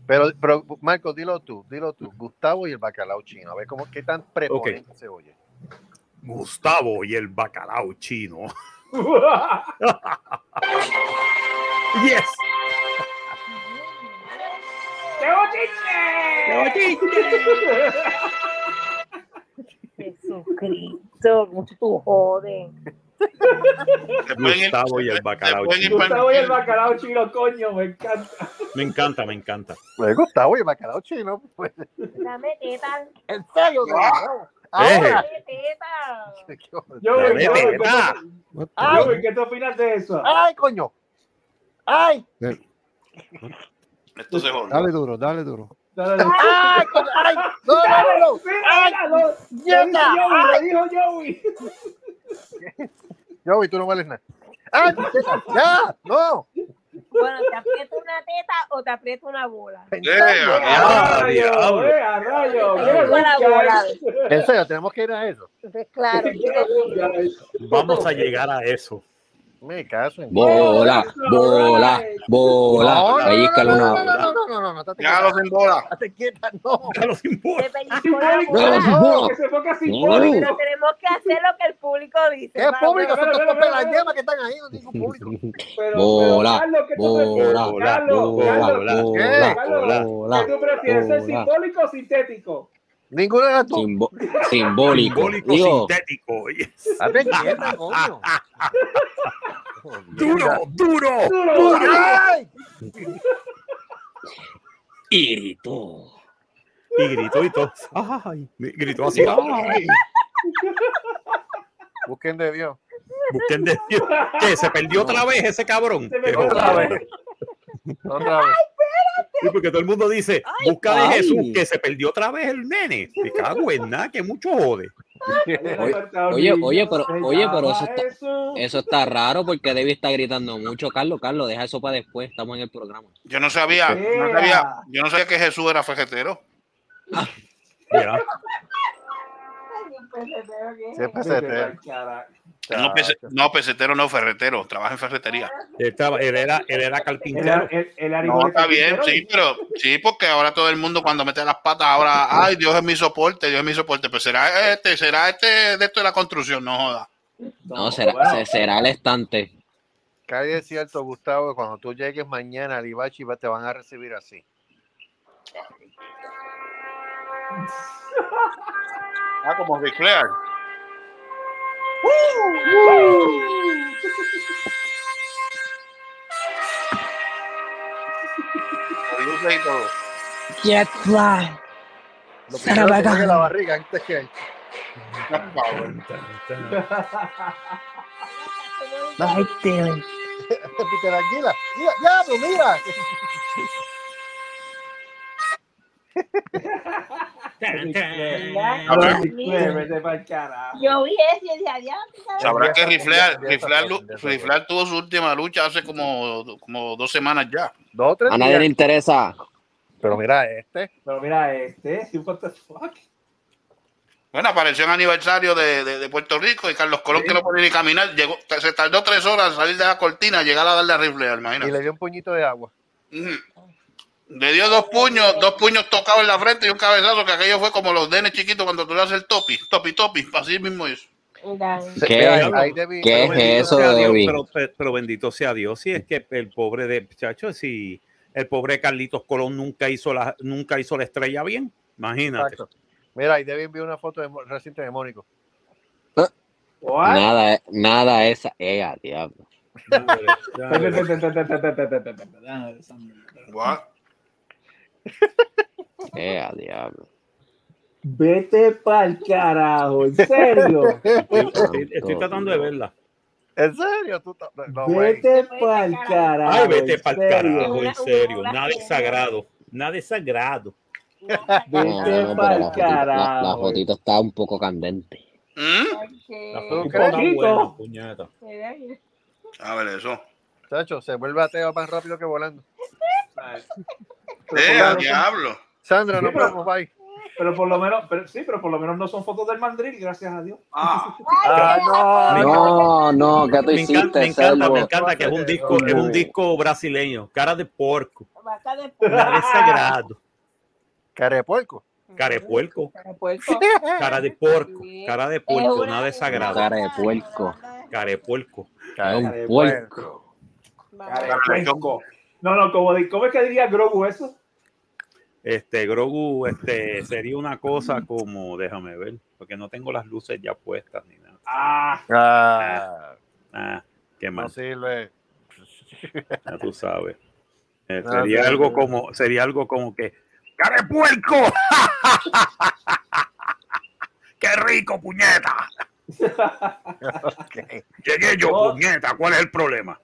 Speaker 4: Pero, pero, Marco, dilo tú, dilo tú. Gustavo y el bacalao chino. A ver cómo qué tan preponente se oye.
Speaker 3: Gustavo y el bacalao chino. yes.
Speaker 7: Jesucristo, mucho tú joden.
Speaker 3: Gustavo y el bacalao chino.
Speaker 8: Gustavo y el bacalao chino, coño, me encanta.
Speaker 3: Me encanta, me encanta.
Speaker 4: Me Pues, Gustavo y el bacalao chino. pues.
Speaker 7: Dame teta.
Speaker 4: En serio, de
Speaker 7: Ah.
Speaker 4: nuevo.
Speaker 3: Ahora.
Speaker 7: Dame teta.
Speaker 8: Yo,
Speaker 3: Dale,
Speaker 8: yo, yo,
Speaker 3: teta.
Speaker 4: Ah,
Speaker 8: Ay, Ah, güey, ¿qué te opinas de eso?
Speaker 3: Ah,
Speaker 4: ¡Ay, coño! ¡Ay!
Speaker 10: Esto se jodió.
Speaker 5: Dale duro, dale duro.
Speaker 8: Dale, dale.
Speaker 3: ah,
Speaker 4: ¡Ay, coño! ¡Ay! ¡No, no, no! no.
Speaker 8: Sí, mira, lo- lo dijo
Speaker 4: ¡Nieta!
Speaker 8: Joey,
Speaker 4: ¡Ay!
Speaker 8: lo dijo Joey.
Speaker 4: Joey, tú no vales nada. ¡Ay, nieta! ¡Ya! ¡No!
Speaker 7: Bueno, te aprieto una teta o te aprieto una bola.
Speaker 4: ¿En serio?
Speaker 3: Ah,
Speaker 8: Rayo,
Speaker 3: diablo.
Speaker 8: eh, a rayo.
Speaker 7: Te
Speaker 8: Mira,
Speaker 7: aprieto la
Speaker 8: Luis,
Speaker 7: bola.
Speaker 4: ¿En serio? ¿Tenemos que ir a eso?
Speaker 7: Pues claro.
Speaker 8: ya ves.
Speaker 3: Vamos a llegar a eso.
Speaker 4: Me caso en...
Speaker 9: Bola, bola, bola. Pellizcale una
Speaker 4: no,
Speaker 9: bola.
Speaker 4: no, no, no, no, no, estate
Speaker 10: Ya
Speaker 4: quieta,
Speaker 10: los en bola.
Speaker 4: estate quieta, no.
Speaker 7: Te
Speaker 8: Ah,
Speaker 7: pellizco la
Speaker 8: Simbólico,
Speaker 7: bola.
Speaker 8: no, que se ponga
Speaker 9: Uh,
Speaker 8: simbólico.
Speaker 7: Pero tenemos que hacer lo que el público dice.
Speaker 4: ¿Qué
Speaker 7: mano.
Speaker 4: público? Son
Speaker 8: Pero,
Speaker 4: dos
Speaker 8: pero, pero,
Speaker 4: pelas
Speaker 8: pero,
Speaker 4: yemas que están ahí, no digo público.
Speaker 8: Pero, pero,
Speaker 9: Bola,
Speaker 8: Carlos, ¿qué tú prefieres?
Speaker 9: bola,
Speaker 3: Hola,
Speaker 8: Carlos,
Speaker 9: bola,
Speaker 8: Carlos,
Speaker 9: bola,
Speaker 8: Carlos,
Speaker 9: bola,
Speaker 8: ¿qué tú prefieres, ser
Speaker 9: bola.
Speaker 8: simbólico o sintético?
Speaker 4: Ninguno de las dos.
Speaker 9: Simbo- simbólico.
Speaker 3: Simbólico,
Speaker 9: Digo,
Speaker 3: sintético. Yes.
Speaker 4: Hazte quieta, coño.
Speaker 3: Duro, duro.
Speaker 8: Duro.
Speaker 4: ¡Ay!
Speaker 9: y gritó.
Speaker 3: Y gritó y todo. Ay, gritó así. Ay.
Speaker 4: Busquen de Dios.
Speaker 3: Busquen de Dios. ¿Qué? ¿Se perdió otra vez ese cabrón?
Speaker 8: Se me
Speaker 3: Qué
Speaker 8: fue
Speaker 3: joder.
Speaker 4: Otra vez. Otra vez.
Speaker 3: Sí, porque todo el mundo dice, busca de
Speaker 9: ay.
Speaker 3: Jesús, que se perdió otra vez el nene. Te cago en nada, que mucho jode.
Speaker 9: Oye, oye, pero, oye, pero eso está, eh,
Speaker 8: Eso.
Speaker 9: eso está raro porque Debbie está gritando mucho. Carlos, Carlos, deja eso para después. Estamos en el programa.
Speaker 10: Yo no sabía, no sabía, yo no sabía que Jesús era fejetero.
Speaker 3: Mira,
Speaker 4: Siempre se te...
Speaker 8: Él
Speaker 10: No, pese- no, pesetero no, ferretero. Trabaja en ferretería.
Speaker 3: estaba- él, era, él era
Speaker 8: era-
Speaker 3: carpintero.
Speaker 8: él- él era hijo
Speaker 10: No,
Speaker 8: de
Speaker 10: está bien,
Speaker 8: carpintero.
Speaker 10: sí, pero sí, porque ahora todo el mundo cuando mete las patas, ahora, ay, Dios es mi soporte, Dios es mi soporte. Pues será este, será este de esto de la construcción, no joda.
Speaker 9: No, será,
Speaker 8: bueno.
Speaker 9: se- será el estante.
Speaker 4: Cae de cierto, Gustavo, que cuando tú llegues mañana al Ibachi va- te van a recibir así.
Speaker 10: Ah, como Ric Flair. Luces y todo.
Speaker 9: Jet fly.
Speaker 4: Lo primero que te llegue la barriga antes que...
Speaker 10: Por favor.
Speaker 4: Peter Aguila. Mira, diablo, mira.
Speaker 7: Dios
Speaker 8: Sí,
Speaker 7: mío.
Speaker 8: vete pa'l carajo.
Speaker 7: Yo vi eso y dije, adiós.
Speaker 10: Sabrá que Riflear,
Speaker 4: Ya está,
Speaker 10: Riflear,
Speaker 4: ya
Speaker 10: lu-
Speaker 4: está, ya está.
Speaker 10: Riflear tuvo su última lucha hace como, como dos semanas ya.
Speaker 4: Dos o tres
Speaker 9: A nadie le
Speaker 4: días.
Speaker 9: interesa.
Speaker 4: Pero mira este.
Speaker 8: Pero mira este, sí, what the fuck.
Speaker 10: Bueno, apareció en aniversario de, de- de Puerto Rico y Carlos Colón, que no podía ni caminar, llegó, se tardó tres horas en salir de la cortina, llegar a darle a Riflear,
Speaker 4: Y
Speaker 10: imagínate.
Speaker 4: le dio un puñito de agua.
Speaker 10: Ujú. Le dio dos puños, dos puños tocados en la frente y un cabezazo que aquello fue como los denes chiquitos cuando tú le haces el topi, topi, topi, así mismo es.
Speaker 3: ¿Qué,
Speaker 10: Ahí debí- ¿Qué pero es bendito eso, sea Debbie?
Speaker 3: Dios, pero, pero bendito sea Dios, si es que el pobre de muchacho, si el pobre Carlitos Colón nunca hizo la, nunca hizo la estrella bien, imagínate.
Speaker 4: Exacto. Mira, ahí Debbie envió una foto de Mo- reciente de Mónico.
Speaker 3: ¿Ah?
Speaker 9: eh,
Speaker 19: Nada, nada esa. Ea, diablo.
Speaker 9: eh,
Speaker 19: Ea, diablo.
Speaker 8: Vete pa'l carajo, en serio.
Speaker 3: Estoy, estoy tratando de verla.
Speaker 4: ¿En serio? Tú ta- no, güey.
Speaker 8: Vete pa'l carajo.
Speaker 3: Ay, vete para
Speaker 8: en serio.
Speaker 3: carajo, en serio. Nada es sagrado. Nada es sagrado.
Speaker 19: No, no, no, pero la, fotito, la,
Speaker 3: pa'l
Speaker 19: la
Speaker 3: carajo.
Speaker 19: fotito está un poco candente.
Speaker 10: ¿Mm? A ver, eso.
Speaker 4: Chacho, se vuelve ateo más rápido que volando.
Speaker 10: Eh,
Speaker 4: Claro.
Speaker 10: diablo.
Speaker 4: Sandra, no
Speaker 8: Sí, pero-
Speaker 4: podemos bye.
Speaker 8: Pero por lo menos, pero, sí, pero por lo menos no son fotos del mandril, gracias a Dios. Ah,
Speaker 19: No, no, ¿qué tú
Speaker 3: me encanta,
Speaker 19: hiciste,
Speaker 3: me encanta, me
Speaker 19: Selvo?
Speaker 3: encanta que es un disco, es un disco brasileño, cara de porco, nada es
Speaker 7: Cara
Speaker 3: sagrado. Cara de puerco. Cara de puerco,
Speaker 7: de puerco.
Speaker 3: cara de porco, cara de puerco, nada de sagrado.
Speaker 19: Cara de puerco.
Speaker 3: Cara de puerco.
Speaker 19: Es un puerco.
Speaker 8: No, no, como de- ¿cómo es que diría Grogu eso?
Speaker 3: Este Grogu, este sería una cosa como, déjame ver, porque no tengo las luces ya puestas ni nada.
Speaker 8: Ah,
Speaker 3: Ah, qué mal.
Speaker 4: No sirve.
Speaker 3: Ya tú sabes. Eh,
Speaker 4: No,
Speaker 3: sería
Speaker 4: sí,
Speaker 3: algo
Speaker 4: sí.
Speaker 3: como, sería algo como que ¡Cara de puerco! ¡Qué rico, puñeta! Llegué yo, puñeta. ¿Cuál es el problema?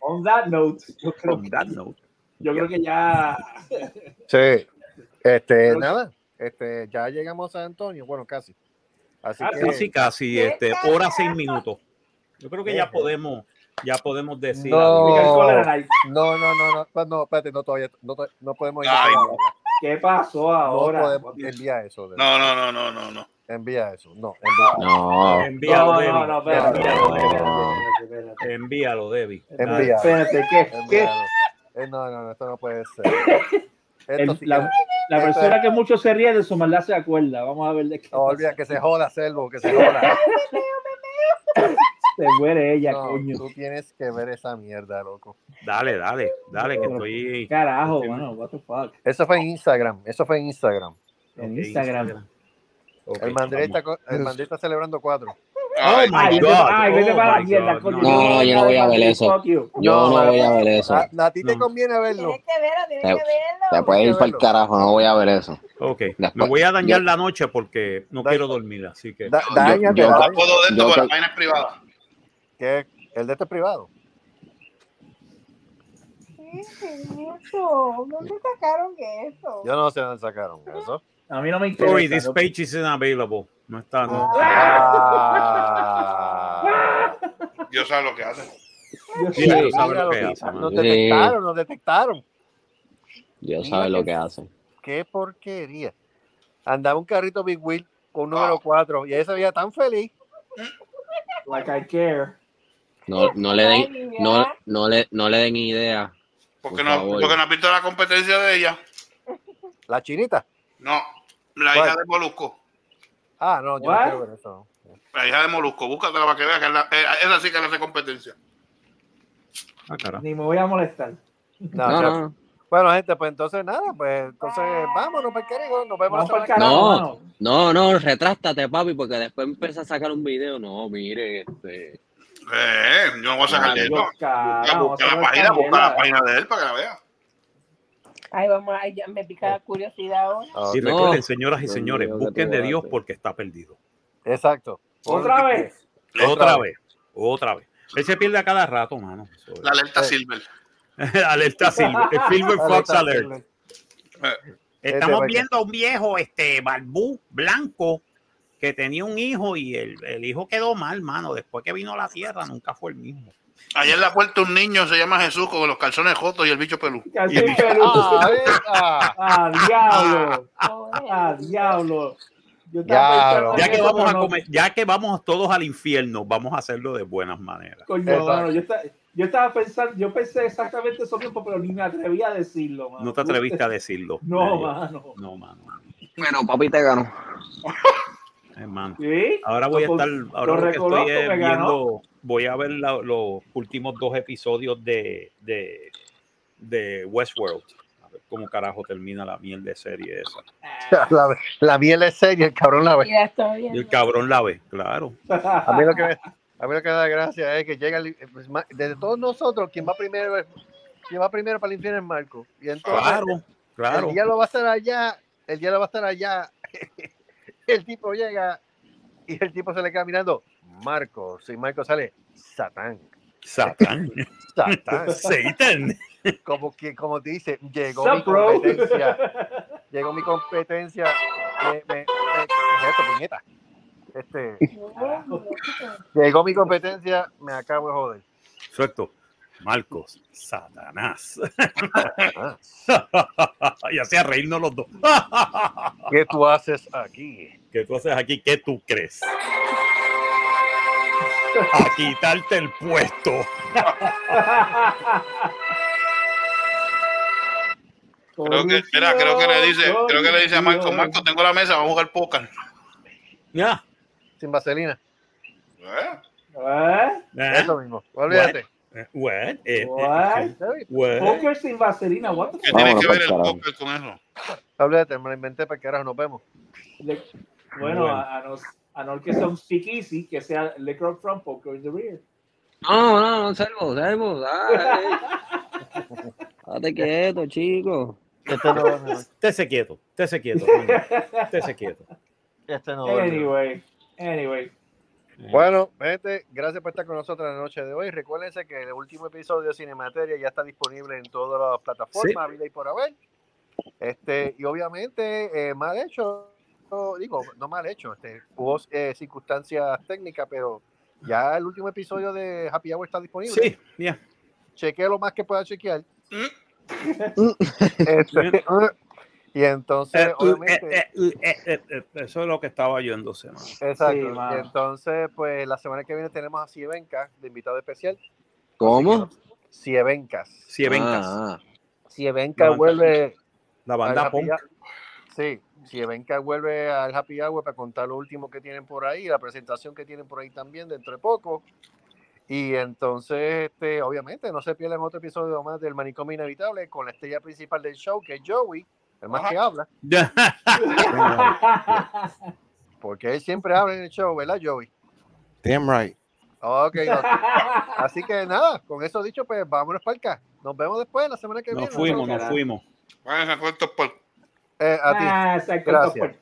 Speaker 8: On that note, yo creo,
Speaker 3: On that note.
Speaker 8: yo
Speaker 3: Oh.
Speaker 8: creo que ya.
Speaker 4: Sí. Este, nada. Este, ya llegamos a San Antonio. Bueno, casi. Así que,
Speaker 3: Casi, casi, este, hora seis minutos. Yo creo que ya podemos, ya podemos decir.
Speaker 4: No, no, no, no, no, no, espérate, no todavía, no, to- no podemos ir.
Speaker 3: Ay,
Speaker 4: todavía.
Speaker 8: ¿Qué pasó ahora?
Speaker 4: No podemos, envía eso. de-
Speaker 10: No, no, no, no, no, no.
Speaker 4: Envía eso, no. Envía.
Speaker 19: No.
Speaker 3: Envíalo,
Speaker 4: No,
Speaker 3: Debbie.
Speaker 4: no, no, espérate,
Speaker 3: Envíalo,
Speaker 4: espérate,
Speaker 3: Debbie. Envíalo, Debbie.
Speaker 4: Envía.
Speaker 8: Espérate, ¿qué?
Speaker 4: Eh, no, no, no, esto no puede ser. Esto
Speaker 8: El-
Speaker 4: sí
Speaker 8: la,
Speaker 4: que-
Speaker 8: la
Speaker 4: esto
Speaker 8: persona
Speaker 4: es-
Speaker 8: que mucho se ríe de su maldad se acuerda. Vamos a ver de qué.
Speaker 4: No, olvida que se joda, Selvo, que se joda.
Speaker 8: Se muere ella,
Speaker 4: No,
Speaker 8: coño.
Speaker 4: Tú tienes que ver esa mierda, loco.
Speaker 3: Dale, dale, dale, que estoy.
Speaker 8: Carajo, mano, what the fuck.
Speaker 4: Eso fue en Instagram, eso fue en Instagram.
Speaker 8: En Instagram.
Speaker 4: el mandril está, co- el mandril está celebrando cuatro.
Speaker 19: Ay, my
Speaker 8: vete
Speaker 19: God.
Speaker 8: pa- ay, vete
Speaker 19: Oh,
Speaker 8: para la
Speaker 19: my
Speaker 8: mierda,
Speaker 19: God.
Speaker 8: coño.
Speaker 19: No, no, yo no voy a ver eso.
Speaker 8: Fuck you.
Speaker 19: Yo no Ah, voy a ver eso.
Speaker 4: A, a ti te conviene verlo.
Speaker 19: Te, te puedes ir para el carajo, no voy a ver eso.
Speaker 3: Ok, me
Speaker 19: Después-
Speaker 3: voy a dañar
Speaker 19: yo-
Speaker 3: la noche porque no quiero dormir, así que.
Speaker 4: Da- Dáñate,
Speaker 19: yo-
Speaker 4: dáñate.
Speaker 19: puedo de esto, Yo pero creo-
Speaker 10: Vainas privadas.
Speaker 4: ¿Qué? ¿El de este es privado?
Speaker 7: ¿Dónde sacaron eso?
Speaker 4: Yo no sé dónde sacaron eso.
Speaker 8: A mí no me
Speaker 4: interesa.
Speaker 3: Sorry, this page is unavailable. No está. No.
Speaker 10: Yo sé lo que hace.
Speaker 3: Sí, tú sabes
Speaker 4: Ah. Mira
Speaker 3: lo
Speaker 4: lo
Speaker 3: que
Speaker 4: que-
Speaker 3: hace, mano.
Speaker 4: Nos detectaron, nos detectaron.
Speaker 19: Dios sabe lo que hace.
Speaker 4: Qué porquería. Andaba un carrito Big Wheel con número 4 y ella se veía tan feliz.
Speaker 8: Like I care.
Speaker 19: No, no le den, no, no le, no le den idea.
Speaker 10: Porque
Speaker 19: Por
Speaker 10: no,
Speaker 19: favor.
Speaker 10: porque no has visto la competencia de ella.
Speaker 4: La chinita.
Speaker 10: No, la
Speaker 4: ¿Cuál?
Speaker 10: hija de Molusco.
Speaker 4: Ah, no, yo no
Speaker 10: What?
Speaker 4: quiero ver eso.
Speaker 10: La hija de Molusco. Búscatela para que veas que es la- eh, esa sí que le hace competencia.
Speaker 3: Ah,
Speaker 8: Ni me voy a molestar.
Speaker 4: No,
Speaker 19: Ah,
Speaker 4: No, no. Bueno, gente, pues entonces nada, pues entonces vámonos, para nos vemos
Speaker 8: Ah. Vamos pa'l
Speaker 4: semana que viene.
Speaker 19: No, no, no, retrástate, papi, porque después empieza a sacar un video. No, mire, este.
Speaker 10: Eh, yo no voy a sacar de él. no. Busca,
Speaker 19: vamos
Speaker 10: busca
Speaker 19: a
Speaker 10: la
Speaker 19: sacar
Speaker 10: página, busca
Speaker 19: candela.
Speaker 10: la página de él para que la vea.
Speaker 7: Ay, vamos, ay, ya me
Speaker 8: Eh.
Speaker 7: pica la curiosidad ahora.
Speaker 3: Y recuerden, señoras y señores, busquen de Dios porque está perdido.
Speaker 4: Exacto.
Speaker 8: Otra vez.
Speaker 3: Otra vez, otra vez. Él se pierde a cada rato, mano. Eso es.
Speaker 10: La alerta Silver.
Speaker 3: alerta Silver. El
Speaker 4: pues,
Speaker 3: Silver Fox
Speaker 10: Alerta
Speaker 3: Alert.
Speaker 10: Silver.
Speaker 3: Estamos
Speaker 10: Este,
Speaker 3: viendo a un viejo, este, barbú, blanco, que tenía un hijo y el, el hijo quedó mal, mano. Después que vino a la tierra, nunca fue el mismo.
Speaker 10: Allá en la puerta un niño se llama Jesús con los calzones jotos y el bicho pelú.
Speaker 8: Así que-
Speaker 10: Ah,
Speaker 8: Ah, diablo. Ah, diablo. Yo estaba pensando
Speaker 3: Ya
Speaker 8: en
Speaker 3: que
Speaker 8: eso,
Speaker 3: vamos
Speaker 8: pero
Speaker 3: a
Speaker 8: no.
Speaker 3: comer, ya que vamos todos al infierno, vamos a hacerlo de buenas maneras.
Speaker 8: Coño, mano, yo, esta-
Speaker 11: Yo estaba pensando, yo pensé exactamente eso mismo, pero ni me atreví a decirlo, mano.
Speaker 3: No te atreviste a decirlo.
Speaker 11: No,
Speaker 3: Eh,
Speaker 11: mano.
Speaker 3: No, mano.
Speaker 19: Bueno, papi te ganó.
Speaker 3: Hermano.
Speaker 11: Sí,
Speaker 3: Ahora voy a
Speaker 11: lo-
Speaker 3: estar,
Speaker 11: lo
Speaker 3: ahora lo que
Speaker 11: reconozco,
Speaker 3: estoy es
Speaker 11: me ganó.
Speaker 3: viendo, voy a ver la- los últimos dos episodios de, de, de Westworld. A ver cómo carajo termina la miel de serie esa.
Speaker 4: La, la miel es seria, el cabrón la ve.
Speaker 3: Y el cabrón la ve, claro.
Speaker 4: A mí lo que me, a mí lo que me da gracia es que llega el- pues, ma- desde todos nosotros, quien va primero, es- quien va primero para el infierno es Marco. Y entonces,
Speaker 3: Claro, claro.
Speaker 4: El diablo va a estar allá, el diablo va a estar allá. el tipo llega y el tipo se le queda mirando. Marco, si Marco sale, Satán.
Speaker 3: Satán.
Speaker 4: Satán.
Speaker 3: Satan.
Speaker 4: Como que, como te dice, llegó
Speaker 11: Sup,
Speaker 4: mi
Speaker 11: bro?
Speaker 4: competencia. Llegó mi competencia. Me, me, me- ¿qué es esto, puñeta? Este, llegó mi competencia, me acabo de joder.
Speaker 3: Suelto. Marcos, Satanás. y hacía reírnos los dos.
Speaker 4: ¿Qué tú haces aquí?
Speaker 3: ¿Qué tú haces aquí? ¿Qué tú crees? A quitarte el puesto.
Speaker 10: Creo que, mira, creo que le dice, creo que le dice a Marco, Marco, tengo la mesa, vamos a jugar póker.
Speaker 3: Ya.
Speaker 4: Sin vaselina.
Speaker 10: Eh,
Speaker 4: Es lo mismo. Olvídate.
Speaker 3: What? What? Ah, Eh,
Speaker 4: What?
Speaker 3: eh, what?
Speaker 11: Póker sin vaselina, what the
Speaker 10: ¿Qué tiene
Speaker 4: Vámonos
Speaker 10: que
Speaker 4: pa'l
Speaker 10: ver el
Speaker 4: carajo.
Speaker 10: póker con eso?
Speaker 4: Olvídate, me lo inventé para que ahora nos vemos.
Speaker 11: Le- Bueno, A, a no, a no que sea un speakeasy, que sea Lecro from Poker in the Rear.
Speaker 19: No, no, no, salvo, salvo. dale. Date quieto, chico.
Speaker 4: Este no va a ganar.
Speaker 3: Tese quieto, tese quieto, coño. Tese quieto.
Speaker 4: Este no va a ganar.
Speaker 11: Anyway, anyway.
Speaker 4: Bueno, gente, gracias por estar con nosotros en la noche de hoy. Recuérdense que el último episodio de Cinemateria ya está disponible en todas las plataformas, habida y por haber. Este, y obviamente, eh, mal hecho, no, digo, no mal hecho, este, hubo eh, circunstancias técnicas, pero ya el último episodio de Happy Hour está disponible.
Speaker 3: Sí, ya.
Speaker 4: Chequee lo más que pueda chequear. Este, y entonces,
Speaker 3: Mm. Eh,
Speaker 4: obviamente.
Speaker 3: eh, eh, eh, eh, eh, eso es lo que estaba oyéndose, mano.
Speaker 4: Exacto.
Speaker 3: Sí, mano.
Speaker 4: Y entonces, pues la semana que viene tenemos a Cievenca de invitado especial.
Speaker 19: ¿Cómo?
Speaker 4: Cievencas.
Speaker 3: Cievencas.
Speaker 19: Ah,
Speaker 4: Cievenca
Speaker 3: La banda-
Speaker 4: vuelve.
Speaker 3: la banda
Speaker 4: al happy
Speaker 3: punk.
Speaker 4: hour. Sí, Cievenca vuelve al Happy Hour para contar lo último que tienen por ahí, la presentación que tienen por ahí también dentro de poco. Y entonces, este, obviamente, no se pierdan otro episodio más del Manicomio Inevitable con la estrella principal del show, que es Joey, el más que habla. Porque él siempre habla en el show, ¿verdad, Joey?
Speaker 5: Damn right.
Speaker 4: Ok, ok. Así que nada, con eso dicho, pues vámonos para acá. Nos vemos después, la semana que viene.
Speaker 3: Nos fuimos, nos fuimos.
Speaker 10: Váyanse a cuentos por
Speaker 4: Eh, a ti.
Speaker 11: Ah, exacto. pues.
Speaker 4: Gracias.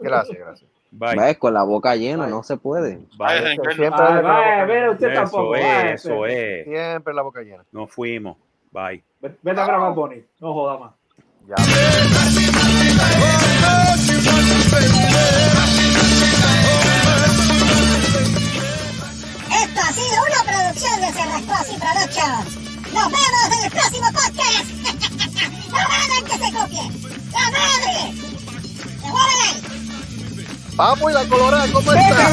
Speaker 4: Gracias, gracias.
Speaker 19: ¿Ves? Con la boca llena, no se puede.
Speaker 3: Vaya.
Speaker 11: Ah,
Speaker 4: Siempre la boca llena.
Speaker 3: Eso es,
Speaker 11: pues.
Speaker 3: eso es.
Speaker 4: Siempre la boca llena.
Speaker 3: Nos fuimos. Bye.
Speaker 11: Vete a grabar, Bonnie. No jodas más.
Speaker 2: Esto ha sido una producción de Cerrascos y Productions. Nos vemos en el próximo podcast. no hagan que se copie. ¡La madre! ¡Se mueven ahí!
Speaker 4: Vamos y la colorada, ¿cómo está?